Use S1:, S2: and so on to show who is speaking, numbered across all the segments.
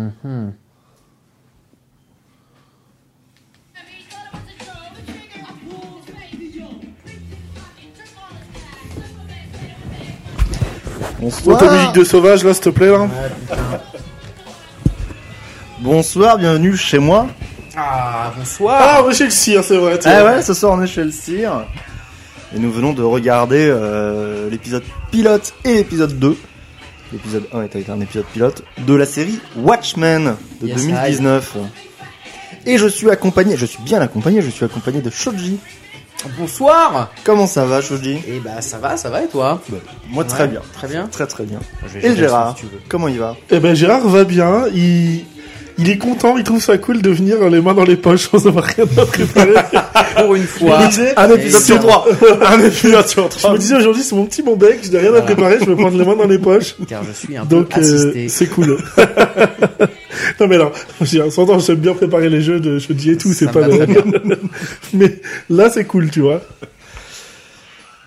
S1: Mhm.
S2: Bonsoir.
S3: Auto musique de sauvage là, s'il te plaît là.
S2: Bonsoir, bienvenue chez moi.
S1: Ah, bonsoir.
S3: Ah, ouais, chez le cire, c'est vrai.
S2: Ah ouais, ce soir on est chez le Cire. Et nous venons de regarder euh, l'épisode pilote et l'épisode 2. L'épisode 1 était un épisode pilote de la série Watchmen de
S1: Yes,
S2: 2019. Et je suis accompagné, je suis bien accompagné, je suis accompagné de Shoji.
S1: Bonsoir.
S2: Comment ça va Shoji
S1: Et bah ça va, ça va et toi
S2: Moi très
S1: Ouais,
S2: bien.
S1: Très bien.
S2: Très très bien.
S1: Je vais
S2: Et le
S1: gérer
S2: Gérard,
S1: si tu veux.
S2: comment il va
S3: Eh ben Gérard va bien, il... il est content, il trouve ça cool de venir euh, les mains dans les poches sans avoir rien à préparer.
S1: Pour une
S3: Je
S1: fois.
S3: me disais-
S2: Un épisode
S1: Et
S2: sur
S1: ça-
S2: trois Un épisode sur
S3: Je
S2: trois
S3: me disais aujourd'hui c'est mon petit bon bec, je n'ai rien à
S1: Voilà.
S3: préparer, je me prendre les mains dans les poches.
S1: Car je suis un
S3: Donc
S1: peu
S3: euh,
S1: assisté.
S3: c'est cool. non mais alors, on s'entend, j'aime bien préparer les jeux de jeudi et tout, c'est
S1: Ça
S3: pas
S1: me va
S3: le- mais là c'est cool, tu vois.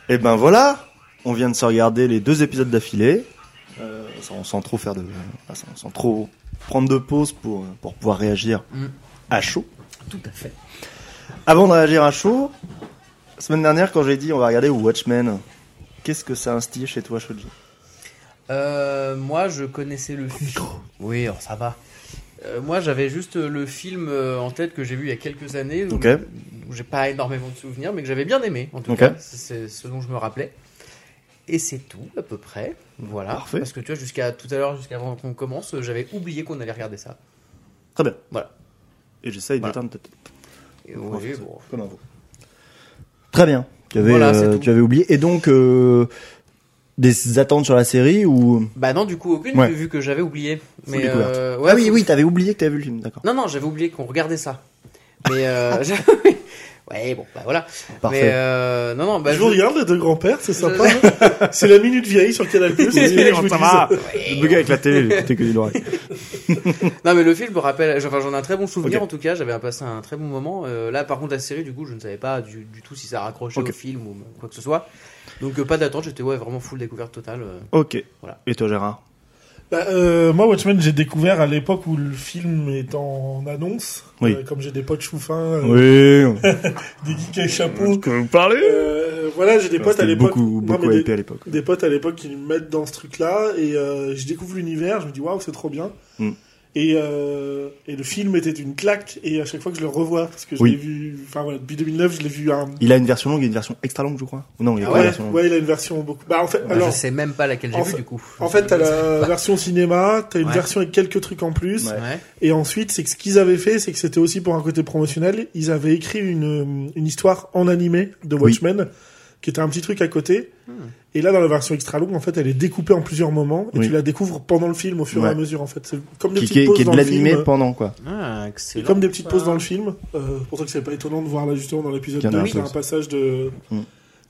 S2: Et ben voilà, on vient de se regarder les deux épisodes d'affilée, euh, sans, sans trop faire de, euh, sans, sans trop prendre de pause pour euh, pour pouvoir réagir
S1: Mm.
S2: à chaud.
S1: Tout à fait.
S2: Avant de réagir à chaud, semaine dernière quand j'ai dit on va regarder Watchmen, qu'est-ce que ça instille chez toi, Shoji
S1: Euh, moi, je connaissais le film. Oui, alors, ça va. Euh, moi, j'avais juste euh, le film euh, en tête que j'ai vu il y a quelques années, où,
S2: Ok.
S1: où j'ai pas énormément de souvenirs, mais que j'avais bien aimé, en tout
S2: Ok.
S1: cas. C'est- C'est ce dont je me rappelais. Et c'est tout, à peu près. Voilà.
S2: Parfait.
S1: Parce que tu vois, jusqu'à tout à l'heure, jusqu'avant qu'on commence, euh, j'avais oublié qu'on allait regarder ça.
S2: Très bien.
S1: Voilà.
S2: Et j'essaye
S1: Voilà.
S2: d'éteindre ta tête.
S1: Et oui, bon.
S2: Comme un veau. Très bien. Tu avais,
S1: Voilà, c'est
S2: euh,
S1: tout.
S2: tu avais oublié. Et donc euh, des attentes sur la série ou
S1: Bah non, du coup, aucune,
S2: Ouais.
S1: vu que j'avais oublié. Mais
S2: découverte.
S1: euh, ouais,
S2: Ah oui,
S1: full-
S2: oui, t'avais oublié que t'avais vu le film, d'accord.
S1: Non, non, j'avais oublié qu'on regardait ça. Mais euh, j'avais- ouais, bon, bah voilà. Mais
S2: Parfait.
S1: euh, non, non, bah
S3: je vous regarde les deux grands-pères, c'est sympa.
S1: Je-
S3: hein. c'est la minute vieille sur Canal+. Plus.
S2: Le bug avec la télé, j'écoutais que du Lorraine.
S1: Non, mais le film me rappelle. Enfin, j'en ai un très bon souvenir
S2: Ok.
S1: en tout cas. J'avais passé un très bon moment. Euh, là, par contre, la série, du coup, je ne savais pas du, du tout si ça raccrochait
S2: Ok.
S1: au film ou quoi que ce soit. Donc, euh, pas d'attente. J'étais ouais, vraiment full découverte totale. euh.
S2: Ok.
S1: Voilà.
S2: Et toi, Gérard
S3: Bah, euh, moi, Watchmen, j'ai découvert à l'époque où le film est en annonce.
S2: Oui.
S3: Euh, comme j'ai des potes choufins, euh,
S2: Oui, on
S3: des geeks avec chapeau.
S2: que vous parlez
S3: Euh, voilà, j'ai des potes à
S2: C'était
S3: l'époque.
S2: beaucoup,
S3: Non,
S2: beaucoup
S3: mais
S2: épais
S3: des,
S2: à l'époque.
S3: des potes à l'époque qui me mettent dans ce truc-là. Et euh, je découvre l'univers, je me dis waouh, c'est trop bien.
S2: Mm.
S3: Et, euh, et le film était une claque. Et à chaque fois que je le revois, parce que je
S2: Oui.
S3: l'ai vu. Enfin, voilà, depuis 2009, je l'ai vu un.
S2: Il a une version longue et une version extra longue, je crois. Non, il a
S1: Ah
S2: pas une
S3: ouais,
S2: version longue.
S3: ouais, il a une version beaucoup. Bah, en fait,
S1: Bah,
S3: alors.
S1: je sais même pas laquelle j'ai
S3: en
S1: vue
S3: fait-
S1: du coup.
S3: En fait, t'as la version cinéma, t'as une
S1: Ouais.
S3: version avec quelques trucs en plus.
S2: Ouais.
S1: Ouais.
S3: Et ensuite, c'est que ce qu'ils avaient fait, c'est que c'était aussi pour un côté promotionnel. Ils avaient écrit une, euh, une histoire en animé de
S2: Oui.
S3: Watchmen, qui était un petit truc à côté. Et là, dans la version extra longue, en fait, elle est découpée en plusieurs moments. Et
S2: Oui.
S3: tu la découvres pendant le film, au fur et
S2: Ouais.
S3: à mesure, en fait. C'est comme des
S2: Qui,
S3: petites
S2: qui est,
S3: pauses
S2: qui est
S3: dans
S2: de
S3: le
S2: l'animé
S3: film.
S2: pendant, quoi.
S1: Ah, excellent.
S3: Comme des petites
S1: ça.
S3: pauses dans le film. Euh, c'est pour ça que c'est pas étonnant de voir là, justement, dans l'épisode
S2: Qu'il y en a
S3: 2,
S2: un
S3: qu'il y a un
S2: peu.
S3: passage de...
S2: Mm.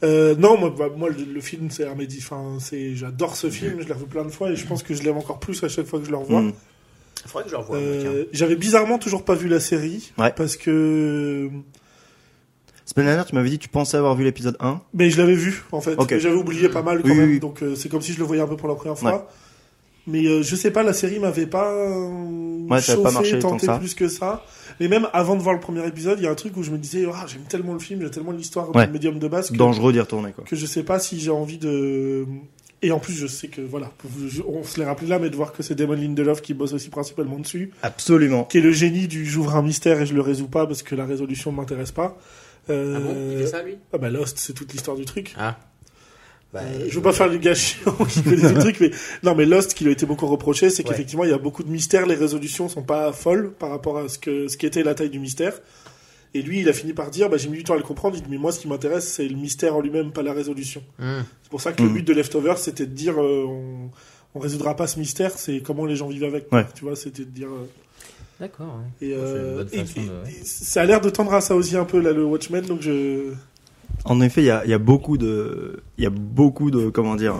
S3: Euh, non, moi, bah, moi le, le film, c'est un médi... Enfin, c'est... J'adore ce film, je l'ai revu plein de fois, et je pense que je l'aime encore plus à chaque fois que je le revois.
S2: Mm.
S1: Faudrait que je le revoie.
S3: Euh,
S1: tiens.
S3: J'avais bizarrement toujours pas vu la série
S2: Ouais.
S3: parce que
S2: Semaine dernière, tu m'avais dit tu pensais avoir vu l'épisode 1.
S3: mais je l'avais vu en fait,
S2: Ok.
S3: mais j'avais oublié pas mal quand
S2: Oui,
S3: même,
S2: oui, oui.
S3: donc euh, c'est comme si je le voyais un peu pour la première
S2: Ouais.
S3: fois. Mais euh, je sais pas, la série m'avait pas euh,
S2: Ouais, ça avait pas marché tant
S3: tenté
S2: que ça.
S3: plus que ça. Mais même avant de voir le premier épisode, il y a un truc où je me disais ah j'aime tellement le film, j'aime tellement l'histoire
S2: Ouais.
S3: du médium de base que,
S2: Dangereux d'y retourner, quoi.
S3: que je sais pas si j'ai envie de. Et en plus, je sais que voilà, je- on se l'est rappelé là, mais de voir que c'est Damon Lindelof qui bosse aussi principalement dessus.
S2: Absolument.
S3: qui est le génie du j'ouvre un mystère et je le résous pas parce que la résolution ne m'intéresse pas. Euh,
S1: Ah bon, il fait ça lui
S3: ah bah Lost, c'est toute l'histoire du truc.
S1: Ah. Bah,
S3: Euh, je veux pas faire le gars chiant qui connaît tout le truc, mais non, mais Lost, qui lui a été beaucoup reproché, c'est
S1: Ouais.
S3: qu'effectivement, il y a beaucoup de mystères, les résolutions sont pas folles par rapport à ce que ce qu'était la taille du mystère. Et lui, il a fini par dire, bah, j'ai mis du temps à le comprendre, il dit, mais moi, ce qui m'intéresse, c'est le mystère en lui-même, pas la résolution.
S1: Hum.
S3: C'est pour ça que
S2: Mhm.
S3: le but de Leftovers, c'était de dire, euh, on, on résoudra pas ce mystère, c'est comment les gens vivent avec.
S2: Ouais.
S3: Tu vois, c'était de dire, euh,
S1: D'accord. ouais.
S3: et, euh,
S4: C'est une bonne façon
S3: et-
S4: de-
S3: et- et ça a l'air de tendre à ça aussi un peu là le Watchmen donc je
S2: En effet, il y a, il y a beaucoup de, il y a beaucoup de, comment dire,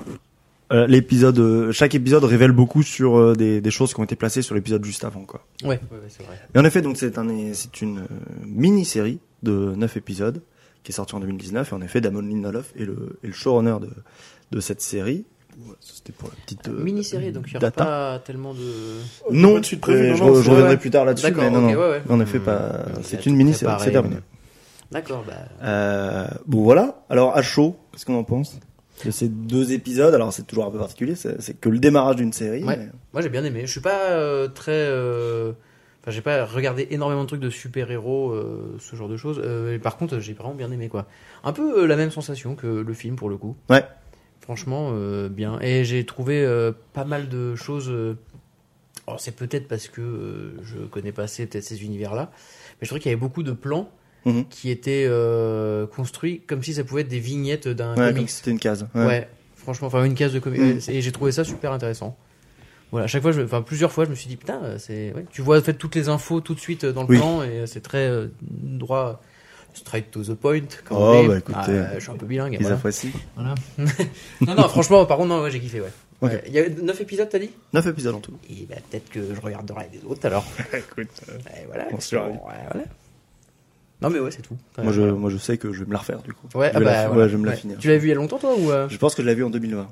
S2: euh, l'épisode, euh, chaque épisode révèle beaucoup sur euh, des, des choses qui ont été placées sur l'épisode juste avant, quoi.
S1: Ouais, ouais, ouais, c'est vrai.
S2: Et en effet, donc c'est un, c'est une euh, mini-série de 9 épisodes qui est sortie en 2019. Et en effet, Damon Lindelof est le, est le showrunner de, de cette série. Voilà, ça, C'était pour la petite euh,
S1: Mini-série, donc il n'y aura
S2: data.
S1: pas tellement de.
S2: Non,
S3: Oh, Pas de suite prévue,
S2: euh,
S3: non,
S2: je, re-
S3: non, c'est
S2: je
S3: vrai.
S2: reviendrai plus tard là-dessus,
S1: D'accord,
S2: mais non,
S1: ok,
S2: non.
S1: ouais, ouais.
S2: On ne fait
S1: Hmm.
S2: pas.
S1: Il y a
S2: C'est
S1: tout
S2: une mini-série,
S1: préparé.
S2: c'est terminé.
S1: D'accord, bah.
S2: Euh, bon voilà, alors à chaud, qu'est-ce qu'on en pense de ces deux épisodes Alors c'est toujours un peu particulier, c'est c'est que le démarrage d'une série.
S1: Ouais.
S2: mais-
S1: Moi j'ai bien aimé. Je suis pas euh, très. euh, Enfin, j'ai pas regardé énormément de trucs de super-héros, euh, ce genre de choses. Euh, et par contre, j'ai vraiment bien aimé quoi. Un peu euh, la même sensation que le film pour le coup.
S2: Ouais.
S1: Franchement, euh, bien. Et j'ai trouvé euh, pas mal de choses. euh, alors, c'est peut-être parce que euh, je connais pas assez peut-être ces univers-là, mais je trouvais qu'il y avait beaucoup de plans
S2: Mhm.
S1: qui étaient euh, construits comme si ça pouvait être des vignettes d'un
S2: Ouais, comme
S1: comics.
S2: si c'était une case.
S1: Ouais.
S2: Ouais.
S1: franchement, enfin une case de comics.
S2: Mm.
S1: Et j'ai trouvé ça super intéressant. Voilà, à chaque fois, je, enfin plusieurs fois, je me suis dit putain, euh, c'est, ouais, tu vois en fait toutes les infos tout de suite euh, dans le
S2: Oui.
S1: plan et euh, c'est très euh, droit, straight to the point. Comme
S2: Oh,
S1: on dit.
S2: bah, écoutez.
S1: Ah, euh, je suis un peu bilingue.
S2: Et
S1: voilà.
S2: cette fois-ci,
S1: Voilà. non, non, franchement, par contre, non, ouais, j'ai kiffé, ouais.
S2: Ok.
S1: Ouais. Il y a 9 épisodes, t'as dit
S2: 9 épisodes en tout.
S1: Et bah, peut-être que je regarderai les autres alors.
S2: Écoute,
S1: Et voilà.
S2: On se le
S1: Bon, ouais, voilà. Non, mais ouais, c'est tout.
S2: moi, je, moi je sais que je vais me la refaire du coup.
S1: Ouais,
S2: je
S1: ah
S2: vais,
S1: bah,
S2: la, ouais,
S1: voilà.
S2: je vais me la
S1: Ouais.
S2: finir.
S1: Tu l'as vu il y a longtemps, toi ou euh
S2: Je pense que je l'ai vue en 2020.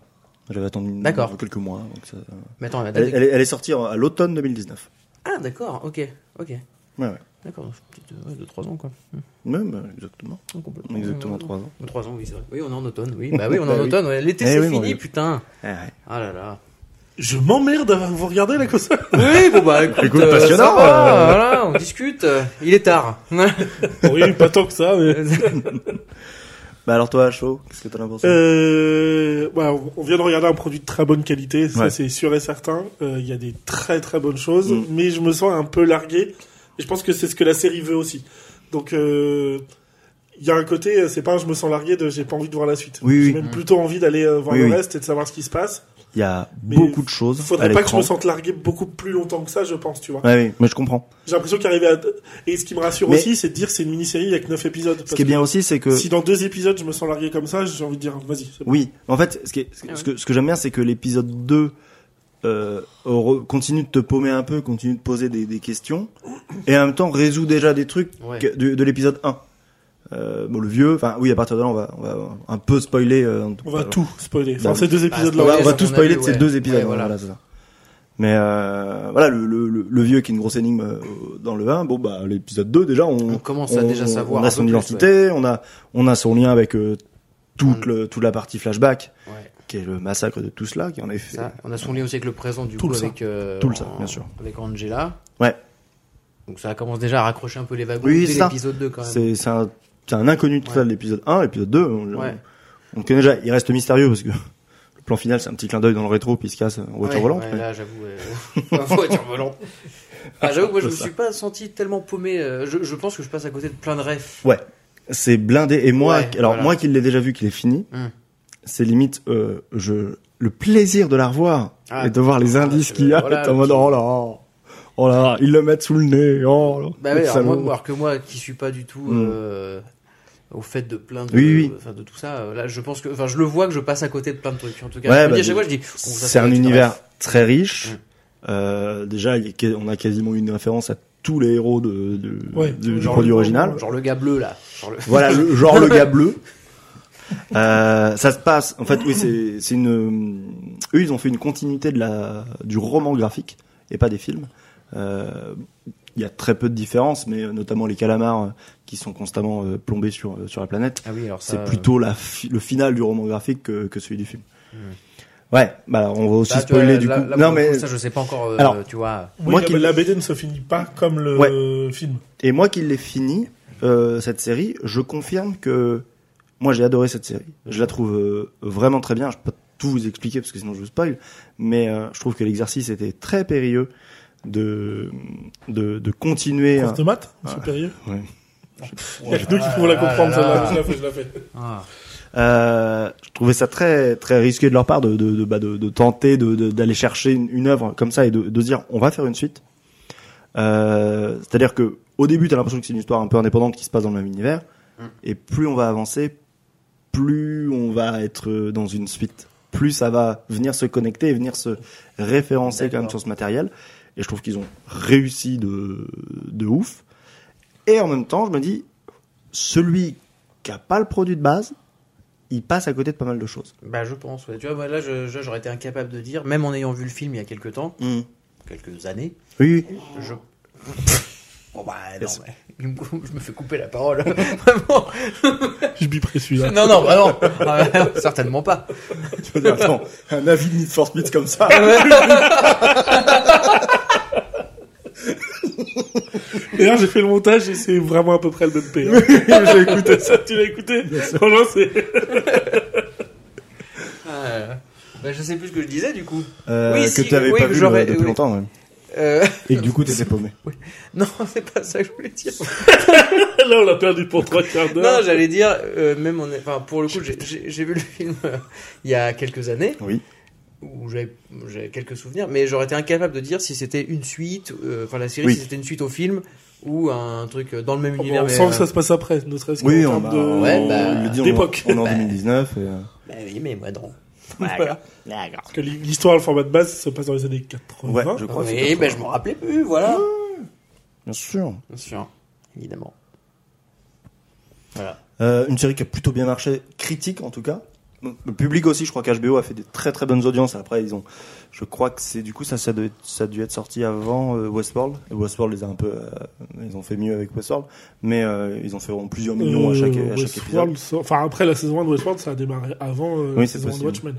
S2: J'avais attendu une-
S1: D'accord.
S2: quelques mois. donc ça-
S1: Mais attends, la date
S2: Elle,
S1: de-
S2: elle est, elle est sortie en- à l'automne 2019.
S1: Ah, d'accord, ok, ok.
S2: Ouais, ouais.
S1: D'accord, donc, peut-être euh, ouais, de 3 ans quoi. Ah,
S2: Même, euh, exactement.
S1: Mmh.
S2: Exactement 3 ans.
S1: 3 ans, oui, c'est vrai. Oui, on est en automne, oui. Bah oui, on est en
S2: Bah oui.
S1: automne, ouais. l'été
S2: Eh
S1: c'est
S2: oui, mon
S1: fini,
S2: Dieu.
S1: putain.
S2: Ah, ouais.
S1: Ah là là.
S3: Je m'emmerde à vous regarder la cause.
S1: Oui, bon bah écoute,
S2: Écoute,
S1: euh,
S2: passionnant,
S1: ça va,
S2: euh.
S1: voilà, on discute. euh, Il est tard.
S3: oui, pas tant que ça. Mais...
S2: Bah alors toi, à chaud, qu'est-ce que t'en as pensé
S3: Euh, bah, on- on vient de regarder un produit de très bonne qualité, ça
S2: Ouais.
S3: c'est sûr et certain. Euh, Il y a des très très bonnes choses,
S2: Mm.
S3: mais je me sens un peu largué. Et je pense que c'est ce que la série veut aussi. Donc euh, il y a un côté, euh, c'est pas un je me sens largué de j'ai pas envie de voir la suite.
S2: Oui,
S3: j'ai
S2: oui.
S3: même plutôt envie d'aller euh, voir
S2: Oui,
S3: le
S2: oui.
S3: reste et de savoir ce qui se passe.
S2: Il y a
S3: mais
S2: beaucoup de choses à
S3: Faudrait pas que je
S2: l'écran.
S3: me sente largué beaucoup plus longtemps que ça, je pense, tu vois.
S2: Ouais, oui, mais je comprends.
S3: J'ai l'impression qu'arriver à... Et ce qui me rassure
S2: Mais-
S3: aussi, c'est de dire c'est une mini-série, il y a que 9 épisodes.
S2: Ce qui est bien aussi, c'est que
S3: Si dans deux épisodes je me sens largué comme ça, j'ai envie de dire vas-y. c'est bon.
S2: Oui, en fait, ce, qui est- ce
S1: Ah ouais.
S2: que- ce que, ce que j'aime bien, c'est que l'épisode 2 euh, re- continue de te paumer un peu, continue de poser des, des questions, et en même temps résout déjà des trucs
S1: Ouais.
S2: que- de, de l'épisode 1. Euh, bon, le vieux, enfin oui, à partir de là, on va, on va un peu spoiler. euh,
S3: On va
S2: euh,
S3: tout spoiler. Enfin,
S2: Bah,
S3: ces deux épisodes
S2: on
S3: là.
S2: va,
S1: Ouais,
S2: on va
S1: ça,
S2: tout
S1: on a
S2: spoiler
S1: vu,
S2: de ces
S1: ouais.
S2: deux épisodes. hein,
S1: Ouais,
S2: voilà,
S1: voilà.
S2: c'est ça. Mais euh, voilà, le, le, le, le vieux qui est une grosse énigme euh, dans le 1, bon bah l'épisode 2 déjà on,
S1: On commence à déjà savoir
S2: on a
S1: un
S2: son
S1: peu plus,
S2: identité, on a on a son lien avec euh, toute
S1: Mm.
S2: le toute la partie flashback
S1: Ouais,
S2: qui est le massacre de tout cela, qui en effet.
S1: ça. On a son lien aussi avec le présent du
S2: Tout
S1: coup
S2: le ça.
S1: avec euh,
S2: Tout le ça,
S1: en-
S2: bien sûr.
S1: Avec Angela.
S2: Ouais.
S1: Donc ça commence déjà à raccrocher un peu les wagons
S2: Oui,
S1: dès
S2: ça.
S1: l'épisode 2 quand même.
S2: C'est c'est un, c'est un inconnu de
S1: Ouais.
S2: ça, de l'épisode 1, l'épisode 2. On,
S1: Ouais.
S2: on le connaît euh, déjà, il reste mystérieux parce que le plan final, c'est un petit clin d'œil dans le rétro, puis il se casse en voiture
S1: Ouais,
S2: volante.
S1: ouais,
S2: mais-
S1: Là, j'avoue, euh, en voiture volante. Ah, j'avoue, que moi, je me suis pas senti tellement paumé. euh, Je, je pense que je passe à côté de plein de refs.
S2: C'est blindé. Et moi,
S1: Ouais,
S2: alors
S1: voilà.
S2: moi qui l'ai déjà vu, qu'il est fini,
S1: Hum.
S2: c'est limite euh, je, le plaisir de la revoir
S1: Ah.
S2: et de voir les
S1: Ah,
S2: indices
S1: c'est
S2: qu'il y
S1: le-
S2: a.
S1: voilà,
S2: t'es en mode,
S1: le-
S2: oh là, oh là, ils le mettent sous le nez. Oh, là,
S1: Bah
S2: le
S1: ouais, alors,
S2: salaud.
S1: moi, alors que moi qui suis pas du tout
S2: Mm.
S1: euh, au fait de plein de,
S2: Oui, oui.
S1: enfin, de tout ça, euh, là je pense que, enfin je le vois que je passe à côté de plein de trucs. En tout cas,
S2: Ouais,
S1: je me
S2: bah,
S1: dis à chaque
S2: des-
S1: fois je dis, oh, ça,
S2: C'est
S1: c'est
S2: un
S1: vrai,
S2: univers
S1: putain,
S2: très riche.
S1: Mm.
S2: Euh, déjà, il y a que- on a quasiment une référence à tous les héros de, de-
S3: Ouais,
S2: de- du
S3: genre
S2: produit
S3: le-
S2: original.
S1: bref. genre le gars bleu là, genre le-
S2: Voilà, le- genre le gars bleu. Euh, ça se passe. En fait, oui, c'est c'est une. euh, Eux, ils ont fait une continuité de la du roman graphique et pas des films. Euh, Il y a très peu de différences, mais euh, notamment les calamars euh, qui sont constamment euh, plombés sur euh, sur la planète.
S1: ah oui alors ça,
S2: C'est
S1: euh,
S2: plutôt la fi- le final du roman graphique que, que celui du film.
S1: Hmm.
S2: Ouais, bah alors, on va aussi
S1: ça, tu vois,
S2: spoiler du
S1: là-
S2: coup.
S1: là,
S2: non
S1: pour le
S2: mais
S1: coup, ça je sais pas encore, euh,
S2: Alors.
S1: tu vois.
S3: Oui,
S2: Moi
S3: la,
S2: qui-
S3: la BD ne se finit pas comme le film.
S2: et moi qui l'ai fini euh, cette série, je confirme que moi j'ai adoré cette série. Je la trouve euh, vraiment très bien. Je peux pas tout vous expliquer parce que sinon je vous spoil. Mais euh, je trouve que l'exercice était très périlleux de de, de continuer.
S3: Prof de maths,
S2: euh, Ouais.
S3: supérieur.
S2: Ouais.
S3: Il y a que nous qui pouvons la
S1: Ah là
S3: comprendre,
S1: là.
S3: celle-là. Je la fais, je la fais.
S1: Ah.
S2: Euh, je trouvais ça très très risqué de leur part de de de, bah, de, de tenter de de- d'aller chercher une, une œuvre comme ça et de, de dire on va faire une suite. Euh, C'est-à-dire que au début t'as l'impression que c'est une histoire un peu indépendante qui se passe dans le même univers
S1: Mm.
S2: et plus on va avancer, plus on va être euh, dans une suite, plus ça va venir se connecter et venir se référencer quand même
S1: D'accord.
S2: sur ce matériel. Et je trouve qu'ils ont réussi de de ouf. Et en même temps je me dis celui qui a pas le produit de base il passe à côté de pas mal de choses.
S1: Bah, je pense, ouais. Tu vois, moi, là, je- je- j'aurais été incapable de dire, même en ayant vu le film il y a quelques temps,
S2: Hmm.
S1: quelques années,
S2: Oui, oui.
S1: je. Bon, bah, non,
S2: Est-ce-
S1: mais il me cou- je me fais couper la parole. Vraiment.
S3: Je biperai celui-là.
S1: Non, non, bah non. Ah, bah, Certainement pas.
S2: Tu veux dire, attends, un avis de Need for Speed comme ça.
S3: D'ailleurs, j'ai fait le montage et c'est vraiment à peu près le même P. hein.
S2: J'ai écouté.
S3: ça, tu l'as écouté Franchement, c'est.
S1: Ah, bah, je sais plus ce que je disais du coup.
S2: Euh,
S1: Oui,
S2: que
S1: si,
S2: tu n'avais
S1: oui,
S2: pas
S1: que
S2: vu
S1: j'aurais-
S2: euh, depuis
S1: oui.
S2: longtemps. ouais.
S1: Euh,
S2: Et que du coup, t'étais paumé.
S1: non, c'est pas ça que je voulais dire.
S3: Là, on l'a perdu pour trois quarts
S1: Non,
S3: d'heure.
S1: j'allais dire, euh, même on est- enfin, pour le coup, j'ai- j'ai j'ai vu le film euh, il y a quelques années,
S2: Oui.
S1: où j'avais j'avais quelques souvenirs, mais j'aurais été incapable de dire si c'était une suite, euh, enfin la série,
S2: Oui.
S1: si c'était une suite au film, ou un truc dans le même
S3: Oh, bah,
S1: univers.
S3: on
S1: mais,
S3: sent que
S1: euh,
S3: ça se passe après, ne serait-ce qu'en
S2: Oui, on,
S3: termes
S2: bah,
S3: de-
S1: ouais, bah,
S2: on le dit, on-
S3: d'époque.
S2: on est en
S1: Bah.
S2: 2019. et, euh,
S1: bah oui, mais moi non.
S3: Voilà. Parce que l'histoire, le format de base, ça se passe dans les années 80.
S2: Ouais, je crois. que
S1: Oui,
S2: c'est
S1: ben
S2: 80.
S1: je m'en rappelais plus, voilà.
S2: Bien sûr.
S1: Bien sûr, évidemment. Voilà.
S2: Euh, une série qui a plutôt bien marché, critique en tout cas. Le public aussi, je crois qu'HBO a fait des très très bonnes audiences. Après, ils ont, je crois que c'est du coup ça, ça, doit être- ça a dû être sorti avant euh, Westworld. Et Westworld les a un peu, euh, ils ont fait mieux avec Westworld, mais euh, ils ont fait vraiment plusieurs millions à chaque, à
S3: Euh,
S2: chaque épisode.
S3: Westworld, ça- Enfin, après la saison 1 de Westworld, ça a démarré avant euh,
S2: Oui,
S3: la
S2: c'est
S3: saison 1 de
S2: possible.
S3: Watchmen.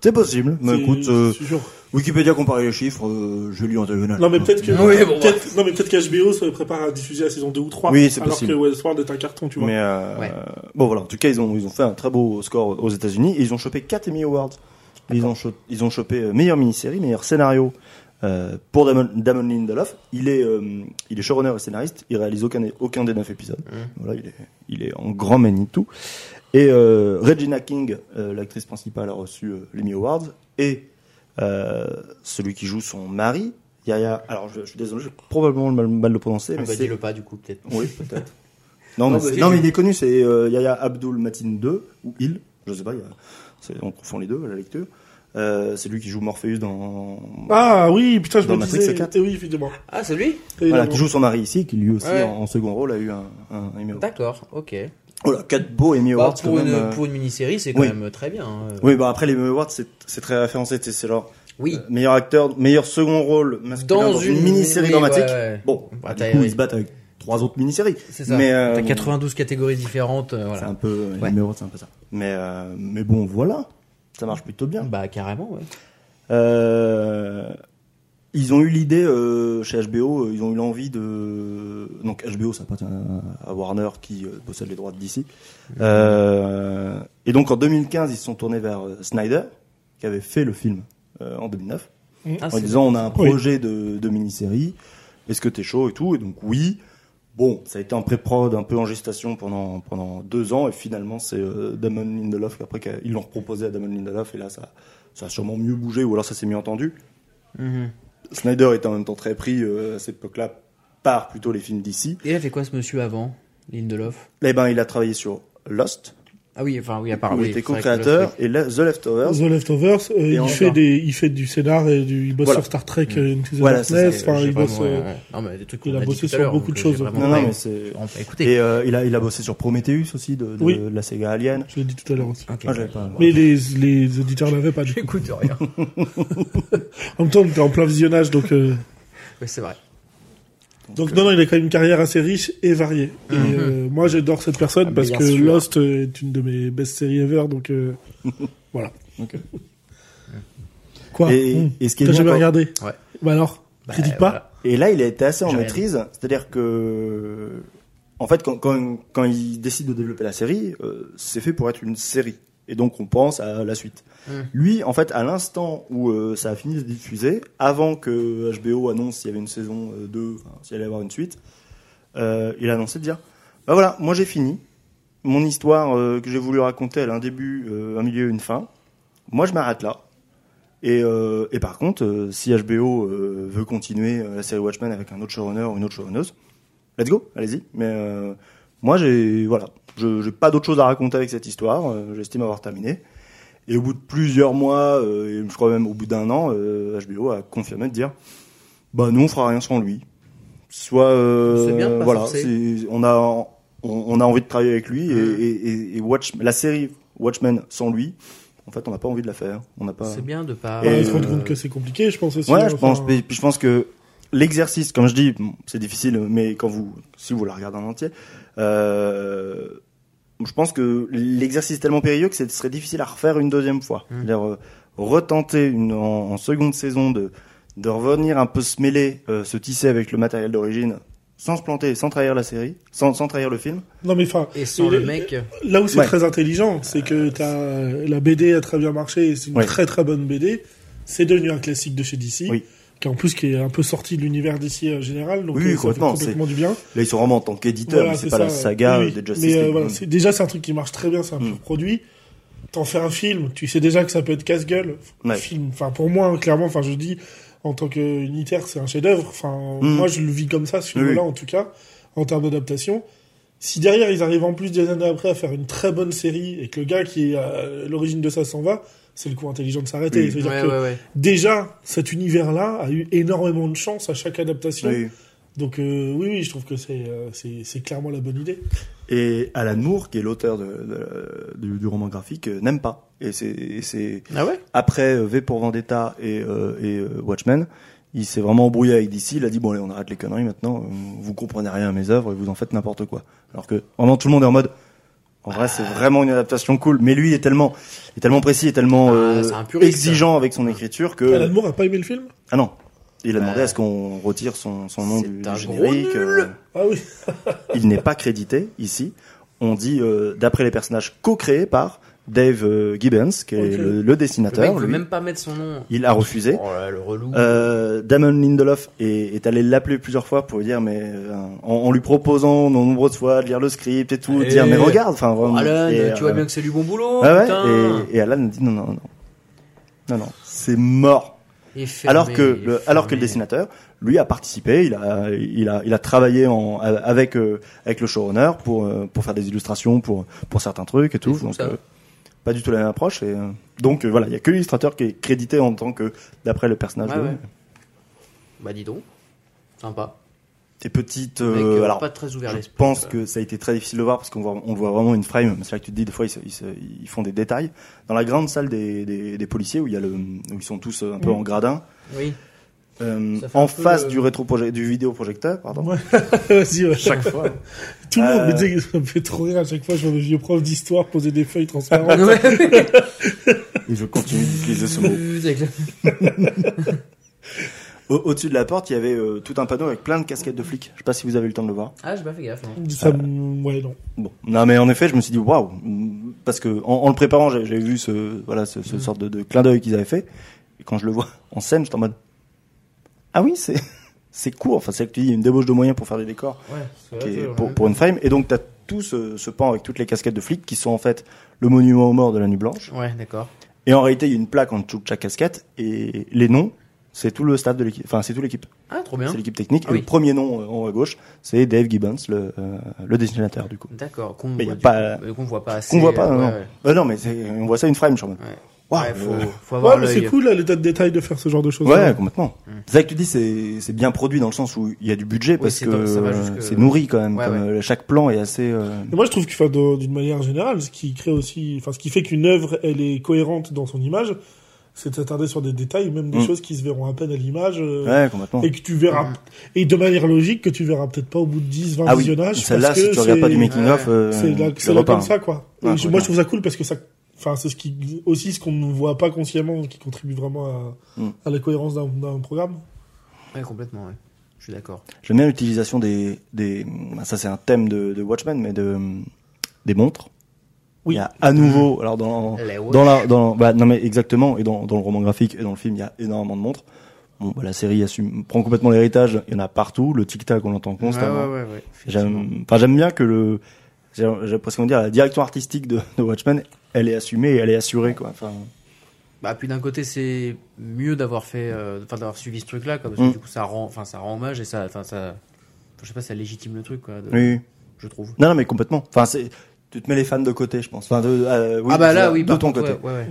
S2: C'est possible. Mais
S3: C'est-
S2: écoute, euh,
S3: c'est sûr.
S2: Wikipédia comparer les chiffres, euh, je lis en diagonale.
S3: Non, mais peut-être que.
S1: Oui, bon,
S3: peut-être- Non, mais peut-être qu'HBO se prépare à diffuser la saison 2 ou 3.
S2: Oui, c'est
S3: alors
S2: possible.
S3: que Westworld est un carton, tu vois.
S2: Mais euh,
S1: Ouais.
S2: bon voilà, en tout cas ils ont ils ont fait un très beau score aux États-Unis et ils ont chopé 4 Emmy Awards. Ils ont cho- ils ont chopé euh, meilleure mini-série, meilleur scénario euh, pour Damon, Damon Lindelof. Il est euh, il est showrunner et scénariste. Il réalise aucun des- aucun des 9 épisodes.
S1: Mm.
S2: Voilà, il est il est en grand Manitou. Et euh, Regina King, euh, l'actrice principale, a reçu euh, l'Emmy Awards et euh, celui qui joue son mari. Yaya, alors je, je suis désolé, j'ai probablement mal, mal le prononcer,
S1: Ah
S2: mais
S1: bah,
S2: c'est
S1: Dis-le pas du coup, peut-être.
S2: oui, peut-être. Non,
S1: Non,
S2: mais,
S1: bah,
S2: c'est-
S1: si,
S2: non,
S1: je-
S2: mais il est connu, c'est euh, Yaya Abdul Matin 2, ou il, je sais pas, il y a- c'est- on confond les deux à la lecture. Euh, c'est lui qui joue Morpheus dans.
S3: Ah oui, putain, je
S2: Dans
S3: me
S2: Matrix,
S3: disais.
S2: c'est quatre.
S3: Eh oui, évidemment.
S1: Ah, c'est lui
S2: Voilà,
S3: Évidemment.
S2: qui joue son mari ici, qui lui aussi
S1: Ouais.
S2: en, en second rôle a eu un, un Emmy Award.
S1: D'accord, ok.
S2: Voilà, 4 beaux Emmy
S1: Bah,
S2: Awards quand
S1: pour, une,
S2: même, euh.
S1: pour une mini-série, c'est quand
S2: oui.
S1: même très bien. hein.
S2: Oui, bah après les Emmy Awards, c'est c'est très référencé, c'est c'est genre
S1: Oui.
S2: euh, meilleur acteur, meilleur second rôle masculin dans, une, mini-série
S1: oui,
S2: dramatique.
S1: ouais, ouais.
S2: Bon,
S1: Bah,
S2: bah, du
S1: t'as-
S2: coup,
S1: oui.
S2: ils se battent avec trois autres mini-séries.
S1: C'est ça.
S2: Mais, euh,
S1: T'as 92 catégories différentes. euh,
S2: C'est
S1: voilà.
S2: un peu, les
S1: Ouais.
S2: Emmy Awards, c'est un peu ça. Mais, euh, mais bon, voilà, ça marche plutôt bien.
S1: Bah, carrément, ouais.
S2: Euh, ils ont eu l'idée euh, chez HBO, euh, ils ont eu l'envie de. Donc HBO, ça appartient à à Warner qui euh, possède les droits de DC. Euh, et donc en 2015, ils se sont tournés vers euh, Snyder, qui avait fait le film euh, en 2009,
S1: Ah,
S2: en
S1: c'est-
S2: disant on a un
S3: Oui.
S2: projet de, de mini-série, est-ce que t'es chaud et tout Et donc oui. Bon, ça a été en pré-prod, un peu en gestation pendant pendant deux ans, et finalement c'est euh, Damon Lindelof. Après, qu'a- ils l'ont proposé à Damon Lindelof, et là ça ça a sûrement mieux bougé, ou alors ça s'est mieux entendu.
S1: Mhm.
S2: Snyder était en même temps très pris euh, à cette époque-là par plutôt les films d'ici.
S1: Et il a fait quoi ce monsieur avant Lindelof
S2: Eh ben, il a travaillé sur Lost,
S1: Ah oui, enfin, oui, à part.
S2: où
S1: oui,
S2: il était
S1: c'est vrai que
S2: co-créateur,
S1: Lindelof,
S2: et la- The Leftovers.
S3: The Leftovers, euh, il,
S2: encore.
S3: fait des, il fait du scénar et du, il bosse
S2: Voilà. Mm.
S3: sur Star Trek, euh, Into the
S2: Voilà, c'est ça,
S3: Darkness,
S1: oui.
S3: enfin,
S1: J'ai
S3: il
S1: vraiment,
S3: bosse.
S1: ouais,
S3: euh,
S1: ouais. Non, mais des trucs
S3: il
S1: qu'on
S3: a
S1: dit
S3: bossé
S1: tout à
S3: sur
S1: l'heure,
S3: beaucoup
S1: donc
S3: de
S1: j'ai
S3: choses.
S1: vraiment
S2: Non, non,
S1: pas- bah,
S2: mais c'est.
S1: On va écouter.
S2: Et euh, il, a, il a bossé sur Prometheus aussi, de, de-
S3: Oui.
S2: de la série Alien.
S3: Je l'ai dit tout à l'heure aussi.
S1: Ok.
S2: Ah, j'avais pas.
S3: Mais les, les auditeurs l'avaient pas. du coup.
S1: J'écoute rien.
S3: En même temps, on était en plein visionnage, donc. euh,
S1: Mais c'est vrai.
S3: Donc
S2: euh,
S3: non, non, il a quand même une carrière assez riche et variée. Et,
S2: Mhm.
S3: euh, moi, j'adore cette personne
S1: Ah,
S3: parce
S1: bien
S3: que
S1: sûr.
S3: Lost euh, est une de mes best séries ever, donc euh, voilà.
S2: Ok.
S3: Quoi
S2: Et-
S3: Mmh.
S2: et ce qui est
S3: T'as
S2: bien
S3: jamais
S2: quand-
S3: regardé
S1: Ouais.
S3: Bah alors,
S1: Bah,
S3: critique
S1: voilà.
S3: pas.
S2: Et là, il a été assez en
S1: J'ai rien
S2: maîtrise, c'est-à-dire que, en fait, quand, quand, quand il décide de développer la série, euh, c'est fait pour être une série. Et donc, on pense à la suite.
S1: Mm.
S2: Lui, en fait, à l'instant où euh, ça a fini de diffuser, avant que HBO annonce s'il y avait une saison 2, s'il allait y avoir une suite, euh, il a annoncé de dire Bah voilà, moi j'ai fini. Mon histoire euh, que j'ai voulu raconter, elle a un début, euh, un milieu, une fin. Moi, je m'arrête là. Et, euh, et par contre, euh, si HBO euh, veut continuer euh, la série Watchmen avec un autre showrunner ou une autre showrunneuse, let's go, allez-y. Mais euh, moi, j'ai voilà, je j'ai pas d'autre chose à raconter avec cette histoire. euh, J'estime avoir terminé. Et au bout de plusieurs mois, euh, et je crois même au bout d'un an, euh, HBO a confirmé de dire, bah nous, on fera rien sans lui. Soit euh,
S1: C'est bien de pas
S2: voilà,
S1: forcer.
S2: c'est- on a on, on a envie de travailler avec lui et,
S1: Mhm.
S2: et- et- et Watch la série Watchmen sans lui, en fait, on n'a pas envie de la faire. On n'a pas.
S1: C'est bien de pas.
S2: Et
S3: On se
S2: euh,
S3: rend compte que c'est compliqué, je pense aussi.
S2: Ouais,
S3: hein,
S2: je pense.
S3: enfin,
S2: Puis puis je pense que l'exercice, comme je dis, bon, c'est difficile, mais quand vous, si vous la regardez en entier, euh, je pense que l'exercice est tellement périlleux que ce serait difficile à refaire une deuxième fois.
S3: Mmh.
S1: Mm.
S2: C'est-à-dire, euh, retenter une, en, en seconde saison de, de revenir un peu se mêler, euh, se tisser avec le matériel d'origine, sans se planter, sans trahir la série, sans, sans trahir le film.
S3: Non, mais enfin,
S1: Et sans
S3: Et
S1: le
S3: le-
S1: mec.
S3: là où c'est
S2: Ouais. Euh,
S3: très intelligent, c'est que t'as, euh, la BD a très bien marché, et c'est une
S2: Ouais.
S3: très très bonne BD. C'est devenu un classique de chez DC.
S2: Oui.
S3: Qui en plus qui est un peu sorti de l'univers DC en général, donc
S2: Oui,
S3: euh, ça fait
S2: complètement,
S3: complètement du bien.
S2: Là, ils sont vraiment en tant qu'éditeur,
S3: Voilà,
S2: mais c'est pas la
S3: ça.
S2: saga
S3: Oui, oui.
S2: des Justice
S3: Mais, euh,
S2: League. hein.
S3: voilà, c'est- déjà, c'est un truc qui marche très bien, c'est un
S2: Mm.
S3: pur produit. T'en fais un film, tu sais déjà que ça peut être casse-gueule.
S2: Ouais.
S3: Film, enfin pour moi, hein, clairement, enfin je dis en tant que unitaire, c'est un chef-d'œuvre. Enfin
S2: Mm.
S3: moi, je le vis comme ça, ce
S2: Oui,
S3: film-là
S2: oui.
S3: en tout cas, en termes d'adaptation. Si derrière ils arrivent en plus des années après à faire une très bonne série et que le gars qui est à l'origine de ça s'en va, c'est le coup intelligent de s'arrêter.
S2: Oui.
S3: C'est-à-dire
S1: Ouais,
S3: que
S1: ouais, ouais.
S3: déjà cet univers-là a eu énormément de chance à chaque adaptation.
S2: Oui.
S3: Donc euh, oui, oui, je trouve que c'est euh, c'est c'est clairement la bonne idée.
S2: Et Alan Moore, qui est l'auteur de- de- du, du roman graphique, euh, n'aime pas. Et c'est- et c'est
S1: Ah ouais
S2: après euh, V pour Vendetta et, euh, et euh, Watchmen, il s'est vraiment embrouillé avec DC. Il a dit bon allez on arrête les conneries maintenant. euh, Vous comprenez rien à mes œuvres et vous en faites n'importe quoi. Alors que vraiment tout le monde est en mode. En vrai, c'est vraiment une adaptation cool, mais lui est tellement, est tellement précis, est tellement
S1: Ah,
S2: euh,
S1: c'est un puriste.
S2: exigeant avec son écriture que
S3: Alan Moore a pas aimé le film
S2: ah non, il a demandé
S1: Ouais.
S2: à ce qu'on retire son, son nom
S1: C'est
S2: du, du
S1: un gros
S2: générique.
S1: nul.
S2: euh,
S3: Ah oui.
S2: il n'est pas crédité ici. On dit, euh, d'après les personnages co-créés par Dave euh, Gibbons, qui est
S3: Ok.
S2: le, le
S1: Le mec
S2: dessinateur,
S1: veut
S2: lui,
S1: même pas mettre son nom.
S2: il a refusé.
S1: Oh là, le relou.
S2: Euh, Damon Lindelof est, est allé l'appeler plusieurs fois pour lui dire, mais euh, en, en lui proposant de nombreuses fois de lire le script et tout, de
S1: Allez.
S2: dire, mais regarde, enfin
S1: Oh,
S2: vraiment.
S1: Alan,
S2: Et,
S1: tu vois
S2: euh,
S1: bien que c'est du bon boulot.
S2: ah ouais,
S1: putain.
S2: et, et Alan a dit, non, non, non, non, non, c'est mort.
S1: Il est fermé,
S2: Alors que,
S1: il est
S2: le, alors que le
S1: fermé.
S2: dessinateur, lui, a participé, il a, il a, il a travaillé en, avec, euh, avec le showrunner pour, euh, pour faire des illustrations, pour, pour certains trucs et tout.
S1: fou,
S2: donc,
S1: ça.
S2: euh, pas du tout la même approche. Et, euh, donc, euh, voilà, il y a que l'illustrateur qui est crédité en tant que, d'après le personnage.
S1: Ouais,
S2: de-
S1: ouais. Bah dis donc, sympa.
S2: Des petites.
S1: Mec,
S2: euh,
S1: euh,
S2: alors,
S1: pas très ouvert
S2: je
S1: l'esprit.
S2: pense
S1: quoi.
S2: que ça a été très difficile de voir parce qu'on voit, on voit vraiment une frame. C'est là que tu te dis, des fois, ils, se- ils, se- ils font des détails. Dans la grande salle des, des, des policiers où, il y a le, où ils sont tous euh, un peu
S3: Mhm.
S2: en gradin,
S1: Oui.
S2: euh,
S1: Mm. Ça fait un
S2: en
S1: peu
S2: face
S1: le-
S2: du, rétroproje- du vidéoprojecteur, pardon.
S3: Vas-y, ouais.
S2: chaque fois.
S3: Tout le monde
S2: Euh.
S3: me dit que ça me fait trop rire à chaque fois. Je vois mes vieux profs d'histoire poser des feuilles transparentes.
S2: Et je continue d'utiliser ce mot.
S1: Avec le-
S2: Au- Au-dessus de la porte, il y avait euh, tout un panneau avec plein de casquettes de flics. Je sais pas si vous avez eu le temps de le voir.
S1: Ah, j'ai pas fait gaffe. non.
S3: ça me- ouais, non.
S2: Bon, non, mais en effet, je me suis dit waouh, parce que en, en le préparant, j'ai- j'avais vu ce voilà ce, ce
S1: Mm.
S2: sorte de, de clin d'œil qu'ils avaient fait. Et quand je le vois en scène, j'étais en mode ah oui, c'est c'est court. Enfin, c'est que tu dis il y a une débauche de moyens pour faire des décors
S1: Ouais, c'est
S2: qui
S1: vrai,
S2: est-
S1: c'est vrai.
S2: pour, pour une frame. Et donc t'as tout ce, ce pan avec toutes les casquettes de flics qui sont en fait le monument aux morts de la nuit blanche.
S1: Ouais, d'accord.
S2: Et en réalité, il y a une plaque en dessous de chaque casquette et les noms, c'est tout le staff de l'équipe. Enfin, c'est toute l'équipe.
S1: Ah, trop bien.
S2: C'est l'équipe technique.
S1: Ah
S2: et
S1: oui.
S2: le premier nom euh, en haut à gauche, c'est Dave Gibbons, le, euh, le dessinateur du coup.
S1: D'accord. Qu'on
S2: Mais y a
S1: du
S2: pas-
S1: coup, euh, qu'on voit pas assez.
S2: Qu'on voit pas,
S1: euh,
S2: non, non.
S1: ouais, ouais.
S2: Euh, non, mais c'est- on voit ça une frame, je suis en mode,
S1: Ouais.
S2: waouh,
S1: Ouais, faut,
S2: euh,
S1: faut
S3: Ouais,
S1: avoir
S3: mais
S1: l'œil.
S3: c'est cool, là, l'état de détail de faire ce genre de choses.
S2: Ouais, complètement.
S1: Mm.
S2: C'est vrai que tu dis, c'est c'est bien produit dans le sens où il y a du budget parce
S1: c'est
S2: que
S1: dans- ça va
S2: euh,
S1: jusque-
S2: c'est nourri quand même.
S1: Ouais,
S2: comme,
S1: ouais.
S2: euh, chaque plan est assez. euh,
S3: Et moi, je trouve que, enfin, de- d'une manière générale, ce qui crée aussi, enfin, ce qui fait qu'une œuvre, elle est cohérente dans son image, c'est de s'attarder sur des détails, même des
S2: Mm.
S3: choses qui se verront à peine à l'image, euh,
S2: Ouais, complètement.
S3: et que tu verras,
S1: Mm.
S3: et de manière logique, que tu verras peut-être pas au bout de 10, 20
S2: Ah oui,
S3: visionnages.
S2: celle-là,
S3: parce
S2: si
S3: que
S2: tu regardes
S3: c'est-
S2: pas du making-of,
S1: Ouais.
S2: euh,
S3: c'est là,
S2: tu
S3: c'est
S2: verras
S3: là comme
S2: pas.
S3: ça quoi.
S2: Ouais,
S3: Et je- moi je
S2: complètement.
S3: trouve ça cool parce que ça, enfin c'est ce qui aussi ce qu'on ne voit pas consciemment qui contribue vraiment à,
S2: Mm.
S3: à la cohérence d'un- d'un programme.
S1: Ouais, complètement, ouais. Je suis d'accord.
S2: J'aime bien l'utilisation des, des. ah, Ça, c'est un thème de, de Watchmen, mais de, des montres.
S3: Oui.
S2: Il y a à nouveau, alors dans,
S1: Les
S2: dans la, dans, bah, non mais exactement, et dans, dans le roman graphique et dans le film, il y a énormément de montres. Bon, bah, la série assume, prend complètement l'héritage. Il y en a partout. Le tic tac, on l'entend
S1: Ouais,
S2: constamment.
S1: ouais, ouais. ouais, effectivement.
S2: J'aime, enfin, j'aime bien que le, j'ai j'ai l'impression de dire la direction artistique de, de Watchmen, elle est assumée et elle est assurée quoi. Enfin,
S1: Bah puis d'un côté c'est mieux d'avoir fait, euh, enfin d'avoir suivi ce truc-là, quoi, parce
S2: Mm.
S1: que du coup ça rend, enfin ça rend hommage et ça, enfin ça, enfin, je sais pas, ça légitime le truc, quoi, de-
S2: oui, oui.
S1: je trouve.
S2: Non, non, mais complètement. Enfin, c'est, tu te mets les fans de côté, je pense. Enfin, de, euh, oui,
S1: ah bah
S2: tu
S1: là
S2: vois,
S1: oui,
S2: de
S1: par
S2: ton
S1: contre,
S2: côté.
S1: Ouais, ouais, ouais.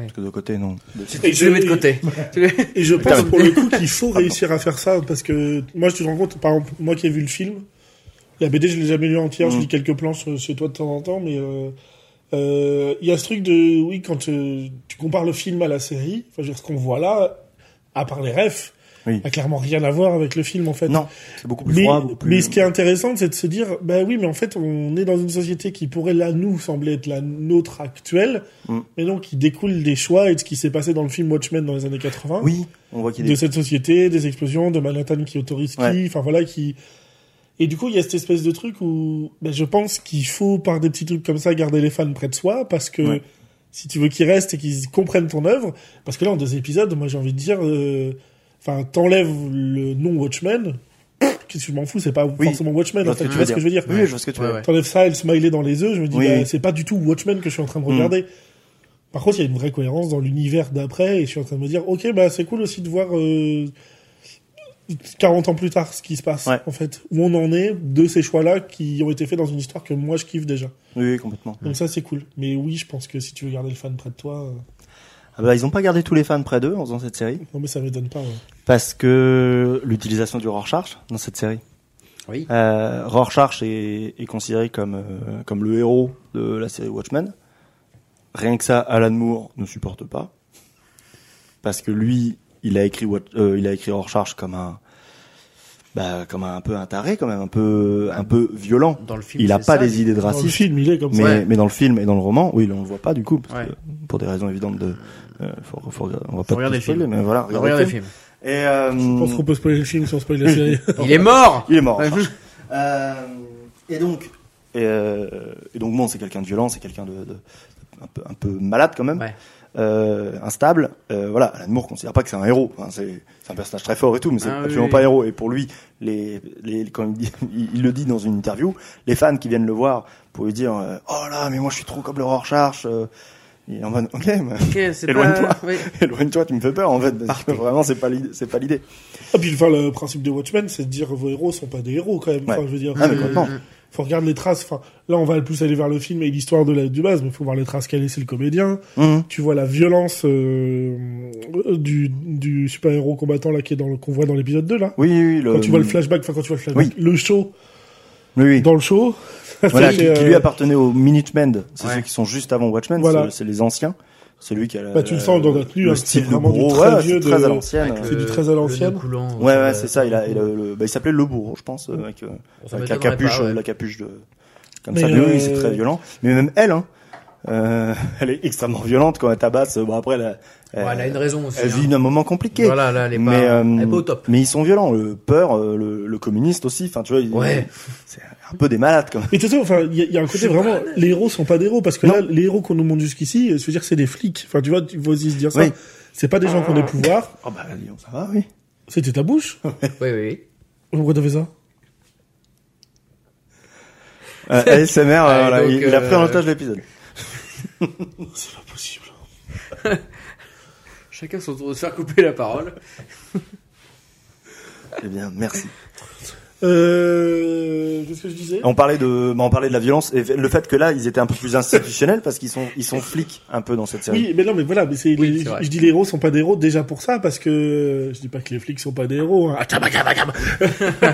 S2: Parce que de côté, non. De-
S1: Tu, tu le mets de côté. Tu le-
S3: Et je
S2: Putain,
S3: pense
S2: mais-
S3: pour le coup qu'il faut réussir à faire ça parce que moi je te rends compte par exemple moi qui ai vu le film, la BD je l'ai jamais lu entière, je
S2: Mm.
S3: lis quelques plans chez chez toi de temps en temps, mais euh, Euh, Il y a ce truc de, oui, quand euh, tu compares le film à la série, enfin, je veux dire, ce qu'on voit là, à part les refs,
S2: Oui.
S3: a clairement rien à voir avec le film, en fait.
S2: Non, c'est beaucoup plus
S3: Mais,
S2: froid, beaucoup plus-
S3: mais ce qui est intéressant, c'est de se dire, bah oui, mais en fait, on est dans une société qui pourrait, là, nous, sembler être la nôtre actuelle,
S2: Mm.
S3: mais non, qui découle des choix et de ce qui s'est passé dans le film Watchmen dans les années 80.
S2: Oui, on voit qu'il y
S3: de
S2: a des...
S3: cette société, des explosions, de Manhattan qui autorise qui,
S2: Ouais.
S3: enfin voilà, qui... Et du coup, il y a cette espèce de truc où ben, je pense qu'il faut, par des petits trucs comme ça, garder les fans près de soi, parce que
S2: Ouais.
S3: si tu veux qu'ils restent et qu'ils comprennent ton œuvre, parce que là, en deux épisodes, moi j'ai envie de dire, euh, enfin, t'enlèves le nom Watchmen, qu'est-ce que je m'en fous, c'est pas
S2: Oui.
S3: forcément Watchmen,
S2: Je vois
S3: en
S2: ce
S3: fait,
S2: que
S3: tu
S2: tu
S3: vois
S2: veux
S3: ce que je veux dire.
S2: Oui, je vois ce que tu veux
S1: Ouais,
S2: dire.
S1: ouais.
S3: T'enlèves ça et le smiley dans les yeux, je me dis,
S2: Oui, Mm.
S3: bah,
S2: oui.
S3: c'est pas du tout Watchmen que je suis en train de regarder. Par contre, il y a une vraie cohérence dans l'univers d'après, et je suis en train de me dire, ok, bah, c'est cool aussi de voir euh, 40 ans plus tard ce qui se passe,
S2: Ouais.
S3: en fait, où on en est de ces choix-là qui ont été faits dans une histoire que moi je kiffe déjà.
S2: Oui, complètement.
S3: Donc ça, c'est cool. Mais oui, je pense que si tu veux garder le fan près de toi, euh,
S2: Ah bah, ils ont pas gardé tous les fans près d'eux en faisant cette série,
S3: non, mais ça m'étonne pas. hein. ouais.
S2: parce que l'utilisation du Rorschach dans cette série.
S1: Oui.
S2: Euh, Rorschach est, est considéré comme, euh, comme le héros de la série Watchmen. Rien que ça, Alan Moore ne supporte pas. Parce que lui, il a écrit, Wat- euh, il a écrit Rorschach comme un, bah, comme un, un peu un taré, quand même, un peu, un peu violent.
S1: Dans le film,
S2: Il a
S1: c'est
S2: pas
S1: ça.
S2: des idées de
S3: Dans le
S2: racisme.
S3: film, il est comme
S2: Mais,
S3: ça.
S1: Ouais.
S2: mais dans le film et dans le roman, oui, on le voit pas du coup, parce
S1: Ouais.
S2: que, pour des raisons évidentes de, euh, faut, faut- on va
S1: Faut
S2: pas
S1: regarder
S2: tout
S1: le film.
S2: spoiler, mais voilà,
S1: Regardez
S2: regardez
S1: le film.
S2: Et euh,
S3: Je pense qu'on peut spoiler le film sans spoiler la série.
S1: Il est mort
S2: il est mort.
S1: Ouais,
S2: Rorschach. Euh, et donc, et, euh, et donc bon, c'est quelqu'un de violent, c'est quelqu'un de, de- un, peu, un peu malade quand même,
S1: Ouais.
S2: euh, instable. Euh, voilà, Alan Moore considère pas que c'est un héros. Enfin, c'est c'est un personnage très fort et tout, mais c'est
S1: Ah, oui,
S2: absolument
S1: oui.
S2: pas un héros. Et pour lui, les, les, quand il, dit- il- il le dit dans une interview, les fans qui viennent le voir pour lui dire euh, Oh là, mais moi je suis trop comme le Rorschach. euh, il est en mode Ok, mais
S1: Ok, c'est
S2: Éloigne-toi.
S1: pas- oui.
S2: éloigne-toi, tu me fais peur en fait. parce que Vraiment, c'est pas l'idée. c'est pas l'idée.
S3: Ah, puis enfin, le principe de Watchmen, c'est de dire vos héros sont pas des héros quand même.
S2: Ouais.
S3: Enfin, je veux dire,
S2: Ah, mais complètement.
S3: faut regarder les traces. Enfin, là, on va plus aller vers le film et l'histoire de la du base, mais faut voir les traces qu'a laissé le comédien.
S2: Mhm.
S3: Tu vois la violence euh, euh, du, du super héros combattant là qui est dans le qu'on voit dans l'épisode 2 là.
S2: Oui, oui, le,
S3: Quand tu vois le flashback, enfin quand tu vois le flashback, le show
S2: Oui, oui.
S3: dans le show, ça
S2: Voilà,
S3: fait,
S2: qui, qui
S3: euh,
S2: lui appartenait aux Minutemen, c'est
S1: Ouais.
S2: ceux qui sont juste avant Watchmen,
S3: Voilà.
S2: c'est c'est les anciens, celui qui a la,
S3: Bah, tu le sens dans la tenue,
S2: le
S3: hein,
S2: style
S3: c'est
S2: de
S3: vraiment du
S2: gros,
S3: très
S2: ouais,
S3: vieux
S2: c'est très
S3: de-
S2: à l'ancienne.
S1: Avec
S3: C'est
S1: le-
S3: du très à
S1: le
S3: l'ancienne.
S1: nœud coulant, euh,
S2: Ouais,
S1: ça
S2: ouais,
S1: va-
S2: c'est ça, il, a, il, a le- bah, il s'appelait Le Bourreau, je pense, euh, avec, euh,
S1: ça
S2: avec la,
S1: m'étonnerait
S2: capuche, euh,
S1: pas, ouais.
S2: la capuche de... Comme
S3: Mais,
S2: ça, mais oui,
S3: euh,
S2: c'est très violent. Mais même elle, hein, euh, elle est extrêmement violente quand elle tabasse. Bon, après, elle, a-
S1: Ouais, elle a une raison aussi.
S2: elle
S1: hein.
S2: vit un moment compliqué.
S1: Voilà, là, elle est pas,
S2: mais, euh,
S1: elle est pas au top.
S2: mais ils sont violents. Le peur, euh, le, le communiste aussi. Enfin, tu vois, ils-
S1: Ouais.
S2: c'est un peu des malades quand même.
S3: Mais de toute façon, enfin, il y, a- il y a un côté vraiment, les héros sont pas des héros parce que
S2: Non.
S3: là, les héros qu'on nous montre jusqu'ici, euh, je veux dire, c'est des flics. Enfin, tu vois, tu vas aussi se dire ça.
S2: Oui.
S3: C'est pas des gens qui ont des pouvoirs.
S2: Oh bah, dis donc, ça va, oui.
S3: C'était ta bouche.
S2: Ah.
S1: Oui, oui, oui.
S3: Pourquoi t'as fait ça
S2: Euh, ASMR, euh,
S1: Ouais,
S2: voilà,
S1: donc,
S2: il, il a pris en
S1: euh,
S2: otage l'épisode.
S3: C'est pas possible.
S1: Chacun son tour de se faire couper la parole.
S2: Eh bien, merci.
S3: Euh, qu'est-ce que je disais
S2: On parlait de, bah, on parlait de la violence et le fait que là, ils étaient un peu plus institutionnels parce qu'ils sont, ils sont flics un peu dans cette série.
S3: Oui, mais non, mais voilà, mais c'est,
S1: Oui,
S3: les-
S1: c'est vrai.
S3: je dis les héros sont pas des héros déjà pour ça, parce que je dis pas que les flics sont pas des héros. hein. Ah, tabak, tabak, tabak.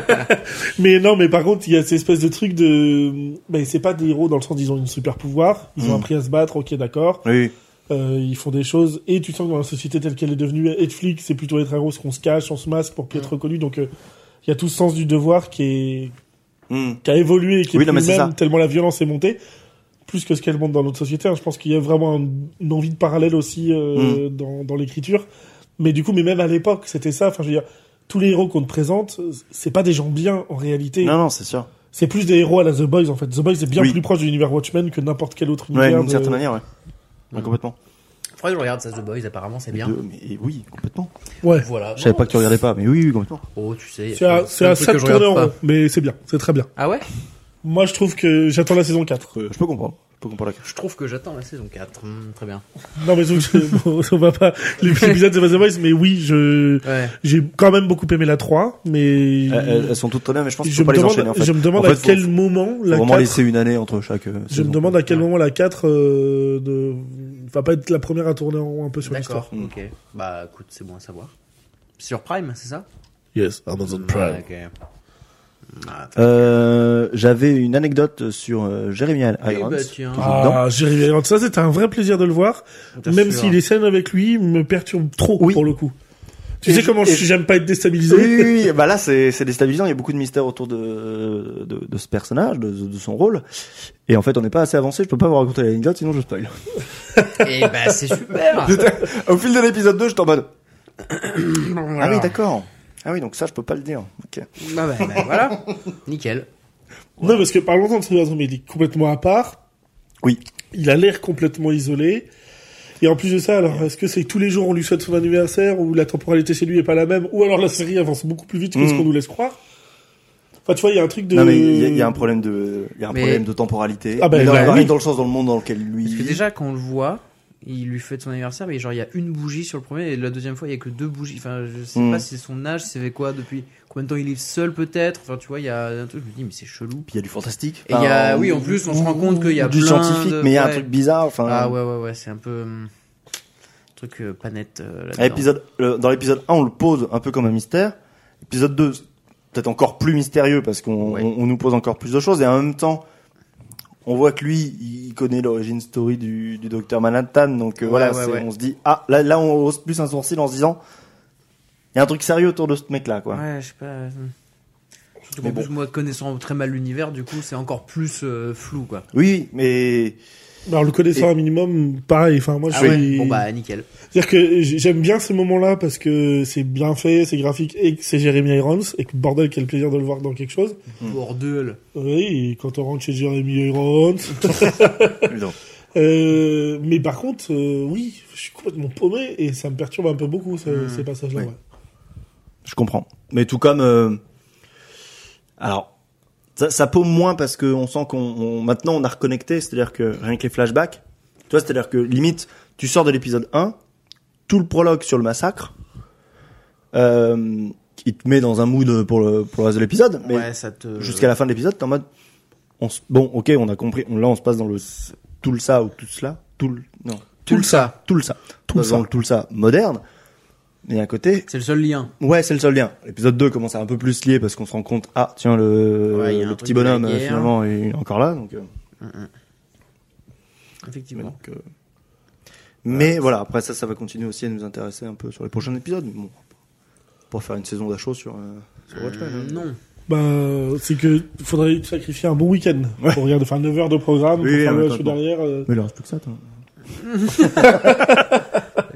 S3: mais non, mais par contre, il y a cette espèce de truc de, ben c'est pas des héros dans le sens ils ont une super pouvoir, ils ont
S2: Mm.
S3: appris à se battre, ok, d'accord.
S2: Oui.
S3: Euh, ils font des choses, et tu sens que dans la société telle qu'elle est devenue, être flic, c'est plutôt être héros, ce qu'on se cache, on se masque pour plus
S1: Mm.
S3: être reconnu. Donc euh, il y a tout ce sens du devoir qui est
S2: Mm.
S3: qui a évolué et qui
S2: Oui,
S3: est
S2: non,
S3: plus
S2: mais c'est
S3: le même,
S2: ça.
S3: tellement la violence est montée, plus que ce qu'elle monte dans notre société. hein. Je pense qu'il y a vraiment un- une envie de parallèle aussi euh,
S2: Mm.
S3: dans, dans l'écriture. Mais du coup, mais même à l'époque, c'était ça. Enfin, je veux dire, tous les héros qu'on te présente, c'est pas des gens bien en réalité.
S2: Non, non, c'est sûr.
S3: C'est plus des héros à la The Boys en fait. The Boys est bien
S2: Oui.
S3: plus proche de l'univers Watchmen que n'importe quel autre
S2: Ouais,
S3: univers. euh,
S2: d'une
S3: de-
S2: certaine manière, ouais. Ouais,
S1: Mm.
S2: complètement.
S1: Faudrait que je regarde ça, The Boys, apparemment, c'est bien.
S2: De- mais et oui, complètement.
S3: Ouais.
S1: Voilà.
S2: Je savais
S1: Non,
S2: pas que tu regardais pas, mais oui, oui, complètement.
S1: Oh, tu sais. y a
S3: C'est à,
S1: plein-
S3: c'est
S1: plein
S3: à
S1: de trucs
S3: ça de
S1: que je
S3: tourner en
S1: regarde
S3: rond, mais c'est bien, c'est très bien.
S1: pas. Ah ouais
S3: Moi, je trouve que j'attends la saison 4.
S2: Euh, Je peux comprendre. Je peux comprendre la
S1: Je trouve que j'attends la saison 4. Hmm, très bien.
S3: Non, mais donc, euh, bon, on va pas. L'épisode, c'est pas The Boys, mais oui, je.
S1: Ouais.
S3: J'ai quand même beaucoup aimé la 3, mais
S2: Euh, Elles, elles sont toutes très bien, mais je pense qu'il
S3: je,
S2: faut
S3: me
S2: pas les
S3: demande,
S2: enchaîner en fait.
S3: je me demande
S2: En fait,
S3: à
S2: faut-
S3: quel moment
S2: faut
S3: la
S2: vraiment
S3: 4,
S2: laisser une année entre chaque. euh,
S3: je
S2: saison,
S3: me demande
S2: quoi.
S3: à quel
S1: Ouais.
S3: moment la 4 euh, de, va pas être la première à tourner en rond un peu sur l'histoire.
S1: D'accord. Ok. Bah, écoute, c'est bon à savoir. Sur Prime, c'est ça
S3: Yes, Amazon
S1: Ouais, ok.
S2: Euh, J'avais une anecdote sur euh, Jeremy
S1: Eh
S2: Irons.
S1: bah tiens.
S2: toujours dedans.
S3: Ah, Jeremy Irons, ça c'était un vrai plaisir de le voir,
S1: Bien
S3: même
S1: sûr.
S3: si les scènes avec lui me perturbent trop
S2: Oui.
S3: pour le coup. Tu
S2: Et
S3: sais
S2: je-
S3: comment
S2: et
S3: je-
S2: je-
S3: j'aime pas être déstabilisé.
S2: Oui, oui, oui. bah là c'est c'est déstabilisant. Il y a beaucoup de mystères autour de de, de ce personnage, de, de son rôle. Et en fait, on n'est pas assez avancé. Je peux pas vous raconter l'anecdote, sinon je spoil.
S1: Eh bah c'est super.
S2: Au fil de l'épisode 2, je t'en mode. Ah oui, d'accord. Ah oui, donc ça, je peux pas le dire. Ok.
S1: Bah, bah, bah, voilà. Nickel.
S3: Non, parce que parlons-en de Sylvain Zombie, il est complètement à part.
S2: Oui.
S3: Il a l'air complètement isolé. Et en plus de ça, alors, est-ce que c'est tous les jours on lui souhaite son anniversaire ou la temporalité chez lui est pas la même ou alors la série avance beaucoup plus vite que ce
S2: Mhm.
S3: qu'on nous laisse croire Enfin, tu vois, il y a un truc de...
S2: Non mais il y, a- il y a un problème de, il y a un
S1: Mais-
S2: problème de temporalité.
S3: Ah, bah,
S2: Mais dans,
S1: ouais,
S2: dans-
S3: oui.
S2: dans le sens, dans le monde dans lequel lui.
S1: Parce que
S2: vit.
S1: déjà quand on le voit, il lui fête son anniversaire, mais genre il y a une bougie sur le premier et la deuxième fois il y a que deux bougies. Enfin je sais
S2: Mm.
S1: pas si c'est son âge, c'est quoi depuis combien de temps il est seul peut-être. Enfin tu vois il y a un truc je me dis mais c'est chelou.
S2: Puis il y a du fantastique.
S1: Et il y a
S2: Enfin,
S1: oui en plus on se rend compte qu'il y a
S2: du
S1: plein
S2: scientifique,
S1: de-
S2: mais il y a un
S1: ouais.
S2: truc bizarre. Enfin,
S1: Ah ouais ouais ouais c'est un peu hum, truc euh, pas net euh,
S2: à
S1: là-dedans.
S2: l'épisode- euh, dans l'épisode 1, on le pose un peu comme un mystère. Épisode 2, c'est peut-être encore plus mystérieux parce qu'on
S1: Ouais.
S2: on- on nous pose encore plus de choses. Et en même temps, on voit que lui, il connaît l'origine story du, du docteur Manhattan. Donc euh,
S1: Ouais,
S2: voilà,
S1: ouais,
S2: c'est-
S1: ouais.
S2: on se dit, ah, là, là, on hausse plus un sourcil en se disant, il y a un truc sérieux autour de ce mec-là, quoi.
S1: Ouais je sais pas. euh, Surtout
S2: Mais
S1: qu'en
S2: bon.
S1: plus moi connaissant très mal l'univers du coup c'est encore plus euh, flou quoi.
S2: Oui, mais
S3: Alors, le connaissant
S2: Et-
S3: un minimum, pareil. Enfin, moi, je
S1: Ah
S3: suis...
S1: ouais bon bah nickel.
S3: C'est-à-dire que j- j'aime bien ces moments-là parce que c'est bien fait, c'est graphique et que c'est Jeremy Irons et que bordel quel plaisir de le voir dans quelque chose.
S2: Mm.
S1: Bordel.
S3: Oui, et quand on rentre chez Jeremy Irons. Euh, mais par contre, euh, oui, je suis complètement paumé et ça me perturbe un peu beaucoup ce-
S1: Mm.
S3: ces passages-là.
S2: Hmm. Ouais.
S3: ouais.
S2: Je comprends. Mais tout comme, euh, alors, ça, ça paume moins parce que on sent qu'on, on- maintenant on a reconnecté, c'est-à-dire que rien que les flashbacks, tu vois, c'est-à-dire que limite, tu sors de l'épisode 1, tout le prologue sur le massacre, euh, il te met dans un mood pour le, pour le reste de l'épisode, mais
S1: Ouais euh, ça te.
S2: jusqu'à la fin de l'épisode, t'es en mode, on se- bon, ok, on a compris, on, là on se passe dans le, tout le ça ou tout cela, tout le, non,
S1: tout le ça.
S2: tout le ça, tout
S3: le ça.
S2: tout le ça moderne, mais à côté,
S1: C'est le seul lien.
S2: Ouais, c'est le seul lien. L'épisode 2 commence à un peu plus se lier parce qu'on se rend compte, ah, tiens, le,
S1: Ouais, il y a un
S2: le
S1: truc
S2: petit
S1: de la
S2: bonhomme, euh,
S1: guerre.
S2: finalement, il est encore là. Donc, euh, mais,
S1: Effectivement.
S2: donc, euh, mais voilà, après ça, ça va continuer aussi à nous intéresser un peu sur les prochains épisodes. mais Bon, pour faire une saison d'achats sur, euh, sur Watchmen. hein.
S1: non.
S3: Bah, c'est que faudrait sacrifier un bon week-end
S2: Ouais.
S3: pour regarder, enfin 9 heures de programme,
S2: Oui,
S3: pour
S2: oui,
S3: faire
S2: ouais,
S3: le
S2: pas
S3: show
S2: de
S3: derrière. euh,
S2: Mais il en reste plus que ça, toi.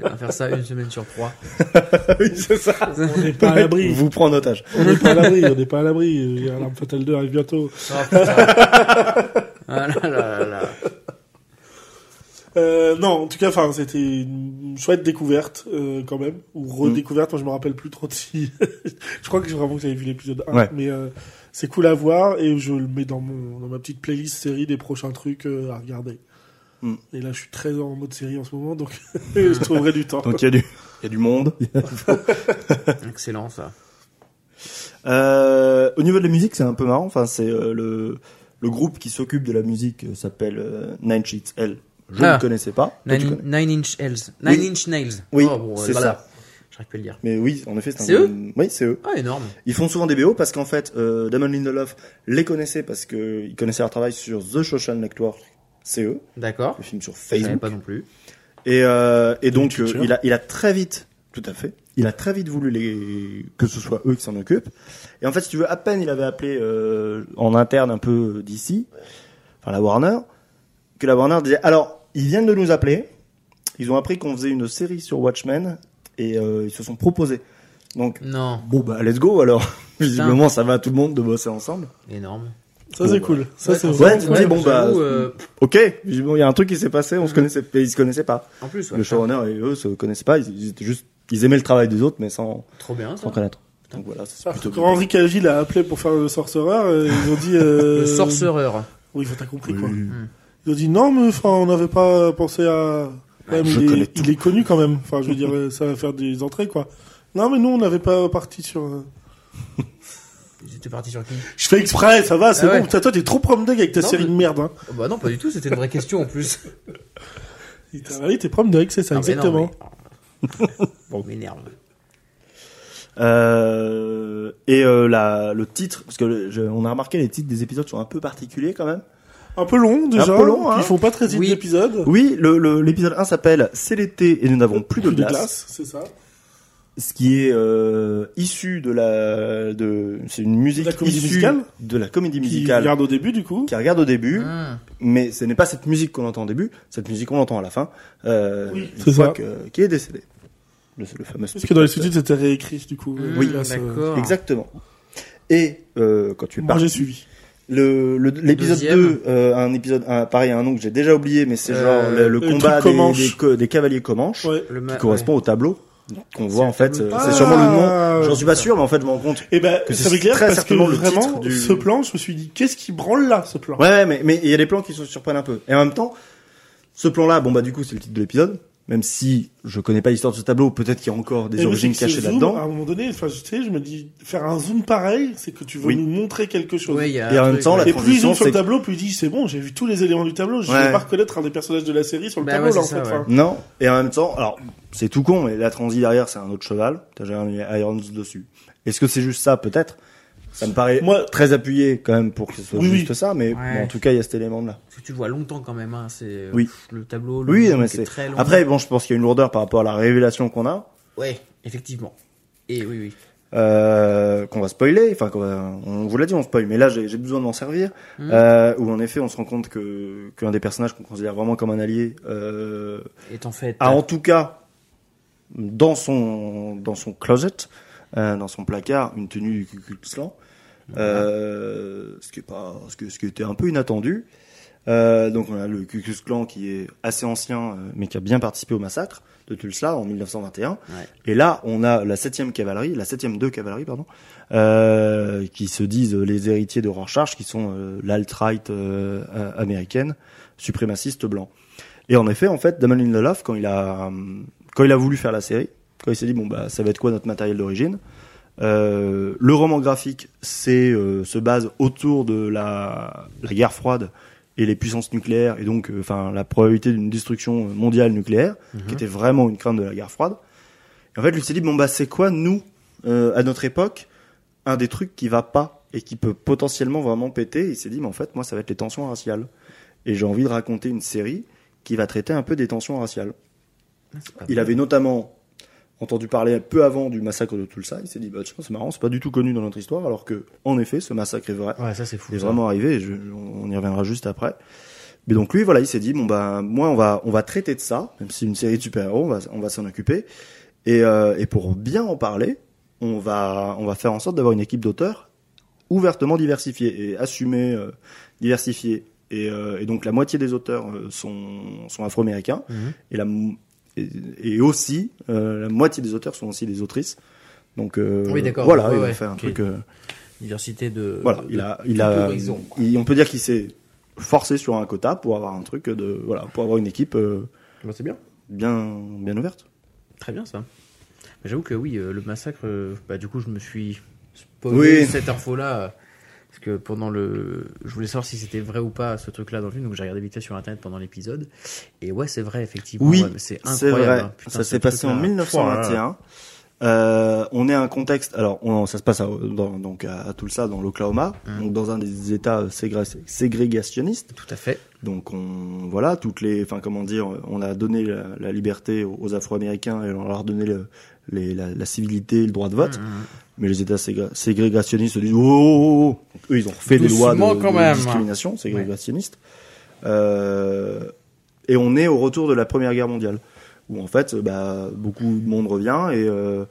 S1: On va faire ça une semaine sur trois. Ah
S2: oui, c'est ça.
S3: on n'est pas à l'abri.
S2: Vous prend en otage.
S3: On n'est pas à l'abri, on n'est pas à l'abri. Il y a L'arme fatale 2 arrive bientôt.
S1: Ah, putain. Ah là là là là.
S3: Euh, non, en tout cas, enfin, c'était une chouette découverte euh, quand même, ou
S2: Mm.
S3: redécouverte. Moi, je me rappelle plus trop de si. je crois que j'ai vraiment que j'avais vu l'épisode 1,
S2: Ouais.
S3: mais euh, c'est cool à voir et je le mets dans mon dans ma petite playlist série des prochains trucs euh, à regarder.
S2: Mm.
S3: Et là, je suis très en mode série en ce moment, donc je trouverai du temps.
S2: Donc il y a du, il y a du monde.
S1: Excellent ça.
S2: Euh, au niveau de la musique, c'est un peu marrant. Enfin, c'est euh, le, le groupe qui s'occupe de la musique euh, s'appelle euh, Nine Sheets L. Je
S1: Ah.
S2: ne connaissais pas. Toi, tu
S1: Nine,
S2: connais.
S1: Nine Inch Nails. Nine
S2: Oui.
S1: Inch Nails.
S2: Oui,
S1: Oh, bon, euh,
S2: c'est
S1: voilà.
S2: ça.
S1: J'arrive plus à le dire.
S2: Mais oui, en effet, c'est un.
S1: C'est eux
S2: Oui, c'est eux.
S1: Ah, énorme.
S2: Ils font souvent des BO parce qu'en fait, euh, Damon Lindelof les connaissait parce que ils connaissaient leur travail sur The Social Network. C'est eux,
S1: D'accord.
S2: le film sur
S1: Je savais
S2: Facebook.
S1: pas non plus.
S2: Et, euh, et donc,
S3: Culture.
S2: euh, il, a, il a très vite, tout à fait, il a très vite voulu les, que ce soit eux qui s'en occupent. Et en fait, si tu veux, à peine il avait appelé euh, en interne un peu d'ici, enfin la Warner, que la Warner disait Alors, ils viennent de nous appeler, ils ont appris qu'on faisait une série sur Watchmen et euh, ils se sont proposés. Donc,
S1: Non.
S2: bon, bah, let's go alors. Visiblement, ça va à tout le monde de bosser ensemble.
S1: Énorme.
S3: Ça,
S2: Bon,
S3: c'est
S2: bah,
S3: cool. Ça,
S1: Ouais,
S3: c'est
S1: quand
S3: vraiment
S2: tu
S1: tu
S2: te
S3: cool.
S2: dis, bon, bah,
S1: j'avoue, euh,
S2: Ok, visiblement, il y a un truc qui s'est passé, on se connaissait, ils se connaissaient pas
S1: En plus, ouais.
S2: le showrunner et eux se connaissaient pas, ils, ils étaient juste, ils aimaient le travail des autres mais sans,
S1: Trop bien ça.
S2: sans connaître. Donc voilà, c'est plutôt
S3: Quand Henri Cavill a appelé pour faire le sorcerer, euh, ils ont dit. Euh...
S1: Le sorcereur.
S3: Oui, enfin, t'as compris
S2: Oui,
S3: quoi.
S2: oui, oui.
S3: Ils ont dit non, mais enfin, on n'avait pas pensé à. Ouais, mais
S2: je
S3: il,
S2: connais
S3: est, il est connu quand même. Enfin, je veux dire, euh, ça va faire des entrées quoi. Non, mais nous, on n'avait pas parti sur. euh,
S1: J'étais parti sur qui
S3: Je fais exprès, ça va, c'est
S1: Ah ouais.
S3: bon. Putain, Toi, t'es trop prom deg avec ta
S1: Non,
S3: série
S1: mais-
S3: de merde. Hein.
S1: Oh, Bah non, pas du tout, c'était une vraie question en plus.
S3: Ah oui, t'es prom deg, c'est ça,
S1: Ah, mais non,
S3: exactement.
S1: mais- Bon, m'énerve.
S2: Euh, Euh, et euh, la, le titre, parce que le- je- on a remarqué les titres des épisodes sont un peu particuliers quand même.
S3: Un peu long déjà.
S2: peu long, hein.
S3: Ils font pas 13
S1: Oui.
S3: épisodes.
S2: Oui, le- le- l'épisode 1 s'appelle C'est l'été et nous n'avons plus, de glace.
S3: c'est ça.
S2: ce qui est euh, issu de la de c'est une musique
S3: De la comédie
S2: issue
S3: musicale
S2: de la comédie
S3: Qui
S2: musicale qui regarde,
S3: regarde au début du coup.
S2: au début
S1: Hum.
S2: mais ce n'est pas cette musique qu'on entend au début cette musique qu'on entend à la fin euh,
S3: Oui,
S2: une
S3: c'est
S2: fois
S3: ça.
S2: que- qui est décédé le, le fameux
S3: Parce que dans les
S2: spectacle.
S3: sous-titres c'était réécrit du coup.
S1: Hum,
S2: Oui,
S3: Glace, euh,
S1: d'accord.
S2: exactement et euh, quand tu es
S3: Moi
S2: parti
S3: j'ai suivi.
S2: le le- l'épisode
S1: Deuxième.
S2: 2 euh, un épisode un, pareil un nom que j'ai déjà oublié mais c'est
S1: Euh,
S2: genre le, le
S3: le
S2: combat
S3: truc
S2: des,
S3: Comanche.
S2: des co- des cavaliers comanches
S3: Ouais.
S1: Le
S2: qui
S1: ma-
S2: correspond au tableau qu'on voit
S1: le
S2: en fait
S1: tableau.
S2: euh, c'est sûrement le nom
S3: Ah.
S2: j'en suis pas sûr mais en fait je me rends compte
S3: Eh ben,
S2: que
S3: ça
S2: c'est
S3: m'éclaire
S2: très
S3: parce que
S2: certainement le titre
S3: vraiment,
S2: du-
S3: ce plan, je me suis dit, qu'est-ce qui branle là, ce plan
S2: Ouais, ouais, mais mais il y a des plans qui se surprennent un peu. Et en même temps, ce plan-là, bon bah du coup c'est le titre de l'épisode. Même si je connais pas l'histoire de ce tableau, peut-être qu'il y a encore
S3: Et
S2: des
S3: le
S2: origines
S3: truc, c'est
S2: cachées
S3: zoom, hein. À
S2: là-dedans.
S3: un moment donné, enfin, je- tu sais, je me dis, faire un zoom pareil, c'est que tu veux
S2: Oui.
S3: nous montrer quelque chose.
S1: Ouais, il y a
S2: Et
S1: un
S2: en même
S1: truc,
S2: temps,
S1: ouais.
S2: la
S3: Et plus ils
S2: transition,
S3: zooment sur le
S2: c'est-
S3: tableau, plus ils disent, c'est bon, j'ai vu tous les éléments du tableau, je
S2: Ouais.
S3: vais pas reconnaître un des personnages de la série sur le
S1: Bah
S3: tableau,
S1: ouais,
S3: là, en
S1: c'est
S3: fait.
S1: ça,
S3: enfin.
S2: Non. Et en même temps, alors c'est tout con, mais la transi derrière c'est un autre cheval. T'as Jeremy Irons dessus. Est-ce que c'est juste ça peut-être Ça me paraît
S3: Moi-
S2: très appuyé quand même pour que ce soit
S3: Oui,
S2: juste
S3: oui.
S2: ça, mais
S1: Ouais.
S2: bon, en tout cas il y a cet élément-là.
S1: Parce que tu le vois longtemps quand même. Hein. C'est euh,
S2: Oui.
S1: pff, le tableau. Le
S2: Oui,
S1: zoom
S2: mais
S1: qui est
S2: c'est.
S1: très long.
S2: Après bon, je pense qu'il y a une lourdeur par rapport à la révélation qu'on a,
S1: Ouais, effectivement. Et oui, oui.
S2: euh, qu'on va spoiler. Enfin, qu'on va- on vous l'a dit, on spoil, mais là j'ai j'ai besoin de m'en servir.
S1: Mhm.
S2: Euh, où en effet on se rend compte que qu'un des personnages qu'on considère vraiment comme un allié euh,
S1: Et en fait,
S2: a en tout cas dans son dans son closet, euh, dans son placard, une tenue du Ku Klux Klan, euh, ce qui est pas ce que ce qui était un peu inattendu. Euh, donc on a le Ku Klux Klan qui est assez ancien, euh, mais qui a bien participé au massacre de Tulsa en 1921.
S1: Ouais.
S2: Et là, on a la 7e cavalerie, la 7e de cavalerie, pardon, euh, qui se disent les héritiers de Rorschach, qui sont euh, l'alt-right euh, euh, américaine, suprémaciste blanc. Et en effet, en fait, Damon Lindelof, quand il a, hum, quand il a voulu faire la série, quand il s'est dit, bon, bah, ça va être quoi notre matériel d'origine euh, le roman graphique c'est, euh, se base autour de la, la guerre froide et les puissances nucléaires, et donc euh, enfin la probabilité d'une destruction mondiale nucléaire, qui était vraiment une crainte de la guerre froide. Et en fait, lui s'est dit bon bah c'est quoi nous euh, à notre époque un des trucs qui va pas et qui peut potentiellement vraiment péter. Il s'est dit mais en fait moi ça va être les tensions raciales et j'ai envie de raconter une série qui va traiter un peu des tensions raciales.
S1: ah,
S2: Il avait notamment entendu parler peu avant du massacre de Tulsa. Il s'est dit bah tiens c'est marrant c'est pas du tout connu dans notre histoire alors que en effet ce massacre est vrai
S1: Ouais, ça c'est fou.
S2: est
S1: ça.
S2: vraiment arrivé. et je- on y reviendra juste après. Mais donc lui, voilà, il s'est dit bon bah moi on va on va traiter de ça, même si c'est une série de super héros, on va on va s'en occuper. Et, euh, et pour bien en parler, on va on va faire en sorte d'avoir une équipe d'auteurs ouvertement diversifiée et assumée euh, diversifiée. Et, euh, et donc la moitié des auteurs euh, sont sont afro-américains
S1: Mhm.
S2: et la mo- et, et aussi euh, la moitié des auteurs sont aussi des autrices. Donc euh,
S1: Oui, d'accord.
S2: voilà,
S1: Ouais,
S2: il va
S1: ouais.
S2: faire un
S1: Ok.
S2: truc. euh,
S1: Diversité de.
S2: voilà,
S1: de-
S2: il a, il a,
S1: d'horizon, quoi.
S2: il- on peut dire qu'il s'est forcé sur un quota pour avoir un truc de, voilà, pour avoir une équipe euh,
S1: Bah, c'est bien.
S2: bien, bien ouverte.
S1: Très bien ça. Mais J'avoue que oui, euh, le massacre, euh, bah, du coup, je me suis spoilé
S2: Oui.
S1: cette info-là. euh, Parce que pendant le. Je voulais savoir si c'était vrai ou pas ce truc-là dans le film, donc j'ai regardé vite fait sur internet pendant l'épisode. Et ouais, c'est vrai, effectivement.
S2: Oui,
S1: Ouais, mais c'est
S2: C'est vrai.
S1: incroyable. hein. Putain,
S2: ça
S1: ce
S2: s'est passé en
S1: truc-là. hein.
S2: 1921. Euh, on est à un contexte. Alors, on- ça se passe à, dans, donc à, à Tulsa, dans l'Oklahoma,
S1: Mm.
S2: donc dans un des États euh, ségré- ségrégationnistes.
S1: Tout à fait.
S2: Donc on voilà toutes les, enfin comment dire, on a donné la, la liberté aux, aux Afro-Américains et on leur a donné le- les- la, la civilité, et le droit de
S1: Mmh,
S2: vote. Mais les États ségré- ségrégationnistes se disent oh, oh, oh, oh. Donc, eux ils ont refait des lois de,
S1: Doucement, quand
S2: de
S1: même.
S2: discrimination ségrégationniste. Euh, et on est au retour de la Première Guerre mondiale où en fait euh, bah, beaucoup de monde revient et euh,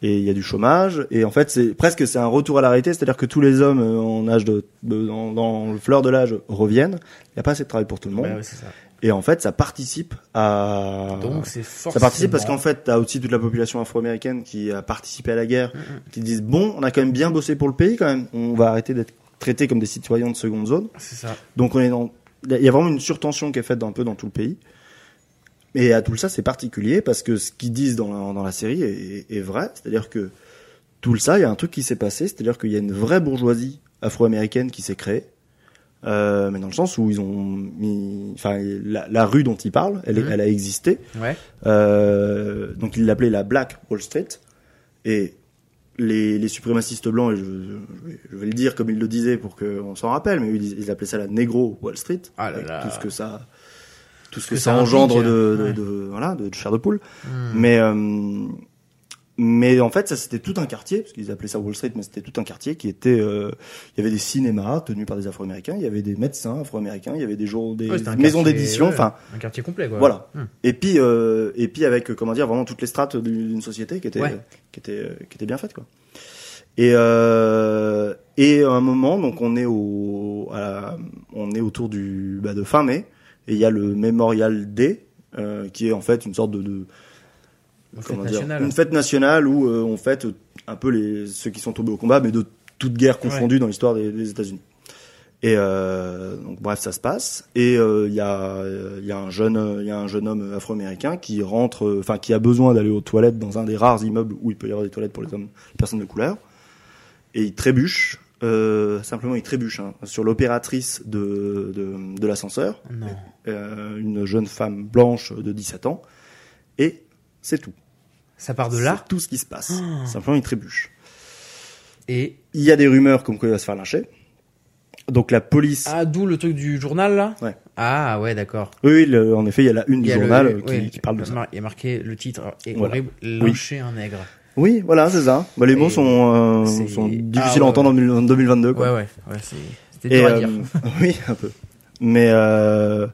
S2: et il y a du chômage et en fait c'est presque c'est un retour à la réalité c'est-à-dire que tous les hommes euh, en âge de, de- dans, dans le fleur de l'âge reviennent il n'y a pas assez de travail pour tout le monde
S1: Bah ouais, c'est ça.
S2: et en fait ça participe à
S1: Donc c'est forcément.
S2: ça participe parce qu'en fait, t'as aussi toute la population afro-américaine qui a participé à la guerre,
S1: Mm,
S2: qui disent bon, on a quand même bien bossé pour le pays quand même, on va arrêter d'être traités comme des citoyens de seconde zone.
S1: C'est ça.
S2: Donc on est dans, il y a vraiment une surtension qui est faite dans- un peu dans tout le pays. Et à tout ça, c'est particulier parce que ce qu'ils disent dans la, dans la série est, est vrai, c'est-à-dire que tout ça, il y a un truc qui s'est passé, c'est-à-dire qu'il y a une vraie bourgeoisie afro-américaine qui s'est créée. Euh, mais dans le sens où ils ont mis, enfin, la, la rue dont ils parlent, elle, est-
S1: Mhm.
S2: elle a existé.
S1: Ouais.
S2: Euh, donc il l'appelait la Black Wall Street. Et les, les suprémacistes blancs, et je, je vais- je vais le dire comme ils le disaient pour qu'on s'en rappelle, mais ils, ils appelaient ça la Negro Wall Street,
S1: Ah là
S2: avec
S1: là.
S2: tout ce que ça, tout ce que,
S1: que
S2: ça
S1: ça
S2: engendre
S1: implique,
S2: de, de,
S1: hein.
S2: de- voilà, de, de chair de poule.
S1: Hmm.
S2: Mais, euh, mais en fait, ça c'était tout un quartier, parce qu'ils appelaient ça Wall Street, mais c'était tout un quartier qui était, euh, il y avait des cinémas tenus par des Afro-Américains, il y avait des médecins Afro-Américains, il y avait des, jour- des
S1: Ouais, c'était un
S2: maisons
S1: quartier-
S2: d'édition,
S1: ouais,
S2: enfin.
S1: Un quartier complet, quoi.
S2: Voilà.
S1: Hmm.
S2: Et puis, euh, et puis avec euh, comment dire vraiment toutes les strates d'une d'une société qui était,
S1: Ouais.
S2: qui était, euh, qui était bien faite quoi. Et euh, et à un moment donc on est au, à la- on est autour du bah, de fin mai et il y a le Memorial Day euh, qui est en fait une sorte de, de
S1: Une fête
S2: comment dire,
S1: nationale.
S2: une fête nationale où euh, on fête un peu les, ceux qui sont tombés au combat, mais de toute guerre confondue dans l'histoire des, des États-Unis. Et euh, donc bref, ça se passe. Et euh, il y a, euh, il y a un jeune, il y a un jeune homme afro-américain qui rentre, euh, enfin qui a besoin d'aller aux toilettes dans un des rares immeubles où il peut y avoir des toilettes pour les hommes, les personnes de couleur. Et il trébuche, euh, simplement il trébuche hein, sur l'opératrice de- de, de l'ascenseur
S1: Non.
S2: euh, une jeune femme blanche de 17 ans, et c'est tout.
S1: Ça part de
S2: C'est
S1: là
S2: tout ce qui se passe.
S1: Ah.
S2: Simplement, il trébuche.
S1: et.
S2: Il y a des rumeurs comme quoi il va se faire lyncher. Donc la police.
S1: Ah, d'où le truc du journal, là
S2: Ouais.
S1: Ah, ouais, d'accord.
S2: Oui, le- en effet, il y a la une
S1: Il
S2: du
S1: y a le-
S2: journal euh, qui,
S1: ouais,
S2: qui parle de ça.
S1: mar- Il y a marqué le titre alors, est
S2: Voilà.
S1: horrible lyncher un nègre.
S2: Oui, voilà, c'est ça. Bah, les mots
S1: Et-
S2: sont, euh,
S1: c'est-
S2: sont
S1: Ah,
S2: difficiles
S1: ouais,
S2: à entendre en 2022. Quoi.
S1: Ouais, ouais, ouais, c'est- c'était
S2: Et,
S1: dur à
S2: euh,
S1: dire.
S2: oui, un peu. Mais euh,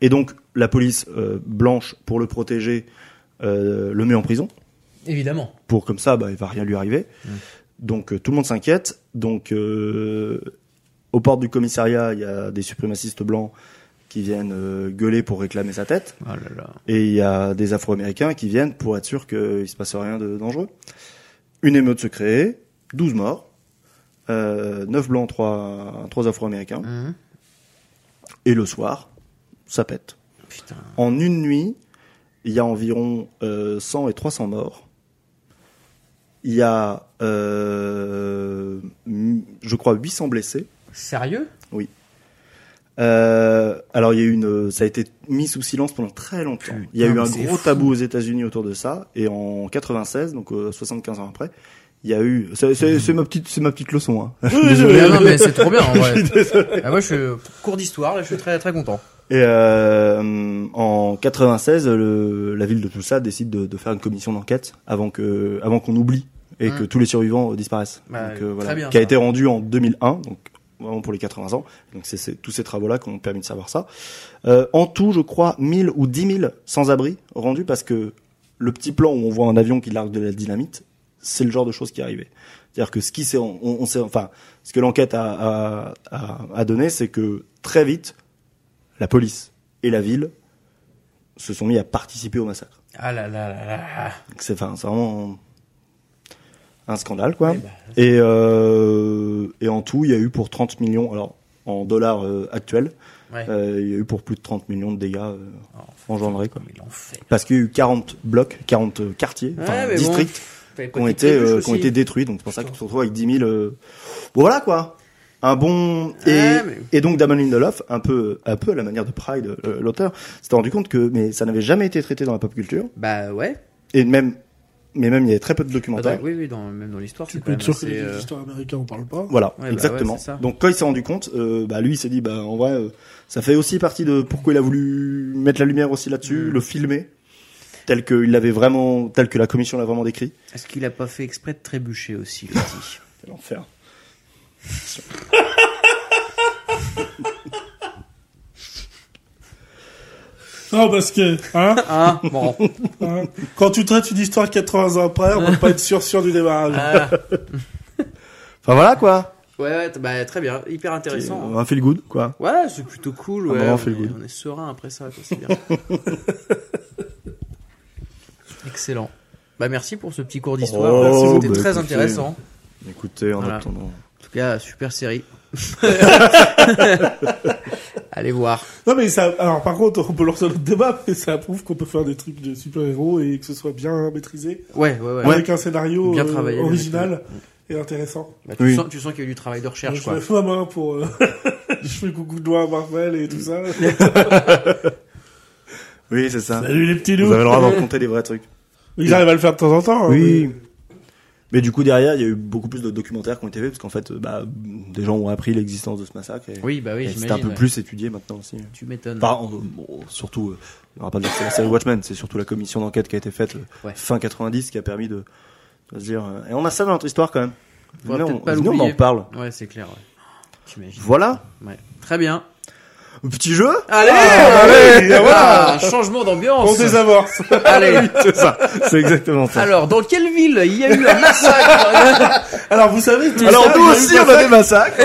S2: et donc la police euh, blanche pour le protéger euh, le met en prison.
S1: Évidemment.
S2: pour comme ça, bah, il va rien lui arriver.
S1: Mm.
S2: Donc euh, tout le monde s'inquiète. Donc euh, aux portes du commissariat, il y a des suprémacistes blancs qui viennent euh, gueuler pour réclamer sa tête,
S1: Oh là là.
S2: et il y a des Afro-Américains qui viennent pour être sûr qu'il se passe rien de dangereux. Une émeute se crée, 12 morts, euh, 9 blancs, 3, trois Afro-Américains,
S1: Hum.
S2: et le soir, ça pète.
S1: Putain.
S2: En une nuit, il y a environ euh, 100 et 300 morts. Il y a, euh, m- je crois, 800 blessés.
S1: Sérieux
S2: Euh, alors, il y a eu une, ça a été mis sous silence pendant très longtemps.
S1: Putain,
S2: il y a eu un
S1: mais c'est
S2: gros
S1: fou.
S2: tabou aux États-Unis autour de ça. Et en 96, donc euh, 75 ans après, il y a eu. C'est c'est- c'est ma petite, c'est ma petite leçon. hein.
S1: Mais non, mais c'est trop bien en vrai. Ah, moi, je suis cours d'histoire, là, je suis très très content.
S2: Et euh, en 96, le, la ville de Tulsa décide de, de faire une commission d'enquête avant que, avant qu'on oublie et
S1: Mm.
S2: que tous les survivants euh, disparaissent.
S1: Bah,
S2: Donc,
S1: très bien,
S2: qui a
S1: ça.
S2: été rendu en 2001, donc vraiment pour les 80 ans. Donc c'est, c'est tous ces travaux-là qui ont permis de savoir ça. Euh, en tout, je crois 1000 ou 10 000 sans-abri rendus parce que le petit plan où on voit un avion qui largue de la dynamite, c'est le genre de choses qui arrivait. C'est-à-dire que ce qui s'est, on, on s'est- enfin, ce que l'enquête a, a- a- a donné, c'est que très vite, la police et la ville se sont mis à participer au massacre.
S1: Ah là là là là.
S2: Donc C'est, enfin, c'est vraiment un scandale, quoi.
S1: Eh ben,
S2: Et, euh, et en tout, il y a eu pour 30 millions, alors en dollars euh, actuels,
S1: ouais.
S2: euh, il y a eu pour plus de 30 millions de dégâts euh,
S1: Alors,
S2: engendrés. Quoi.
S1: comme il en fait.
S2: Parce qu'il y a eu 40 blocs, 40 euh, quartiers,
S1: Ouais,
S2: enfin,
S1: mais bon,
S2: districts,
S1: Fallait pas
S2: qui ont
S1: qu'il
S2: été,
S1: trébuche
S2: euh, qui ont
S1: aussi.
S2: été détruits. Donc c'est pour ça qu'on se retrouve avec 10 000... euh, Bon voilà quoi un bon et,
S1: Ouais, Ah, mais-
S2: et donc Damon Lindelof un peu un peu à la manière de Pride euh, l'auteur s'était rendu compte que mais ça n'avait jamais été traité dans la pop culture
S1: Bah ouais.
S2: et même mais même il y avait très peu de
S1: Attends,
S2: documentaires
S1: Ah bah oui, oui, dans, même dans l'histoire.
S3: Tu
S1: c'est
S3: peux
S1: quand
S3: être sûr
S1: même
S3: que
S1: assez, euh,
S3: les histoires américaines, on parle pas.
S2: Voilà,
S1: Ouais, bah
S2: exactement.
S1: ouais, c'est ça.
S2: Donc quand il s'est rendu compte, euh, bah lui il s'est dit bah en vrai euh, ça fait aussi partie de pourquoi il a voulu mettre la lumière aussi là-dessus,
S1: Mm.
S2: le filmer tel que il l'avait vraiment, tel que la commission l'a vraiment décrit.
S1: Est-ce qu'il a pas fait exprès de trébucher aussi, le petit
S2: C'est l'enfer.
S3: Non, parce que, hein,
S1: Ah, bon.
S3: hein, quand tu traites une histoire 80 ans après, on peut pas être sûr sûr du démarrage.
S1: Ah.
S2: Enfin voilà quoi.
S1: Ouais, ouais, t- bah, très bien, hyper intéressant. hein.
S2: C'est, euh, Un feel good quoi.
S1: Ouais, c'est plutôt cool.
S2: Un
S1: Ouais,
S2: moment
S1: on,
S2: feel
S1: est,
S2: good.
S1: on est serein après ça, quoi, c'est bien. Excellent. Bah merci pour ce petit cours d'histoire.
S2: Oh,
S1: C'était
S2: bah,
S1: très
S2: écoutez.
S1: intéressant.
S2: Écoutez en
S1: Voilà.
S2: attendant.
S1: En tout cas, super série. Allez voir.
S3: Non, mais ça, alors par contre, on peut lancer notre débat, mais ça prouve qu'on peut faire des trucs de super-héros et que ce soit bien maîtrisé,
S1: Ouais, ouais, ouais.
S3: avec un scénario
S1: Bien
S3: euh,
S1: travaillé, les
S3: original et intéressant.
S1: Bah, tu
S2: Oui.
S1: sens, tu sens qu'il y a eu du travail de recherche,
S3: je
S1: quoi.
S3: me fais ma main pour, euh, je fais coucou de doigt à Marvel et tout ça.
S2: Oui c'est ça.
S3: Salut les petits
S2: Vous
S3: loups.
S2: avez le droit de raconter des vrais trucs.
S3: Ah Ils arrivent à le faire de temps en temps. hein,
S2: Oui. Mais du coup, derrière, il y a eu beaucoup plus de documentaires qui ont été faits, parce qu'en fait, euh, bah, des gens ont appris l'existence de ce massacre. Et,
S1: Oui, bah oui,
S2: et c'est
S1: j'imagine.
S2: un peu
S1: ouais.
S2: plus étudié maintenant aussi.
S1: Tu m'étonnes.
S2: Enfin, en- bon, surtout, euh, on va pas dire que c'est la série Watchmen, c'est surtout la commission d'enquête qui a été faite euh,
S1: Ouais.
S2: fin 90 qui a permis de, de se dire. euh, et on a ça dans notre histoire quand même.
S1: Faudra
S2: Venez,
S1: peut-être
S2: on,
S1: pas
S2: venez, on en
S1: l'oublier.
S2: parle.
S1: Ouais, c'est clair. Ouais. J'imagine.
S2: Voilà,
S1: Ouais. Très bien.
S2: petit jeu.
S1: Allez,
S2: allez,
S1: Ah,
S2: voilà.
S1: Un changement
S3: On
S1: d'ambiance.
S3: désamorce.
S1: Allez.
S2: c'est ça, c'est exactement ça.
S1: Alors, dans quelle ville il y a eu un massacre
S3: Alors, vous savez, tout
S2: Alors,
S3: ça, il y
S2: nous
S3: a eu
S2: aussi,
S3: pas
S2: on a des massacres.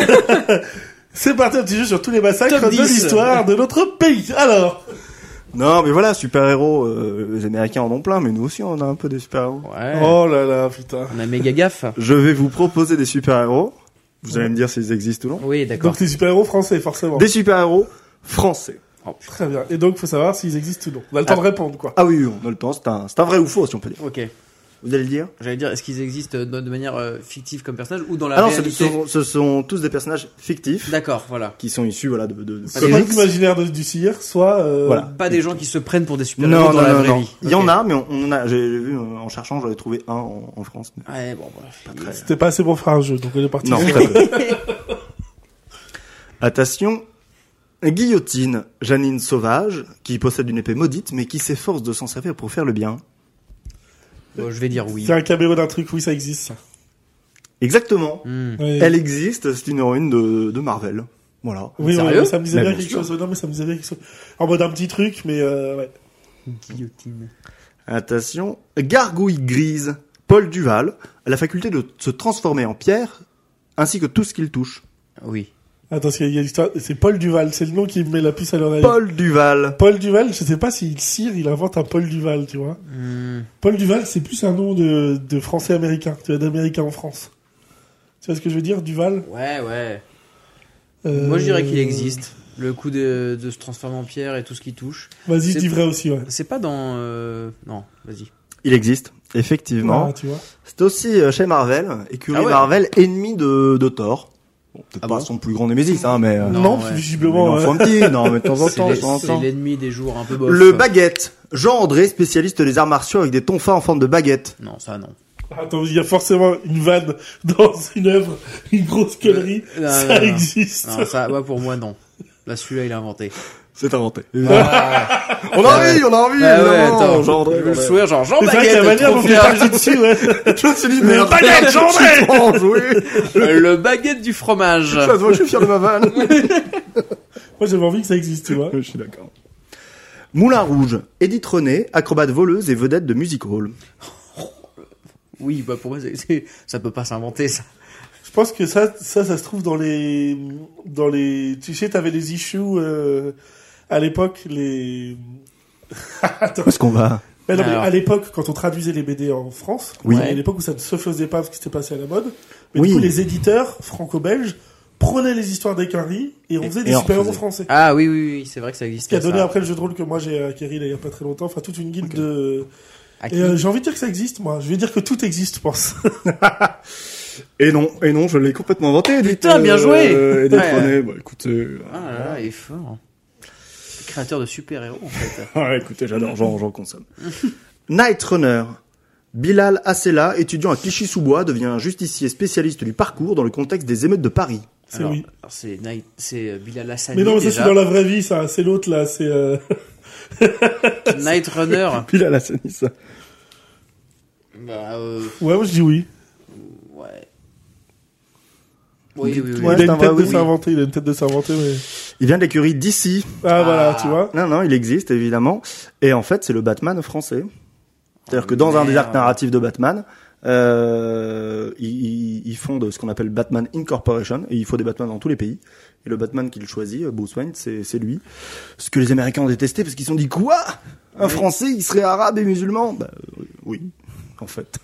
S3: C'est parti un petit jeu sur tous les
S1: Top
S3: massacres de
S1: 10.
S3: l'histoire de notre pays. Alors,
S2: non, mais voilà, super-héros, euh, les Américains en ont plein, mais nous aussi, on a un peu des super-héros.
S1: Ouais.
S3: oh là là, putain.
S1: On a méga gaffe.
S2: Je vais vous proposer des super-héros. Vous allez me dire s'ils existent ou non.
S1: Oui, d'accord.
S3: Donc les super-héros français, forcément.
S2: Des super-héros français.
S3: Très bien. Et donc, faut savoir s'ils existent ou non. On a le temps de répondre, quoi.
S2: Ah oui, oui, on a le temps. C'est un, c'est un vrai ou faux, si on peut dire.
S1: Ok.
S2: Vous allez le dire
S1: J'allais dire, est-ce qu'ils existent de, de manière euh, fictive comme personnage ou dans la
S2: Ah non, ce
S1: réalité
S2: sont, ce sont tous des personnages fictifs
S1: D'accord, voilà.
S2: qui sont issus voilà, de, de- de
S1: Pas
S3: Soit
S1: des
S2: comics.
S3: l'imaginaire de- du cire, soit... euh,
S2: Voilà.
S1: Pas des gens qui se prennent pour des
S2: Non,
S1: super-héros
S2: non,
S1: dans la
S2: non,
S1: vraie
S2: non.
S1: vie.
S2: Il y en
S1: Ok.
S2: a, mais on, on en a. J'ai j'ai vu euh, en cherchant, j'en ai trouvé un en, en France. mais
S1: Ouais, bon, bref.
S2: pas très.
S3: C'était pas assez bon pour faire un jeu, donc on
S1: Ah,
S3: est parti.
S2: Non,
S3: sur-
S2: très peu. Attention. Guillotine, Janine Sauvage, qui possède une épée maudite, mais qui s'efforce de s'en servir pour faire le bien.
S1: Bon, je vais dire oui.
S3: C'est un caméo d'un truc, oui, ça existe. ça.
S2: Exactement.
S1: Hmm.
S3: Ouais.
S2: Elle existe, c'est une héroïne de, de Marvel. Voilà.
S3: Oui,
S1: Sérieux
S3: ouais, ça me disait
S2: Mais
S3: bien
S2: bien
S3: quelque
S2: sûr.
S3: chose. Non, mais ça me disait bien quelque chose. En mode un petit truc, mais euh, ouais.
S1: Guillotine.
S2: Attention. Gargouille grise, Paul Duval, a la faculté de se transformer en pierre, ainsi que tout ce qu'il touche.
S1: Oui.
S3: Attends, il y a l'histoire. C'est Paul Duval, c'est le nom qui me met la puce à l'oreille.
S2: Paul Duval.
S3: Paul Duval, je sais pas si il cire, il invente un Paul Duval, tu vois.
S1: Hmm.
S3: Paul Duval, c'est plus un nom de, de français américain, tu vois, d'américain en France. Tu vois ce que je veux dire, Duval
S1: Ouais, ouais.
S3: Euh,
S1: Moi, je dirais qu'il existe. Le coup de, de se transformer en pierre et tout ce qui touche.
S3: Vas-y, je
S1: C'est-
S3: dis vrai aussi, ouais.
S1: C'est pas dans. euh, Non, vas-y.
S2: Il existe, effectivement.
S3: Ah, tu vois.
S2: C'est aussi euh, chez Marvel, écurie
S1: Ah ouais.
S2: Marvel, ennemi de, de Thor. Bon, peut-être
S1: Ah
S2: pas
S1: bon
S2: son plus grand némésis, hein, mais... euh,
S3: Non,
S1: ouais.
S2: mais il
S3: visiblement.
S2: en
S3: euh,
S2: faut un petit, non, mais de temps en
S1: C'est
S2: temps, de
S1: les-
S2: temps en
S1: c'est
S2: temps.
S1: l'ennemi des jours un peu bof.
S2: Le baguette. Jean-André, spécialiste des arts martiaux avec des tonfas en forme de baguette.
S1: Non, ça non.
S3: Attends, il y a forcément une vanne dans une œuvre, une grosse connerie.
S1: Euh, non,
S3: ça
S1: non, non.
S3: existe.
S1: Non, ça, ouais, pour moi, non. Là, celui-là, il a inventé.
S2: C'est inventé.
S1: Ah,
S2: On a envie, on a envie,
S1: ouais,
S2: évidemment,
S1: attends,
S2: Jean-André.
S1: je veux le
S2: voilà.
S1: sourire, genre Jean
S3: C'est vrai que
S1: Baguette,
S3: la manière
S1: trop
S3: dont il est
S1: fier.
S3: parti dessus, ouais.
S2: Je me suis dit,
S3: Mais
S2: merde,
S3: baguette,
S2: je
S3: Jean-André
S2: suis France, oui.
S1: le baguette du fromage.
S2: Ça se voit, je suis fier de ma vanne.
S3: Moi, j'avais envie que ça existe, tu vois.
S2: je suis d'accord. Moulin Rouge, Edith René, acrobate voleuse et vedette de music hall.
S1: Oui, bah pour moi, c'est- c'est- ça peut pas s'inventer ça.
S3: Je pense que ça, ça, ça se trouve dans les, dans les, tu sais, t'avais les issues euh, à l'époque, les. Attends.
S2: Où est-ce qu'on va
S3: Mais non, mais
S1: Alors.
S3: à l'époque, quand on traduisait les BD en France,
S2: Oui.
S3: à l'époque où ça ne se faisait pas parce que c'était passé à la mode, mais
S2: Oui.
S3: du coup, les éditeurs franco-belges prenaient les histoires des quinries et on
S2: Et-
S3: faisait
S2: et
S3: des
S2: on
S3: super-héros
S2: faisait.
S3: français.
S1: Ah oui, oui, oui, c'est vrai que ça
S3: Ce qui
S1: existe.
S3: a donné après le jeu de rôle que moi j'ai acquis là, il y a pas très longtemps, enfin toute une guilde de.
S1: À qui
S3: Et euh, j'ai envie de dire que ça existe, moi. Je vais dire que tout existe, je pense.
S2: Et non, et non, je l'ai complètement inventé, Edith.
S1: Putain, bien joué
S2: euh, Edith
S1: Ouais.
S2: René, bah écoute, euh,
S1: Ah là là, il est fort. Créateur de super-héros en fait.
S2: ah, écoutez, j'adore, j'en, j'en consomme. Night Runner. Bilal Assela, étudiant à Clichy-sous-Bois, devient un justicier spécialiste du parcours dans le contexte des émeutes de Paris.
S3: C'est
S1: Alors,
S3: oui.
S1: alors, C'est Night- c'est euh, Bilal Hassani
S3: Mais non, mais ça
S1: déjà.
S3: c'est dans la vraie vie, ça. C'est l'autre là, c'est. euh,
S1: Night Runner.
S2: Bilal Hassani, ça.
S1: bah euh,
S3: Ouais, moi je dis oui.
S1: ouais. Oui, oui, oui.
S2: Ouais,
S3: il
S2: c'est
S3: a
S2: un
S3: une
S2: vrai
S3: tête de
S2: oui.
S3: s'inventer, il a une tête de s'inventer, mais.
S2: Il vient de l'écurie d'ici.
S3: Ah,
S1: Ah.
S3: voilà, tu vois.
S2: Non, non, il existe évidemment. Et en fait, c'est le Batman français. C'est-à-dire
S1: Oh,
S2: que dans un des
S1: merde.
S2: arcs narratifs de Batman, euh, ils, ils- ils fondent ce qu'on appelle Batman Incorporation. Et il faut des Batman dans tous les pays. Et le Batman qu'il choisit, euh, Bruce Wayne, c'est c'est lui. Ce que les Américains ont détesté parce qu'ils se sont dit quoi Un
S1: Oui.
S2: Français, il serait arabe et musulman Bah euh, oui, en fait.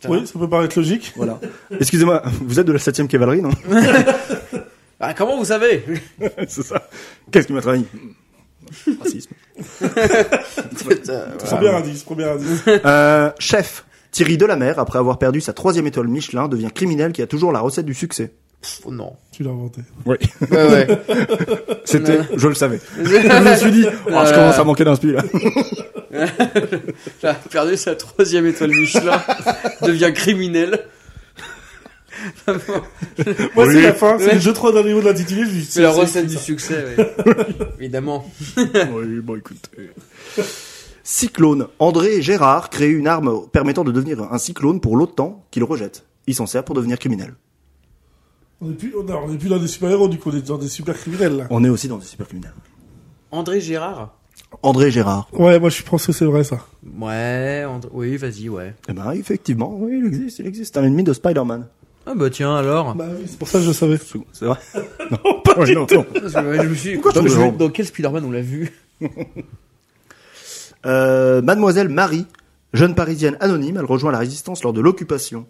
S1: Putain.
S3: Oui, ça peut paraître logique.
S2: Voilà. Excusez-moi, vous êtes de la 7ème cavalerie, non
S1: Ah, comment vous savez
S2: C'est ça. Qu'est-ce qui m'a trahi Racisme.
S1: Putain,
S3: Premier indice, premier indice.
S2: Euh, chef, Thierry Delamère, après avoir perdu sa troisième étoile Michelin, devient criminel qui a toujours la recette du succès.
S1: pff, oh, Non.
S3: tu l'as inventé.
S2: Oui,
S1: Ouais, ouais.
S2: c'était,
S1: Non.
S2: je le savais. Euh, Je me suis dit, oh, je
S1: Voilà.
S2: commence à manquer d'inspi là.
S1: Elle a perdu sa troisième étoile Michelin, devient criminel.
S3: Moi, c'est
S2: Oui.
S3: la fin, c'est
S1: Ouais.
S3: les deux, trois derniers mots de l'intitulé, je dis,
S1: C'est la
S3: c'est-
S1: recette
S3: c'est
S1: du
S3: ça.
S1: succès, ouais. évidemment.
S2: oui, bon, écoutez. Cyclone. André Gérard crée une arme permettant de devenir un cyclone pour l'OTAN qu'il rejette. Il s'en sert pour devenir criminel.
S3: On est plus, on non, on est plus dans des super-héros, du coup, on est dans des super-criminels, là.
S2: On est aussi dans des super criminels.
S1: André Gérard
S2: André Gérard.
S3: Ouais, moi, je pense que c'est vrai, ça.
S1: Ouais, André- oui, vas-y, ouais.
S2: Eh ben, effectivement, oui, il existe, il existe. C'est un ennemi de Spider-Man.
S1: Ah bah tiens, alors
S3: Bah oui, c'est pour ça que je le savais.
S2: C'est vrai? non, pas du tout.
S1: Parce que, ouais, je me suis...
S2: Pourquoi
S1: dans,
S2: je me
S1: je-
S2: demande
S1: dans quel Spider-Man on l'a vu
S2: Euh, Mademoiselle Marie, jeune parisienne anonyme, elle rejoint la résistance lors de l'occupation.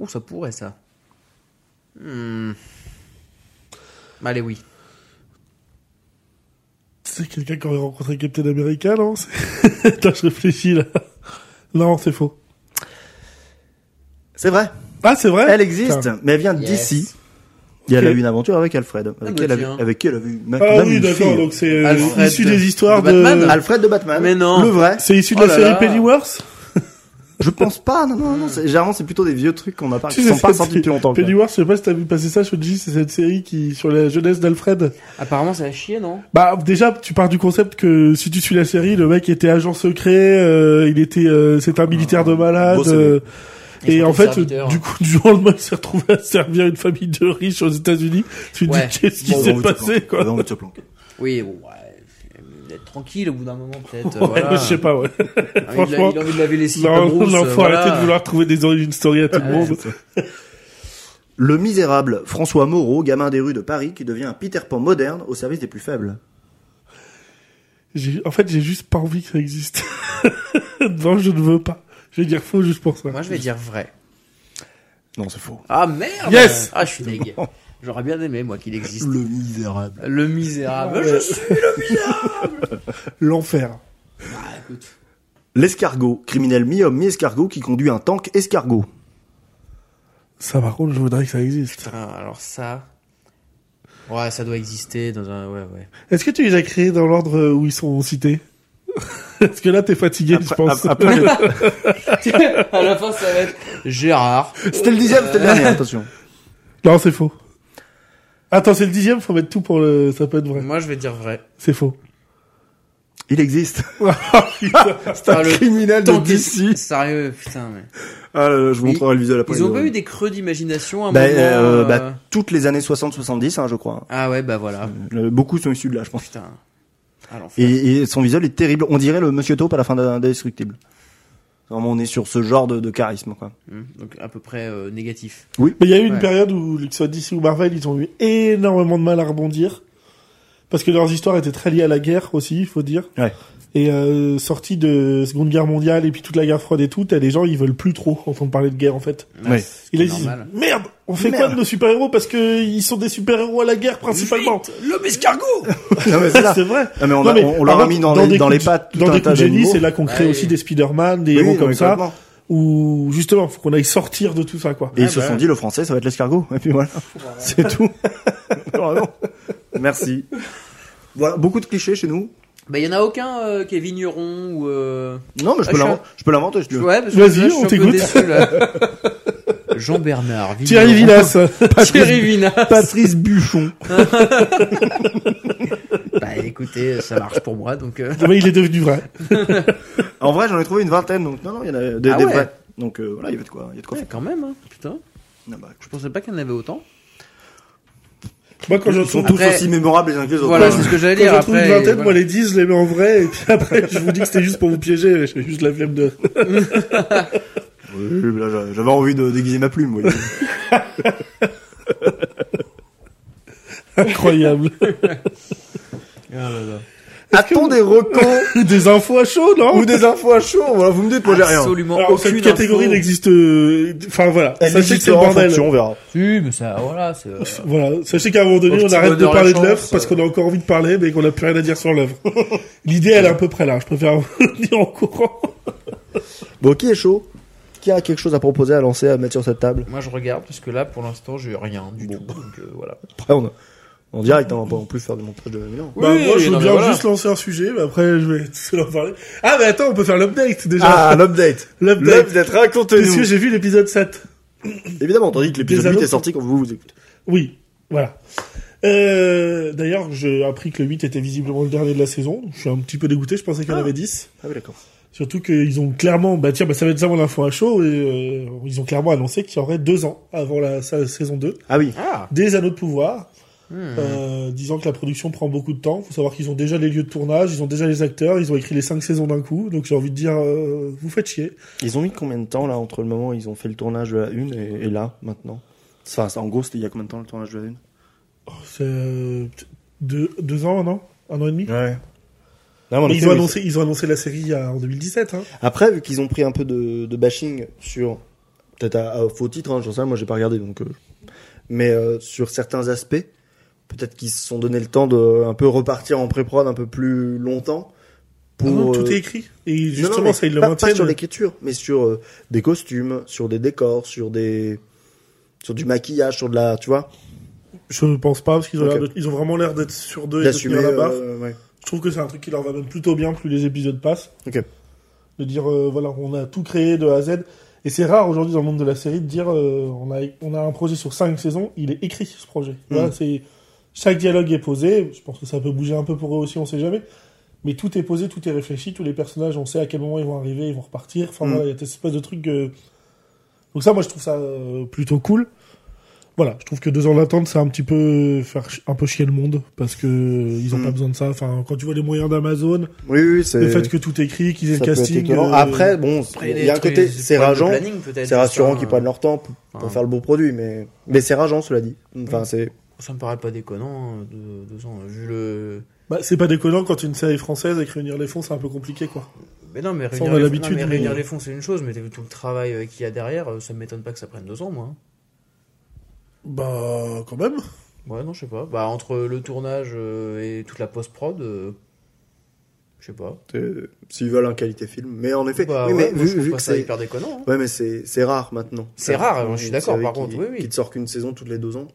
S1: Oh, ça pourrait, ça. Hmm. Allez, oui.
S3: C'est quelqu'un qui aurait rencontré Captain America, non C'est- Attends, je réfléchis, là. Non, c'est faux.
S2: C'est vrai,
S3: Ah, c'est vrai
S2: elle existe,
S3: Putain.
S2: mais elle vient
S1: Yes.
S2: d'ici. Et elle a
S3: Ok.
S2: eu une aventure avec Alfred, avec,
S1: Ah bah
S2: qui, elle a vu-
S1: tiens.
S2: avec qui elle a vu ma-
S3: Ah
S2: même
S3: oui,
S2: une
S3: d'accord,
S2: fille.
S3: donc euh, c'est euh,
S1: Alfred
S3: issu
S1: de-
S3: des histoires
S1: de
S3: de...
S1: Batman.
S2: Alfred de Batman.
S1: Mais non.
S2: Le vrai.
S3: C'est issu de
S1: Oh
S3: la
S1: là
S3: série
S1: là.
S3: Pennyworth
S2: Je pense pas, non, non, non. c'est- Généralement, c'est plutôt des vieux trucs qu'on n'a pas, qui
S3: sais,
S2: sont pas
S3: c'est-
S2: sortis depuis longtemps. quoi.
S3: Pennyworth, je sais pas si t'as vu passer ça, Shoji, c'est cette série qui sur la jeunesse d'Alfred.
S1: Apparemment, ça a chier, non
S3: Bah déjà, tu pars du concept que si tu suis la série, le mec était agent secret, euh, il était, euh, c'est un
S1: Ah,
S3: militaire de malade.
S2: Beau CV.
S3: euh,
S1: Ils
S3: et
S1: sont
S3: en
S1: tous
S3: fait,
S1: serviteurs.
S3: du coup, du jour au lendemain, il s'est retrouvé à servir une famille de riches aux États-Unis. Tu te
S1: Ouais.
S3: dis qu'est-ce qui
S2: Bon,
S3: s'est
S2: on va te
S3: passé,
S2: planquer.
S3: quoi
S2: Ouais, on va te planquer.
S1: Oui, bon, ouais. D'être tranquille au bout d'un moment, peut-être.
S3: Ouais,
S1: voilà.
S3: je sais pas, ouais.
S1: Ah, il a-
S3: franchement.
S1: il a envie de laver les cils à
S3: Non,
S1: Bruce,
S3: non,
S1: euh,
S3: faut
S1: voilà.
S3: arrêter de vouloir trouver des origines story à tout le
S1: Ouais.
S3: monde.
S2: Le misérable François Moreau, gamin des rues de Paris, qui devient un Peter Pan moderne au service des plus faibles.
S3: J'ai- En fait, j'ai juste pas envie que ça existe. non, je ne veux pas. Je vais dire faux juste pour ça.
S1: Moi, je vais dire vrai.
S2: Non, c'est faux.
S1: Ah, merde
S3: Yes
S1: Ah, je suis dégueu. J'aurais bien aimé, moi, qu'il existe. Ah,
S2: Le misérable.
S1: Le misérable.
S3: Ouais.
S1: Je suis...
S3: l'enfer.
S1: Ah, écoute.
S2: L'escargot, criminel mi-homme mi-escargot qui conduit un tank escargot.
S3: Ça, par contre, je voudrais que ça existe.
S1: Ah, alors ça... Ouais, ça doit exister dans un... Ouais, ouais.
S3: Est-ce que tu les as créés dans l'ordre où ils sont cités Parce que là, t'es fatigué, je pense.
S2: après, j'ai-
S1: à la fin, ça va être Gérard.
S2: c'était le dixième, c'était le dernier, attention.
S3: Non, c'est faux. Attends, c'est le dixième, faut mettre tout pour le... Ça peut être vrai.
S1: Moi, je vais dire vrai.
S3: C'est faux.
S2: Il existe.
S3: c'est
S1: Ah, le
S2: criminel
S1: Tant qu'ils- Sérieux, putain, mais...
S2: Ah, là, là, je vous montrerai le visuel après.
S1: Ils ont pas eu des creux d'imagination à un
S2: bah,
S1: moment
S2: euh,
S1: euh,
S2: bah, toutes les années 60-70, hein, je crois.
S1: Ah ouais, bah voilà.
S2: Le- beaucoup sont issus de là, je pense.
S1: Putain. Ah, l'enfer.
S2: Et, et son visuel est terrible. On dirait le Monsieur Taupe à la fin d'Indestructible. Vraiment, on est sur ce genre de, de charisme, quoi.
S1: Hum, Donc à peu près euh, négatif.
S3: Mais il y a eu une
S1: Ouais.
S3: période où, que ce soit DC ou Marvel, ils ont eu énormément de mal à rebondir. Parce que leurs histoires étaient très liées à la guerre aussi, il faut dire.
S2: Ouais.
S3: Et euh, sortie de Seconde Guerre mondiale et puis toute la guerre froide et tout, t'as des gens, ils veulent plus trop entendre parler de guerre, en fait.
S2: Ouais.
S1: c'est
S3: Il a dit,
S1: normal.
S3: merde, on fait
S2: Merde.
S3: quoi de nos super-héros parce que ils sont des super-héros à la guerre principalement.
S1: L'homme escargot
S2: non, mais c'est ça.
S3: c'est vrai.
S2: Non, Ah, mais on,
S3: Non,
S2: a-
S3: mais
S2: on- on
S3: par
S2: leur a
S3: contre,
S2: mis dans, les,
S3: des
S2: dans les
S3: coups de-
S2: pattes tout
S3: dans
S2: un
S3: des
S2: tas
S3: coups de génie,
S2: d'animaux.
S3: c'est là qu'on crée
S1: Ouais.
S3: aussi des Spider-Man, des
S2: Oui,
S3: héros
S2: non,
S3: comme
S2: mais
S3: ça,
S2: complètement.
S3: où justement, faut qu'on aille sortir de tout ça, quoi.
S2: Et ils
S1: Ah
S2: se
S1: bah.
S2: sont dit, le français, ça va être l'escargot. Et puis voilà. C'est tout. Vraiment. Merci. Voilà, beaucoup de clichés chez nous.
S1: Bah il y en a aucun euh, qui est vigneron ou... Euh...
S2: Non, mais je
S1: Ah,
S2: peux
S1: je
S2: l'inventer, je peux l'inventer, je te le-
S1: Ouais, parce que
S3: Vas-y,
S1: là, je suis
S3: on
S1: un peu
S3: t'écoute.
S1: déçu, là. Jean-Bernard, vigneron.
S3: Thierry Villas,
S1: Thierry Vinas.
S2: Patrice Buchon.
S1: bah écoutez, ça marche pour moi, donc... euh,
S3: Ah bah, il est devenu vrai.
S2: En vrai, j'en ai trouvé une vingtaine, donc non, non, il y en a des,
S1: Ah
S2: des
S1: ouais.
S2: vrais. Donc euh, voilà, il y a de quoi, il y a de quoi
S1: Ouais,
S2: faire.
S1: quand même, hein, putain.
S2: Ah bah,
S1: Je pensais pas qu'il y en avait autant.
S3: Moi, quand j'en
S2: ils sont
S3: trouve,
S2: tous
S1: Après-
S2: aussi mémorables les uns que les autres. Euh,
S1: Voilà,
S2: Ouais.
S1: c'est ce que j'allais
S3: quand
S1: dire.
S3: j'en trouve
S1: Après,
S3: une vingtaine,
S1: voilà.
S3: moi, les 10, je les mets en vrai, et puis après, je vous dis que c'était juste pour vous piéger, j'ai juste la flemme de...
S2: Oui, là, j'a- J'avais envie de déguiser ma plume. oui.
S3: Incroyable.
S1: Ah là là.
S2: A-t-on des recos
S3: des infos à chaud, non?
S2: ou des infos à chaud Voilà, vous me dites, moi j'ai rien.
S1: Absolument
S3: Alors,
S1: aucune
S3: cette catégorie
S1: info.
S3: n'existe, euh, enfin, voilà.
S2: Elle
S3: Sachez que
S2: existe
S3: c'est le
S2: en
S3: bordel.
S2: fonction, on verra.
S1: Si, mais ça, voilà, c'est... euh,
S3: Voilà, sachez qu'à un moment donné,
S1: Au
S3: on
S1: petit
S3: arrête de
S1: bonheur, la
S3: parler de
S1: chance,
S3: l'œuvre parce
S1: euh.
S3: qu'on a encore envie de parler, mais qu'on n'a plus rien à dire sur l'œuvre. L'idée, elle est à peu près là. Je préfère venir en courant.
S2: Bon, qui est chaud Qui a quelque chose à proposer, à lancer, à mettre sur cette table
S1: Moi je regarde parce que là pour l'instant j'ai rien du tout. Donc euh, voilà.
S2: Après, on, en direct, hein, on va pas en plus faire du montage de non.
S3: bah, moi, je veux
S1: non, mais
S3: bien
S1: voilà.
S3: juste lancer un sujet, mais après, je vais tout seul en parler. Ah, mais attends, on peut faire l'update déjà.
S2: l'update
S3: l'update.
S2: racontez
S3: Parce que j'ai vu l'épisode 7.
S2: Évidemment, tandis que l'épisode
S3: Des
S2: 8 est
S3: anneaux.
S2: sorti quand vous vous écoutez.
S3: Oui, voilà. Euh, D'ailleurs, j'ai appris que le 8 était visiblement le dernier de la saison. donc Je suis un petit peu dégoûté, je pensais qu'il y en
S2: Ah.
S3: avait 10.
S2: Ah oui, d'accord.
S3: Surtout qu'ils ont clairement, bah tiens, bah, ça va être ça mon info à chaud, et, euh, ils ont clairement annoncé qu'il y aurait deux ans avant la, sa- saison 2,
S2: Ah oui.
S1: Ah
S3: des anneaux de pouvoir,
S1: Hmm.
S3: euh, disant que la production prend beaucoup de temps. Faut savoir qu'ils ont déjà les lieux de tournage, ils ont déjà les acteurs, ils ont écrit les cinq saisons d'un coup, donc j'ai envie de dire, euh, vous faites chier.
S2: Ils ont mis combien de temps là entre le moment où ils ont fait le tournage de la une et, et là maintenant Enfin, ça, en gros, c'était il y a combien de temps le tournage de la une
S3: Oh, C'est euh, deux, deux ans, un an Un an et demi
S2: Ouais. Non, mais en
S3: Mais
S2: effet,
S3: ils ont,
S2: oui,
S3: annoncé, ils ont annoncé la série euh, en 2017, hein.
S2: c'est- Après, vu qu'ils ont pris un peu de, de bashing sur peut-être à, à faux titre, hein, j'en sais rien, moi j'ai pas regardé donc. euh, mais euh, sur certains aspects, peut-être qu'ils se sont donné le temps de euh, un peu repartir en pré-prod un peu plus longtemps pour
S3: Ah Non, non,
S2: euh,
S3: tout est écrit. Et
S2: Non,
S3: justement,
S2: non, mais
S3: ça, ils le
S2: pas,
S3: maintiennent.
S2: pas sur l'écriture, mais sur euh, des costumes, sur des décors, sur des sur du maquillage, sur de la, tu vois,
S3: Je ne pense pas, parce qu'ils ont,
S2: Ok.
S3: l'air de- ils ont vraiment l'air d'être sur deux et de
S2: d'assumer.
S3: tenir la barre.
S2: euh, ouais.
S3: Je trouve que c'est un truc qui leur va même plutôt bien, plus les épisodes passent.
S2: Ok.
S3: De dire, euh, voilà, on a tout créé de A à Z. Et c'est rare aujourd'hui dans le monde de la série de dire, euh, on, a, on a un projet sur cinq saisons, il est écrit ce projet. Voilà,
S2: Mhm.
S3: c'est Chaque dialogue est posé, je pense que ça peut bouger un peu pour eux aussi, on sait jamais. Mais tout est posé, tout est réfléchi, tous les personnages, on sait à quel moment ils vont arriver, ils vont repartir. Enfin
S2: Mhm.
S3: voilà, il y a cette espèce de truc. euh, Donc ça, moi, je trouve ça euh, plutôt cool. Voilà, je trouve que deux ans d'attente, c'est un petit peu faire chi- un peu chier le monde parce que euh, ils ont
S2: Mm.
S3: pas besoin de ça. Enfin, quand tu vois les moyens d'Amazon,
S2: Oui, oui, c'est.
S3: le fait que tout est écrit, qu'ils aient
S2: ça
S3: le
S2: peut être
S3: casting.
S2: étonnant.
S3: euh,
S2: Après, bon,
S1: Après,
S2: il
S1: des
S2: y a un
S1: trucs-
S2: côté,
S1: des
S2: c'est
S1: problèmes de
S2: rassurant,
S1: planning, hein. peut-être,
S2: c'est rassurant
S1: enfin,
S2: qu'ils prennent leur temps pour, pour
S1: enfin.
S2: faire le beau produit, mais mais c'est rageant, cela dit.
S1: Mm-hmm.
S2: Enfin, c'est.
S1: Ça me paraît pas déconnant, hein, deux, deux ans, vu le...
S3: bah, c'est pas déconnant quand une série française et que réunir les fonds, c'est un peu compliqué, quoi.
S1: Mais non, mais
S3: Ça,
S1: réunir,
S3: on a
S1: les,
S3: l'habitude,
S1: non, mais
S3: mais-
S1: réunir les fonds, c'est une chose, mais t'as vu tout le travail euh, qu'il y a derrière, euh, ça m'étonne pas que ça prenne deux ans, moi. hein.
S3: Bah, quand même.
S1: Ouais, non, je sais pas. Bah, entre le tournage euh, et toute la post-prod, euh, je sais pas.
S2: c'est- euh, S'ils veulent un qualité film, mais en effet,
S1: Bah,
S2: oui,
S1: ouais,
S2: mais
S1: moi,
S2: vu,
S1: je trouve
S2: vu
S1: pas
S2: que
S1: ça
S2: c'est.
S1: hyper déconnant. hein.
S2: Ouais, mais c'est c'est rare maintenant.
S1: C'est rare, je suis
S2: Une
S1: d'accord,
S2: série
S1: par contre,
S2: qui-
S1: oui, oui.
S2: Qui te sort qu'une saison toutes les deux ans.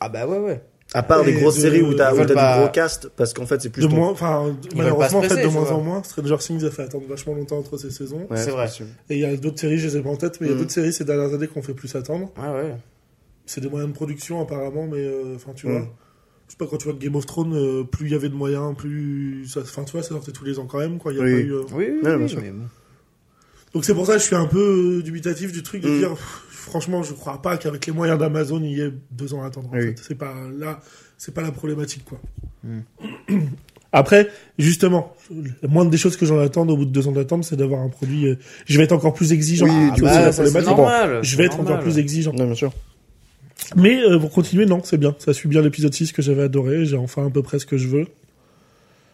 S1: Ah bah ouais, ouais.
S2: À part
S3: Et
S2: des grosses
S3: de-
S2: séries où t'as
S3: ils
S2: où
S1: veulent
S2: t'as
S1: pas-
S2: du gros cast, parce qu'en fait, c'est plus.
S3: de
S2: ton-
S3: moins, enfin,
S1: Ils veulent pas se
S3: malheureusement, en fait,
S1: presser,
S3: de
S1: tu
S3: moins
S1: vois.
S3: en moins. Stranger Things a fait attendre vachement longtemps entre ses saisons.
S2: Ouais,
S1: C'est vrai.
S2: sûr.
S3: Et il y a d'autres séries, je les ai pas en tête, mais il y
S2: Mm.
S3: a d'autres séries ces dernières années qu'on fait plus attendre.
S1: Ouais, ouais.
S3: C'est des moyens de production, apparemment, mais euh, enfin, tu
S2: Mm.
S3: vois. Je sais pas, quand tu vois Game of Thrones, euh, plus il y avait de moyens, plus. ça- Enfin, tu vois, ça sortait tous les ans quand même, quoi. Il y a
S2: Oui.
S3: pas eu. euh,
S1: Oui, oui,
S2: Ouais,
S1: oui,
S2: bien sûr.
S1: mais bon.
S3: Donc c'est pour ça que je suis un peu euh, dubitatif du truc de
S2: Mm.
S3: dire pff, franchement je crois pas qu'avec les moyens d'Amazon il y ait deux ans à attendre. en
S2: Oui.
S3: fait. C'est pas là c'est pas la problématique quoi.
S1: Mm.
S3: Après justement la moindre des choses que j'en attende au bout de deux ans d'attente c'est d'avoir un produit. euh, Je vais être encore plus exigeant.
S2: Oui,
S3: Ah,
S2: tu
S3: bah,
S2: vois,
S3: c'est la
S1: ça, c'est
S3: problématique.
S1: normal.
S3: Je vais
S1: c'est
S3: être
S1: normal.
S3: encore plus exigeant.
S2: Non, bien sûr.
S3: Mais euh, pour continuer non c'est bien ça suit bien l'épisode 6 que j'avais adoré j'ai enfin à peu près ce que je veux.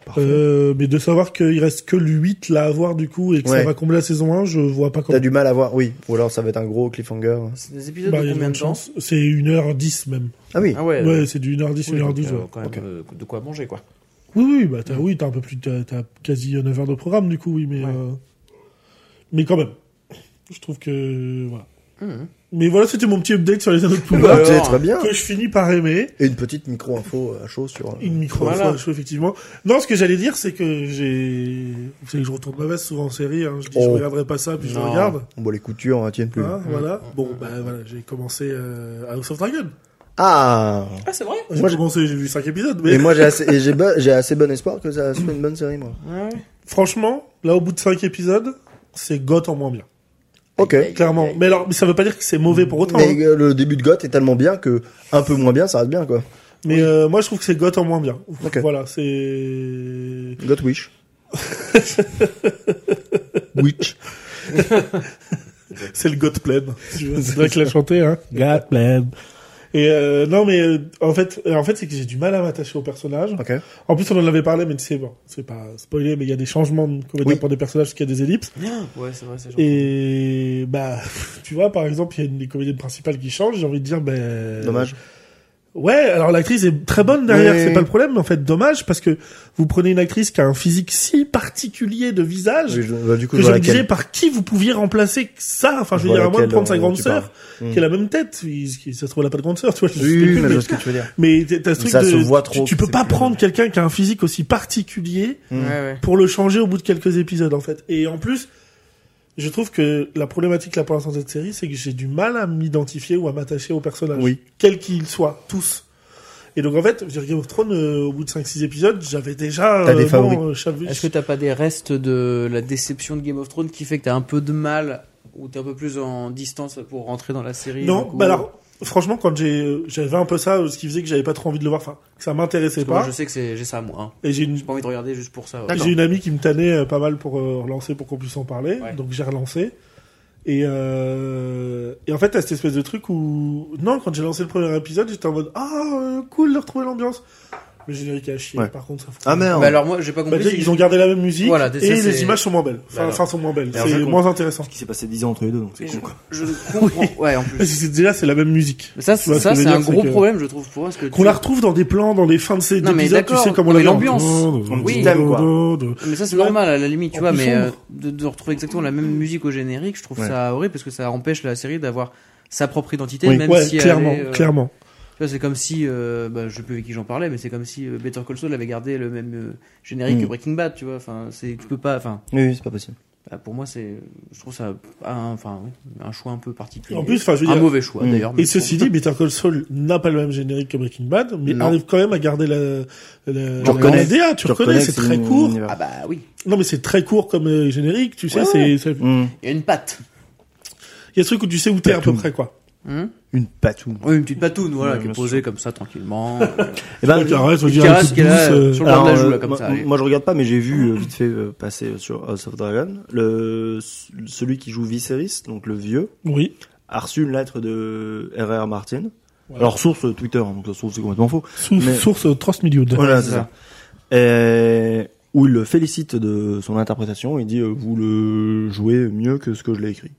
S2: Parfait.
S3: Euh, mais de savoir qu'il reste que le 8 là à voir du coup et que
S2: Ouais.
S3: ça va combler la saison 1 je vois pas comment.
S2: T'as du mal à voir, oui. Ou alors ça va être un gros cliffhanger.
S1: C'est des épisodes
S3: Bah, il y
S1: de
S3: a
S1: combien
S3: une
S1: de temps
S3: chance. C'est 1h10 même.
S2: Ah oui.
S1: Ah ouais.
S3: Ouais,
S1: euh,
S3: c'est du 1h10,
S1: oui, donc,
S3: 1h12.
S1: euh,
S3: ouais.
S1: quand même, euh, de quoi manger, quoi.
S3: Oui, oui, bah t'as oui, t'as un peu plus, t'as t'as quasi 9 heures de programme du coup, oui, mais
S1: Ouais.
S3: euh, mais quand même, je trouve que voilà.
S1: Mhm.
S3: Mais voilà, c'était mon petit update sur les anneaux de
S2: Bah,
S3: pouvoir
S1: alors.
S2: c'est très bien.
S3: que je finis par aimer.
S2: Et une petite micro-info euh, à chaud sur.
S3: Une micro
S1: Voilà.
S3: info à chaud, effectivement. Non, ce que j'allais dire, c'est que j'ai, vous savez que je retourne ma veste souvent en série. hein. Je dis, je
S2: Oh.
S3: regarderai pas ça, puis je
S1: Non.
S3: regarde.
S2: Bon, les coutures, elles tiennent plus. Mm.
S3: Hein, Voilà. Bon, bah voilà, j'ai commencé euh, House of Dragon.
S2: Ah
S1: Ah, c'est vrai
S3: J'ai
S2: Moi, j'ai-
S3: commencé, j'ai vu 5 épisodes. Mais...
S2: Et moi, j'ai assez, et j'ai bo- j'ai assez bon espoir que ça soit une bonne série, moi.
S1: Ouais.
S3: Franchement, là, au bout de 5 épisodes, c'est goth en moins bien.
S2: Ok.
S1: Aïe, aïe,
S3: Clairement.
S1: aïe.
S3: Mais alors, mais ça veut pas dire que c'est mauvais pour autant. hein. Mais,
S2: Mais euh, le début de Goth est tellement bien que un peu moins bien, ça reste bien, quoi.
S3: euh, moi, je trouve que c'est Goth en moins bien.
S2: Ok.
S3: Voilà, c'est.
S2: Goth Wish. Witch.
S3: C'est le God Pleb. C'est vrai qu'il a chanté, hein. God Pleb. Et euh, non, mais euh, en fait, euh, en fait, c'est que j'ai du mal à m'attacher au personnage.
S2: Ok.
S3: En plus, on en avait parlé, mais c'est bon, c'est pas spoilé, mais il y a des changements de comédien
S2: Oui.
S3: pour des personnages parce qu'il y a des ellipses.
S1: Ouais, c'est vrai, c'est gentil.
S3: Et bah, tu vois, par exemple, il y a une des comédiennes principales qui change. J'ai envie de dire, ben,
S2: Dommage.
S3: Ouais, alors l'actrice est très bonne derrière,
S2: Ouais.
S3: c'est pas le problème, mais en fait, dommage, parce que vous prenez une actrice qui a un physique si particulier de visage,
S2: Oui, je- bah, du coup,
S3: que
S2: je
S3: je
S2: vois
S3: me
S2: laquelle.
S3: disais par qui vous pouviez remplacer ça, enfin, je
S2: Je
S3: veux
S2: vois
S3: dire, à moins de
S2: laquelle,
S3: prendre
S2: euh,
S3: sa grande
S2: tu
S3: sœur,
S2: Mm.
S3: qui a la même tête, oui, ce qui- ça se trouve, elle a pas de grande sœur, tu vois, je sais
S2: Oui,
S3: plus,
S2: oui, mais je
S3: mais-
S2: vois ce que tu veux dire.
S3: mais t'as- t'as ce
S2: Mais
S3: truc
S2: ça se
S3: de,
S2: voit
S3: tu-
S2: trop,
S3: tu peux
S2: c'est
S3: pas
S2: plus-
S3: prendre quelqu'un qui a un physique aussi particulier
S1: Ouais, ouais.
S3: pour le changer au bout de quelques épisodes en fait. Et en plus, je trouve que la problématique là pour l'instant de cette série, c'est que j'ai du mal à m'identifier ou à m'attacher aux personnages,
S2: Oui.
S3: quels qu'ils soient, tous. Et donc en fait, j'ai Game of Thrones euh, au bout de 5-6 épisodes, j'avais déjà.
S2: T'as des
S3: bon,
S2: favoris.
S3: euh, j'avais-
S1: Est-ce que t'as pas des restes de la déception de Game of Thrones qui fait que t'as un peu de mal ou t'es un peu plus en distance pour rentrer dans la série
S3: Non,
S1: du coup
S3: bah alors, franchement, quand j'ai, euh, j'avais un peu ça, euh, ce qui faisait que j'avais pas trop envie de le voir, enfin, que ça m'intéressait
S1: Parce que moi,
S3: pas.
S1: je sais que c'est- j'ai ça moi. hein.
S3: Et j'ai une,
S1: J'ai pas envie de regarder juste pour ça. ouais.
S4: D'accord.
S3: j'ai une amie qui me tannait euh, pas mal pour euh, relancer, pour qu'on puisse en parler.
S1: Ouais.
S3: Donc j'ai relancé. Et, euh, et en fait, t'as cette espèce de truc où, non, quand j'ai lancé le premier épisode, j'étais en mode, ah, euh, cool de retrouver l'ambiance. Le générique a chier,
S2: Ouais.
S3: par contre, ça fout.
S2: Ah merde.
S1: Bah alors moi j'ai pas
S3: Bah,
S1: compris.
S3: tu sais,
S1: c'est-
S3: ils ont gardé la même musique
S1: Voilà,
S3: et
S1: ça, c'est-
S3: les images sont moins belles. Enfin,
S1: Bah,
S3: enfin, sont moins belles.
S1: Alors, je
S3: C'est
S1: comprends.
S3: moins intéressant.
S2: Ce qui s'est passé 10 ans entre les deux, donc c'est
S1: Mais
S2: con
S1: je,
S2: quoi.
S1: je ne comprends. Ouais en plus.
S3: Parce que c'est déjà c'est la même musique.
S1: Mais Ça,
S3: Tu vois
S1: c'est-
S3: ce que
S1: ça
S3: je veux
S1: c'est
S3: dire,
S1: un
S3: c'est
S1: gros
S3: que-
S1: problème, je trouve. Pour moi, parce que
S3: Qu'on la retrouve dans des plans, dans les fins de ces
S1: Non, mais
S3: épisodes, tu
S1: d'accord,
S3: sais comment
S1: mais
S3: la
S1: l'ambiance.
S2: On
S1: Oui.
S2: t'aime, quoi.
S1: mais ça c'est normal à la limite, tu
S3: En
S1: vois,
S3: plus
S1: mais
S3: sombre.
S1: euh, de, de retrouver exactement la même musique au générique, je trouve
S2: Ouais.
S1: ça horrible parce que ça empêche la série d'avoir sa propre identité,
S2: Oui.
S1: même
S3: Ouais,
S1: si
S3: clairement,
S1: elle est, euh,
S3: clairement.
S1: Tu vois, c'est comme si, euh, bah, je sais plus avec qui j'en parlais, mais c'est comme si euh, Better Call Saul avait gardé le même euh, générique
S2: Mm.
S1: que Breaking Bad, tu vois. Enfin, c'est, tu peux pas. Enfin,
S2: Oui, oui, c'est pas possible.
S1: bah, pour moi, c'est, je trouve ça, un, enfin, oui, un choix un peu particulier.
S3: En plus, enfin, je veux
S1: un
S3: dire.
S1: mauvais choix
S2: Mm.
S1: d'ailleurs. mais
S3: Et ceci
S1: bon.
S3: dit, Better Call Saul n'a pas le même générique que Breaking Bad, mais
S1: Non.
S3: arrive quand même à garder la, la,
S2: Tu
S3: la-
S2: reconnais.
S3: la DA, tu, reconnais, c'est très court.
S1: ah bah oui,
S3: Non, mais c'est très court comme euh, générique, tu sais,
S2: Ouais,
S3: c'est, c'est-
S2: Hmm.
S1: il y a une patte.
S3: il y a ce truc où tu sais où t'es à peu
S2: Tout.
S3: près, quoi.
S1: Hein
S2: Une patou.
S1: oui, une petite patoune, voilà,
S2: Ouais,
S1: qui est
S2: bien
S1: posée comme ça tranquillement. euh,
S2: Et ben,
S3: Ouais, arrête, on
S1: une
S3: dirait un
S1: caresse
S3: truc
S1: qu'elle a,
S3: douce, euh,
S1: sur le bord de la
S2: Alors,
S1: joue,
S2: euh,
S1: là, comme
S2: moi,
S1: ça. allez.
S2: moi, je regarde pas, mais j'ai vu euh, vite fait euh, passer euh, sur House of Dragon. Le, celui qui joue Viserys, donc le vieux,
S3: Oui.
S2: a reçu une lettre de R.R. Martin.
S3: Ouais.
S2: Alors source euh, Twitter, hein, donc la source c'est complètement faux.
S3: Sous,
S2: Mais-
S3: Source euh, Trust Me Dude.
S2: Voilà,
S1: c'est
S2: c'est ça. Et où il le félicite de son interprétation, il dit euh, vous le jouez mieux que ce que je l'ai écrit.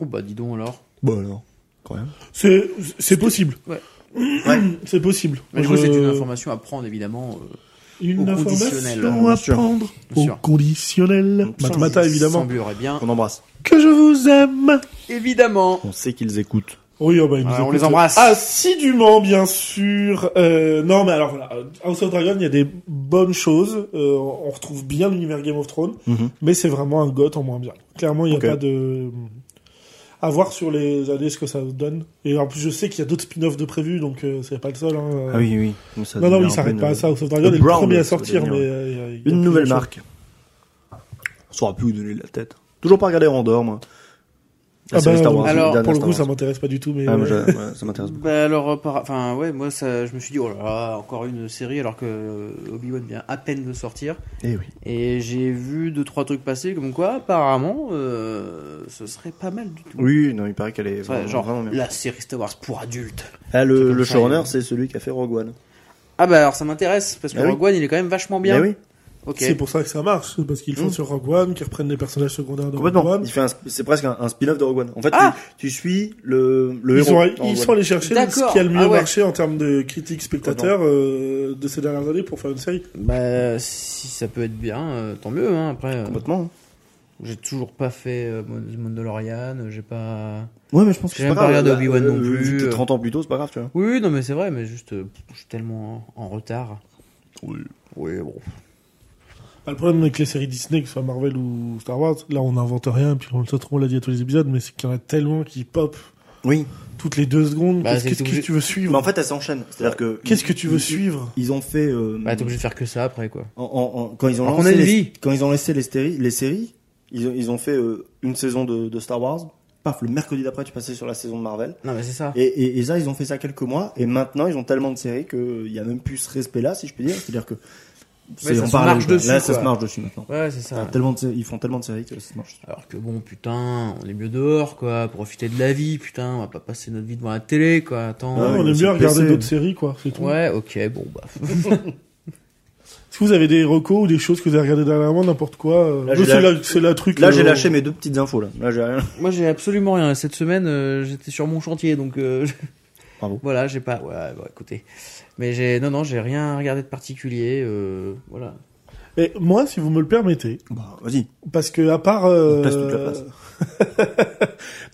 S1: Oh bah dis donc alors.
S2: Bon alors, quand même.
S3: C'est, c'est possible.
S1: Ouais.
S3: C'est possible.
S1: Mais du
S3: Moi,
S1: coup, c'est
S3: je-
S1: une information à prendre évidemment. euh,
S3: Une
S1: au conditionnel,
S3: information
S2: bien
S3: à
S2: sûr.
S3: prendre
S1: Bien
S3: au
S1: sûr.
S3: conditionnel.
S2: Sans-
S3: Matamata,
S1: Il
S3: évidemment.
S1: semblerait bien.
S2: On embrasse.
S3: Que je vous aime.
S1: Évidemment.
S2: On sait qu'ils écoutent.
S3: Oui, oh bah, ils nous
S1: Voilà, on
S3: écoutent
S1: les embrasse.
S3: Assidûment, bien sûr. Euh, non, mais alors voilà, House of Dragon, il y a des bonnes choses. Euh, on retrouve bien l'univers Game of Thrones,
S2: Mhm.
S3: mais c'est vraiment un goth en moins bien. Clairement, il n'y a
S2: Ok.
S3: pas de à voir sur les années ce que ça donne. Et en plus, je sais qu'il y a d'autres spin-offs de prévus, donc euh, c'est pas le seul. Hein.
S2: Ah oui, oui. Comme ça
S3: Non, non,
S2: devient
S3: il
S2: un
S3: s'arrête
S2: peu
S3: pas à
S2: une-
S3: ça. House of Dragon
S2: The
S3: est le
S2: Brown,
S3: premier à
S2: ça
S3: sortir, mais
S2: devient
S3: euh, il y a- il y a
S2: Une
S3: plus
S2: nouvelle
S3: de
S2: marque. On saura plus où donner la tête. Toujours pas regardé Randor, moi. La
S3: choses. Ah
S2: série
S3: bah,
S2: Star Wars,
S1: alors,
S2: la dernière
S3: pour le coup, ça
S2: Star Wars.
S3: m'intéresse pas du tout, mais
S2: Ah, moi,
S3: euh,
S2: je- ouais, ça m'intéresse. beaucoup.
S1: Bah alors, euh, par- enfin ouais, moi ça, je me suis dit oh là là, encore une série alors que euh, Obi-Wan vient à peine de sortir.
S2: Eh oui.
S1: Et j'ai vu deux trois trucs passer comme quoi apparemment euh, ce serait pas mal du tout.
S2: Oui, non, il paraît qu'elle est
S1: Ce serait
S2: vraiment,
S1: genre
S2: vraiment bien.
S1: la série Star Wars pour adultes.
S2: Ah,
S1: c'est
S2: le
S1: comme
S2: le
S1: ça,
S2: showrunner,
S1: il-
S2: c'est celui qui a fait Rogue One.
S1: Ah bah alors ça m'intéresse parce que
S2: Ah oui.
S1: Rogue One il est quand même vachement bien.
S2: Eh oui,
S1: Ok.
S3: c'est pour ça que ça marche, c'est parce qu'ils font
S2: Mm.
S3: sur Rogue One, qu'ils reprennent les personnages secondaires de Rogue
S2: complètement.
S3: One.
S2: Il fait un- c'est presque un, un spin-off de Rogue One. En fait,
S1: Ah
S2: tu, tu suis le, le
S3: ils
S2: héros.
S3: sont,
S2: dans Rogue
S3: ils sont
S2: One.
S3: allés chercher
S1: D'accord.
S3: ce qui a le mieux
S1: Ah ouais.
S3: marché en termes de critiques spectateurs euh, de ces dernières années pour faire une série.
S1: Bah si ça peut être bien, euh, tant mieux. Hein. Après, euh,
S2: Complètement. hein.
S1: j'ai toujours pas fait euh, Mon- Mandalorian, euh, j'ai pas.
S2: Ouais, mais je pense que
S1: J'ai
S2: c'est
S1: même
S2: pas
S1: pas
S2: grave.
S1: regardé
S2: Là,
S1: Obi-Wan
S2: euh,
S1: non
S2: vu
S1: plus.
S2: que t'es 30 ans plus tôt, c'est pas grave, tu vois.
S1: Oui, oui, non, mais c'est vrai, mais juste, euh, je suis tellement en, en retard. Oui. Oui, bon.
S3: Bah, le problème avec les séries Disney, que ce soit Marvel ou Star Wars, là on n'invente rien, puis on le sait trop, on l'a dit à tous les épisodes, mais c'est qu'il y en a tellement qui pop
S2: Oui.
S3: toutes les deux secondes.
S1: Bah,
S3: Qu'est-ce
S1: c'est
S3: qu'est-ce que
S1: obligé-
S3: tu veux suivre
S2: Mais en fait, elle s'enchaîne. C'est-à-dire que.
S3: Qu'est-ce que tu veux
S2: ils-
S3: suivre
S2: Ils ont fait. euh,
S1: Bah, t'es obligé de faire que ça après, quoi.
S2: En- en- en- quand ils ont
S1: Alors qu'on
S2: lancé
S1: a une
S2: les,
S1: vie.
S2: quand ils ont laissé les, stéri- les séries, ils ont, ils ont fait euh, une saison de, de Star Wars. Paf, le mercredi d'après, tu passais sur la saison de Marvel.
S1: Non, mais c'est ça.
S2: Et, et, et ça, ils ont fait ça quelques mois. Et maintenant, ils ont tellement de séries qu'il y a même plus ce respect-là, si je peux dire. C'est-à-dire que c'est
S1: ça
S2: en
S1: se
S2: parallèle,
S1: marche
S2: quoi.
S1: dessus,
S2: Là, ça
S1: quoi. Ah.
S2: se marche dessus maintenant.
S1: Ouais, c'est
S2: T'as
S1: ça.
S2: tellement de sé- ils font tellement de séries que ça se marche. dessus.
S1: Alors que bon, putain, on est mieux dehors, quoi. Profiter de la vie, putain, on va pas passer notre vie devant la télé, quoi.
S3: Ouais,
S2: Ah,
S1: Attends.
S2: oui,
S3: On aime
S2: c'est
S3: bien
S2: le
S3: regarder
S2: PC.
S3: d'autres séries, quoi, c'est tout.
S1: Ouais, ok, bon, bah.
S3: Est-ce que vous avez des recos ou des choses que vous avez regardées dernièrement, n'importe quoi euh,
S2: Là,
S3: eux,
S2: j'ai
S3: C'est
S2: la-
S3: la... c'est la truc.
S2: Là,
S3: euh,
S2: j'ai lâché mes deux petites infos. Là, là j'ai rien.
S1: Moi, j'ai absolument rien. Cette semaine, euh, j'étais sur mon chantier, donc. euh, je-
S2: Bravo.
S1: Voilà, j'ai pas. Ouais, bon, écoutez. Mais j'ai. Non, non, j'ai rien regardé de particulier, euh, Voilà.
S3: Et moi, si vous me le permettez,
S2: Bah, vas-y.
S3: Parce que à part
S2: On
S3: euh...
S2: place toute la place.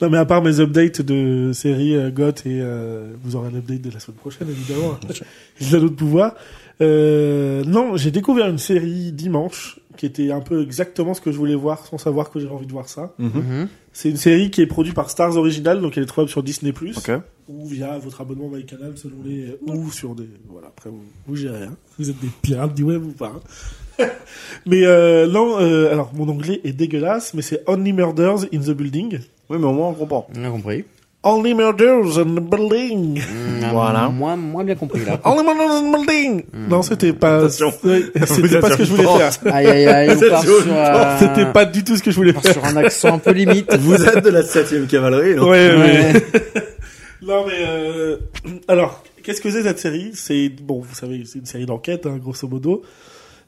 S3: non mais à part mes updates de séries euh, Goth et euh, vous aurez l'update de la semaine prochaine évidemment. Les anneaux de pouvoir. Euh, non, j'ai découvert une série dimanche qui était un peu exactement ce que je voulais voir, sans savoir que j'avais envie de voir ça.
S2: Mhm.
S1: Mhm.
S3: C'est une série qui est produite par Stars Original, donc elle est trouvable sur Disney+,
S2: Ok.
S3: ou via votre abonnement MyCanal, selon les... euh, ou sur des... Voilà, après, vous, vous gérez. Hein. Vous êtes des pirates du web ou pas. hein. mais euh, non, euh, alors, mon anglais est dégueulasse, mais c'est Only Murders in the Building.
S2: Oui, mais au moins on comprend.
S1: On a compris.
S3: Only Murders in the Building
S1: Mm,
S2: Voilà.
S1: Moins, moins bien compris là.
S3: Only Murders in the Building Non, c'était pas...
S2: Hmm. Attention.
S3: Ouais, C'était
S2: Vous
S3: pas
S2: êtes
S3: ce que je voulais
S2: sur une
S3: faire.
S1: Aïe aïe aïe, on part
S2: Attention,
S1: sur, un-
S3: C'était pas du tout ce que je voulais
S1: on part
S3: faire.
S1: sur un accent un peu limite.
S2: Vous êtes de la 7ème cavalerie, non
S3: Ouais, ouais.
S1: Ouais.
S3: Non mais euh... alors qu'est-ce que c'est cette série C'est bon, vous savez, c'est une série d'enquête hein, grosso modo,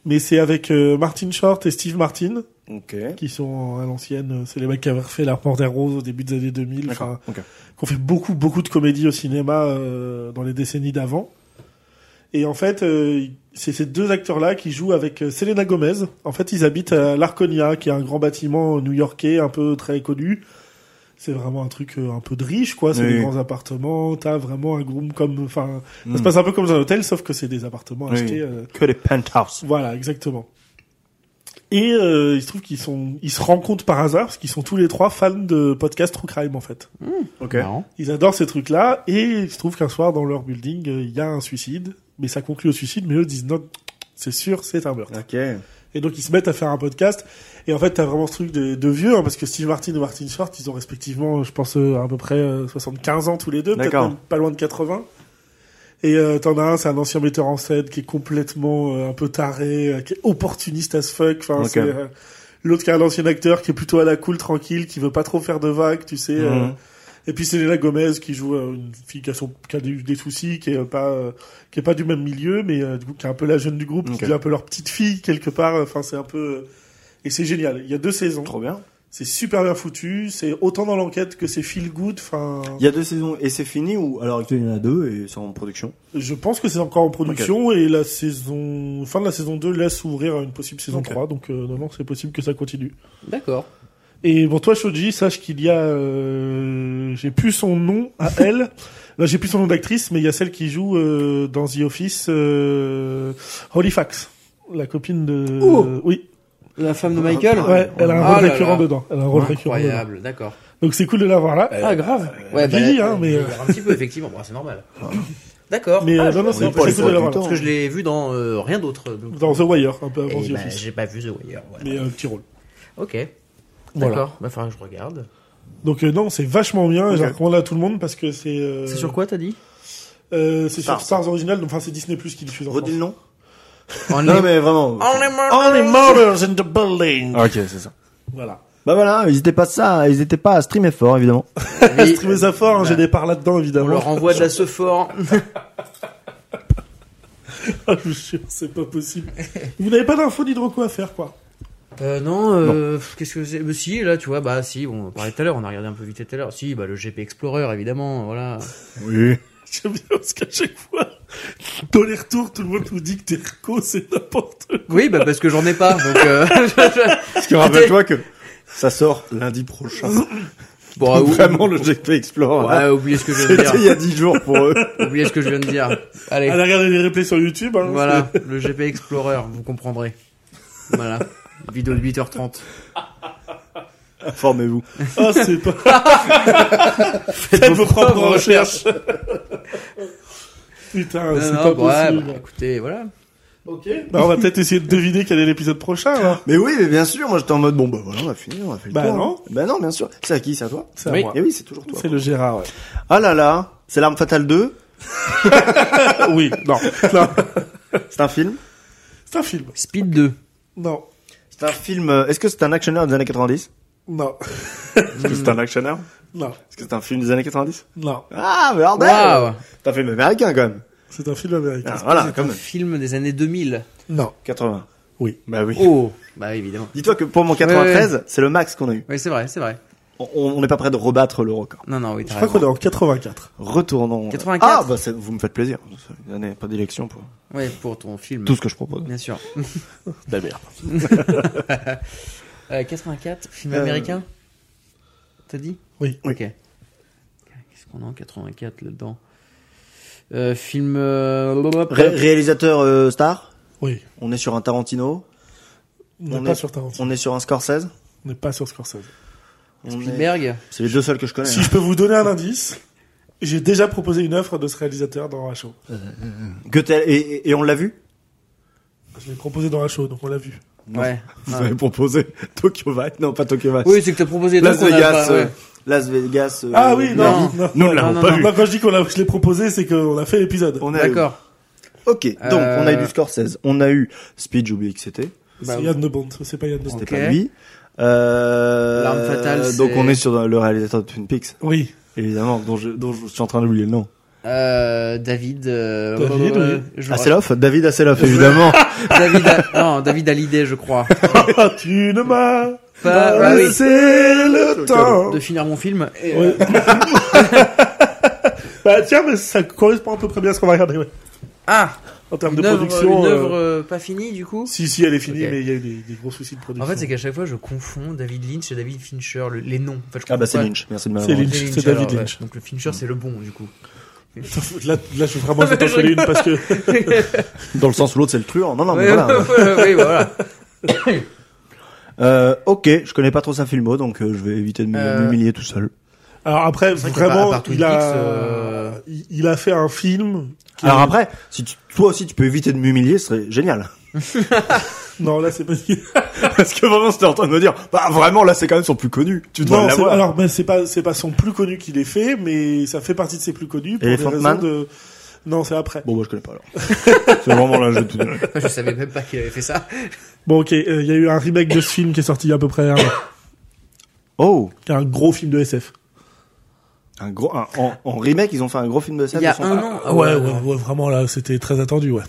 S3: mais c'est avec euh, Martin Short et Steve Martin
S2: Ok.
S3: qui sont à l'ancienne, euh, c'est les mecs qui avaient fait La Reporter Rose au début des années 2000, enfin,
S2: D'accord. Ok.
S3: qui ont fait beaucoup beaucoup de comédies au cinéma euh, dans les décennies d'avant. Et en fait, euh, c'est ces deux acteurs-là qui jouent avec euh, Selena Gomez. En fait, ils habitent à l'Arconia, qui est un grand bâtiment new-yorkais, un peu très connu. C'est vraiment un truc euh, un peu de riche, quoi. C'est
S2: Oui.
S3: des grands appartements. T'as vraiment un groom comme, enfin, ça se
S2: Mm.
S3: passe un peu comme dans un hôtel, sauf que c'est des appartements
S2: Oui.
S3: achetés. euh,
S2: Que les penthouses.
S3: voilà, exactement. Et euh, il se trouve qu'ils sont, ils se rencontrent par hasard parce qu'ils sont tous les trois fans de podcast True Crime en fait.
S2: Ok.
S1: Marrant.
S3: Ils adorent ces trucs-là et il se trouve qu'un soir dans leur building euh, il y a un suicide, mais ça conclut au suicide, mais eux disent non, c'est sûr, c'est un meurtre.
S2: Ok.
S3: Et donc ils se mettent à faire un podcast. Et en fait, t'as vraiment ce truc de, de vieux, hein, parce que Steve Martin et Martin Short, ils ont respectivement, je pense, euh, à peu près euh, 75 ans tous les deux, peut-être
S2: D'accord.
S3: même pas loin de 80. Et euh, t'en as un, c'est un ancien metteur en scène qui est complètement euh, un peu taré, euh, qui est opportuniste as fuck. Enfin,
S2: Ok.
S3: c'est euh, l'autre qui est un ancien acteur qui est plutôt à la cool, tranquille, qui veut pas trop faire de vagues, tu sais. euh,
S2: Mhm.
S3: et puis Selena Gomez qui joue euh, une fille qui a, son, qui a des, des soucis, qui est euh, pas euh, qui est pas du même milieu, mais euh, du coup qui est un peu la jeune du groupe,
S2: Ok.
S3: qui devient un peu leur petite fille quelque part. Enfin c'est un peu euh, et c'est génial. Il y a deux saisons.
S2: Trop bien.
S3: C'est super bien foutu. C'est autant dans l'enquête que c'est feel good. Enfin
S2: Il y a deux saisons et c'est fini ou alors il y en a deux et c'est en production
S3: je pense que c'est encore en production et la saison fin de la saison 2 laisse ouvrir à une possible saison
S2: Ok.
S3: 3. Donc euh, non non c'est possible que ça continue.
S1: D'accord.
S3: Et pour toi, Shoji, sache qu'il y a, euh, j'ai plus son nom à elle. Là, j'ai plus son nom d'actrice, mais il y a celle qui joue euh, dans The Office, euh, Holifax, la copine de.
S1: Oh
S3: oui.
S1: La femme de Michael
S2: Ah,
S3: ouais, elle a un
S1: Ah
S3: rôle
S1: là
S3: récurrent
S1: là.
S3: dedans. Elle a un rôle récurrent. dedans.
S1: Incroyable, d'accord.
S3: Donc c'est cool de l'avoir là.
S1: Ah, grave.
S3: elle vieillit, hein, mais,
S1: elle vieillit Un petit peu, effectivement, Bon, c'est normal. D'accord.
S3: Mais euh,
S1: Ah,
S3: non, non,
S1: je-
S3: c'est
S2: est
S3: c'est
S2: pas
S3: cool
S2: les
S3: de
S2: fois
S3: l'avoir
S2: du
S3: là.
S1: Parce que je l'ai vu dans euh, rien d'autre. donc-
S3: Dans The Wire, un peu avant
S1: Eh
S3: The
S1: ben,
S3: Office.
S1: j'ai pas vu The Wire. voilà.
S3: Mais euh, petit rôle.
S1: Ok.
S3: Voilà.
S1: D'accord. Bah, faudra que je regarde.
S3: Donc euh, non, c'est vachement bien. Je
S2: Ok.
S3: recommande à tout le monde parce que c'est. euh,
S1: C'est sur quoi t'as dit
S3: euh, C'est sur
S2: Stars.
S3: Stars Original. donc, Enfin, c'est Disney Plus qui diffuse. en France.
S2: Redis le nom
S1: On
S2: Non mais vraiment.
S3: Only murders in the building.
S2: Ah, Ok, c'est ça.
S3: Voilà.
S2: Bah voilà, n'hésitez pas ça, n'hésitez pas à streamer fort évidemment.
S3: Streamer ça fort, hein,
S1: Bah.
S3: j'ai des parts là-dedans
S1: On
S3: évidemment.
S1: leur envoie de la Sephore.
S3: Ah, je vous jure, c'est pas possible. Vous n'avez pas d'infos d'Hydroco à faire quoi
S1: Euh, non, euh, pff, qu'est-ce que c'est Mais Si, là, tu vois, bah si, on parlait tout à l'heure, on a regardé un peu vite fait tout à l'heure. Si, bah le GP Explorer, évidemment, voilà.
S2: Oui.
S3: J'aime bien parce qu'à chaque fois, dans les retours, tout le monde nous dit que tes recos, c'est n'importe quoi.
S1: Oui, bah parce que j'en ai pas. Donc, euh,
S2: Parce que rappelle-toi que ça sort lundi prochain.
S1: bon, ah, ou-
S2: Vraiment le GP Explorer.
S1: Ouais, oubliez ce que je viens de
S2: C'était il
S1: dire.
S2: y a 10 jours pour eux.
S1: Oubliez ce que je viens de dire. Allez.
S3: Allez, regardez les replays sur YouTube. Hein,
S1: Voilà, le GP Explorer, vous comprendrez. Voilà, vidéo de 8h30.
S2: Informez-vous.
S3: c'est- Ah, c'est pas. Faites vos propres recherches. Putain,
S1: Non,
S3: c'est
S1: non,
S3: pas
S1: bon, ouais,
S3: possible.
S1: bah, écoutez, voilà.
S3: Ok. Bah, on va peut-être essayer de deviner quel est l'épisode prochain. hein. alors.
S2: Mais oui, mais bien sûr, moi j'étais en mode bon bah voilà, on a fini, on a fait le
S3: Bah
S2: tour.
S3: non.
S2: Bah non, bien sûr. C'est à qui C'est à toi
S3: C'est à
S1: Oui.
S3: moi.
S2: Et oui, c'est toujours toi.
S3: C'est le Gérard. Ouais.
S2: Ah là là, c'est l'arme fatale 2,
S3: Ah, oui, non. non.
S2: c'est un film.
S3: C'est un film.
S1: Speed 2.
S3: Non.
S2: C'est un film euh, Est-ce que c'est un actionneur des années 90
S3: Non,
S2: Est-ce que c'est un actionneur
S3: non,
S2: Est-ce que c'est un film des années 90
S3: non.
S2: Ah, bordel
S1: Waouh
S2: C'est un film américain quand même.
S3: C'est un film américain.
S2: Ah, voilà,
S1: C'est
S2: quand
S1: un
S2: même.
S1: film des années 2000.
S3: Non.
S2: 80.
S3: Oui.
S2: Bah oui.
S1: Oh, bah évidemment.
S2: Dis-toi que pour mon 93, c'est le max qu'on a eu.
S1: Oui, c'est vrai, c'est vrai.
S2: On- On n'est pas près de rebattre le record.
S1: Non, Ah, non, oui, t'as
S3: Je crois qu'on
S1: raison.
S3: est en 84.
S2: Retournons.
S1: 84.
S2: Ah, bah c'est- vous me faites plaisir. C'est Une année, pas d'élection pour
S1: Ouais, pour ton film.
S2: tout ce que je propose.
S1: Bien sûr.
S2: La merde.
S1: Euh, 84, film
S2: Euh,
S1: américain T'as dit
S3: Oui.
S1: Ok. Qu'est-ce qu'on a en 84 là-dedans euh, Film. euh,
S2: Ré- réalisateur euh, star
S3: Oui.
S2: On est sur un Tarantino.
S3: On
S2: On
S3: n'est pas
S2: est-
S3: sur Tarantino.
S2: On est sur un Scorsese.
S3: On n'est pas sur Scorsese.
S2: On est-
S1: Spielberg.
S2: C'est les deux seuls que je connais. hein.
S3: Si je peux vous donner un indice, j'ai déjà proposé une offre de ce réalisateur dans H.O.
S2: Goethe, et- et, et on l'a vu
S3: Je l'ai proposé dans H.O., donc on l'a vu.
S2: Non.
S1: Ouais.
S2: Vous
S1: Ouais.
S2: avez proposé Tokyo Vice. Non, pas Tokyo Vice.
S1: Oui, c'est que t'as proposé des
S2: Las
S1: trucs qu'on a
S2: Vegas.
S1: pas-
S2: euh,
S1: ouais.
S2: Las Vegas. euh,
S3: Ah oui, non,
S1: non.
S3: non.
S2: Nous ne
S1: Non,
S2: l'avons
S1: non,
S2: pas
S1: non.
S2: vu.
S3: Non, quand je dis qu'on l'a, je l'ai proposé, c'est qu'on a fait l'épisode.
S2: On a eu-
S1: D'accord.
S2: Ok, donc on a eu
S1: Euh,
S2: du Scorsese. On a eu Speed, j'ai oublié que c'était.
S1: Bah,
S3: c'est Yann de Bond, Bah c'est pas Yann de Bond.
S2: C'était
S1: Ok.
S2: pas lui. Euh,
S1: L'arme fatale,
S2: Donc
S1: c'est-
S2: on est sur le réalisateur de Twin Peaks,
S3: Oui.
S2: évidemment, dont je, dont je suis en train d'oublier le nom.
S1: Euh, David. euh,
S3: David,
S1: euh,
S3: oui.
S1: je-
S2: Asseloff David Asseloff, évidemment.
S1: David. A- non, David Hallyday, je crois.
S3: Ah, tu ne m'as
S1: Pas-
S3: pas
S1: bah oui.
S3: laissé le temps.
S1: De finir mon film. Et, euh,
S3: Ouais. bah tiens, mais ça correspond à peu près bien à ce qu'on va regarder, ouais.
S1: Ah,
S3: En termes
S1: une
S3: de
S1: œuvre,
S3: production.
S1: une
S3: euh,
S1: œuvre, euh, pas finie du coup.
S3: Si, si, elle est finie,
S1: Ok.
S3: mais il y a eu des, des gros soucis de production.
S1: En fait, c'est qu'à chaque fois, je confonds David Lynch et David Fincher, le- les noms. En fait, je
S2: ah bah c'est
S1: comprends pas.
S2: Lynch, merci de m'avoir.
S3: C'est
S2: dit.
S3: Lynch, c'est David
S1: alors, ouais.
S3: Lynch.
S1: Donc le Fincher, c'est le bon du coup.
S3: Là, là, je vraiment, je vais t'en coller une parce que
S2: Dans le sens où l'autre c'est le truand. Non, non, mais
S1: Ouais,
S2: voilà.
S1: ouais, ouais, voilà.
S2: Euh, ok, je connais pas trop sa filmo, donc euh, je vais éviter de m'hu-
S1: Euh,
S2: m'humilier tout seul.
S3: Alors après,
S1: C'est vrai qu'il y a
S3: vraiment,
S1: pas- à part Twin
S3: il a,
S1: Peaks, euh,
S3: il il a fait un film. qui-
S2: Alors après, si tu- toi aussi tu peux éviter de m'humilier, ce serait génial.
S3: non, là c'est pas.
S2: Parce que vraiment c'était en train de me dire, bah vraiment là c'est quand même son plus connu. Tu dois
S3: non, c'est-
S2: l'avoir.
S3: alors mais c'est pas, c'est pas son plus connu qu'il ait fait, mais ça fait partie de ses plus connus. Pour des
S2: Elephant
S3: raisons
S2: Man
S3: de... Non, c'est après.
S2: Bon bah je connais pas alors. c'est vraiment là je te
S1: Je savais même pas qu'il avait fait ça.
S3: Bon, ok, euh, il y a eu un remake de ce film qui est sorti il y a à peu près un, an,
S2: Oh,
S3: qui est un gros film de SF.
S2: un gros un- en, en remake, ils ont fait un gros film de ça
S1: Il y a
S2: de son-
S1: un an.
S3: Ah, ouais, ouais, ouais, vraiment là, c'était très attendu, ouais.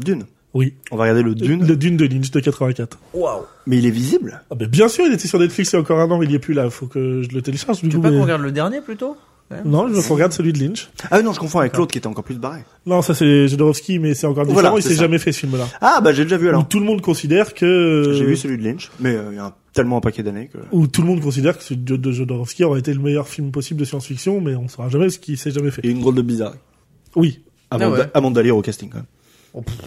S2: Dune.
S3: Oui.
S2: On va regarder le Dune,
S3: Le Dune de Lynch de 84.
S1: Waouh.
S2: mais il est visible.
S3: Ah ben bien sûr, il était sur Netflix il y a encore un an, il y est plus là. Faut que je le télécharge. Du
S1: Tu
S3: coup,
S1: veux pas
S3: mais-
S1: qu'on regarde le dernier plutôt
S3: Non, je veux qu'on regarde celui de Lynch.
S2: Ah non, je confonds avec l'autre qui était encore plus barré.
S3: Non, ça c'est Jodorowsky, mais c'est encore différent.
S2: Voilà,
S3: il
S2: c'est
S3: s'est
S2: ça.
S3: jamais fait ce film-là.
S2: Ah bah j'ai déjà vu
S3: Où
S2: alors.
S3: tout le monde considère que
S2: J'ai vu celui de Lynch, mais euh, il y a un- tellement un paquet d'années que.
S3: où tout le monde considère que ce de de Jodorowsky aurait été le meilleur film possible de science-fiction, mais on saura jamais ce qu'il s'est jamais fait.
S2: Et une drôle de bizarre.
S3: Oui.
S2: Avant,
S1: Ah ouais.
S2: d'a- avant d'aller au casting, quand même.
S1: Oh,
S2: euh,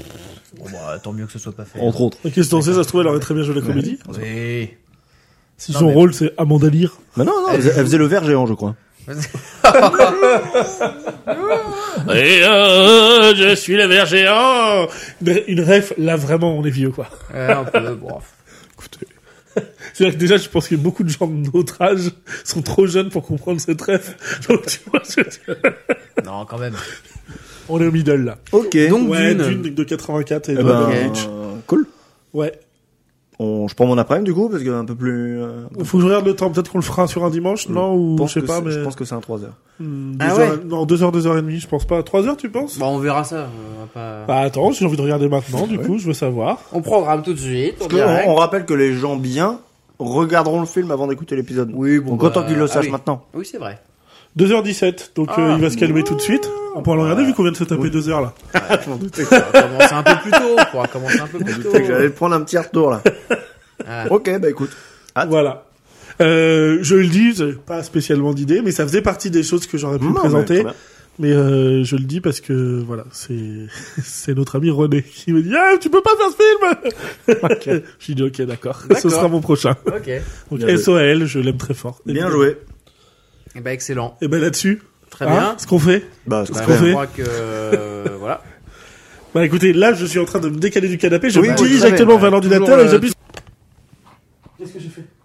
S1: Bon, bah, tant mieux que ce soit pas fait.
S2: entre autres.
S3: La question c'est, ça se trouve, elle aurait très bien joué la comédie.
S1: Oui.
S3: Si
S1: Non,
S3: son
S1: mais-
S3: rôle c'est Amanda Lear.
S2: Mais non,
S1: Ah,
S2: non, elle faisait, elle faisait le verre géant, je crois.
S3: Et euh, je suis le verre géant. Une ref, là vraiment, on est vieux quoi.
S1: Ouais, un peu, bon.
S2: euh,
S3: C'est-à-dire que déjà, je pense que beaucoup de gens de notre âge sont trop jeunes pour comprendre cette ref. Donc tu vois, je-
S1: Non, quand même.
S3: on est au middle là.
S2: Ok.
S1: Donc,
S3: Ouais,
S1: Dune.
S3: Dune, de 84 et
S2: Eh
S3: de
S2: ben,
S3: Lynch.
S2: euh, cool.
S3: Ouais.
S2: On, je prends mon après-midi, du coup, parce que un peu plus. euh,
S3: Faut que je regarde le temps. Peut-être qu'on le fera sur un dimanche, non Ou je
S2: pense
S3: sais
S2: que
S3: pas,
S2: c'est-
S3: mais.
S2: Je pense que c'est un 3 heures.
S3: Hmm, deux
S1: Ah
S3: heures-
S1: ouais
S3: Non, deux heures, deux heures et demie, je pense pas. Trois heures, tu penses
S1: Bon, on verra ça. On, va pas...
S3: Bah attends, j'ai envie de regarder maintenant,
S2: Ah
S3: du coup, je veux savoir.
S1: on programme tout de suite. On
S2: Parce que on, on
S1: direct.
S2: rappelle que les gens bien regarderont le film avant d'écouter l'épisode.
S1: Oui, bon,
S2: Donc
S1: bah,
S2: autant qu'ils le
S1: ah
S2: sachent
S1: oui.
S2: maintenant.
S1: Oui, c'est vrai.
S3: 2h17, donc
S1: Ah.
S3: euh, il va se calmer tout de suite. On pourra le regarder vu qu'on vient de se taper
S2: Oui.
S3: deux heures là.
S1: On va commencer un peu plus tôt. On pourra commencer un peu plus tôt.
S2: C'est que J'allais te prendre un petit retour là.
S1: Ah.
S2: ok, bah écoute. Hâte.
S3: Voilà. Euh, je le dis, j'avais pas spécialement d'idée, mais ça faisait partie des choses que j'aurais pu
S2: Non, mais
S3: présenter.
S2: très bien.
S3: Mais euh, je le dis parce que voilà, c'est c'est notre ami René qui me dit ah tu peux pas faire ce film. J'ai dit ok d'accord, ce
S1: D'accord.
S3: sera mon prochain.
S1: Ok. Eh Et
S3: Donc,
S2: Bien joué.
S3: SOL, je l'aime très fort. ben,
S2: Bien joué.
S1: bah, excellent.
S3: Et ben là-dessus,
S1: Très
S3: hein,
S1: bien.
S3: ce qu'on fait.
S2: Bah,
S1: Bah,
S3: qu'on
S1: je
S3: fait
S1: crois que euh, voilà.
S3: Bah écoutez, là je suis en train de me décaler du canapé, je
S2: Oui, oui,
S3: me
S2: euh,
S3: dirige
S2: je savais,
S3: actuellement
S2: ouais.
S3: vers l'ordinateur
S1: Toujours,
S3: et j'appuie. Qu'est-ce que j'ai fait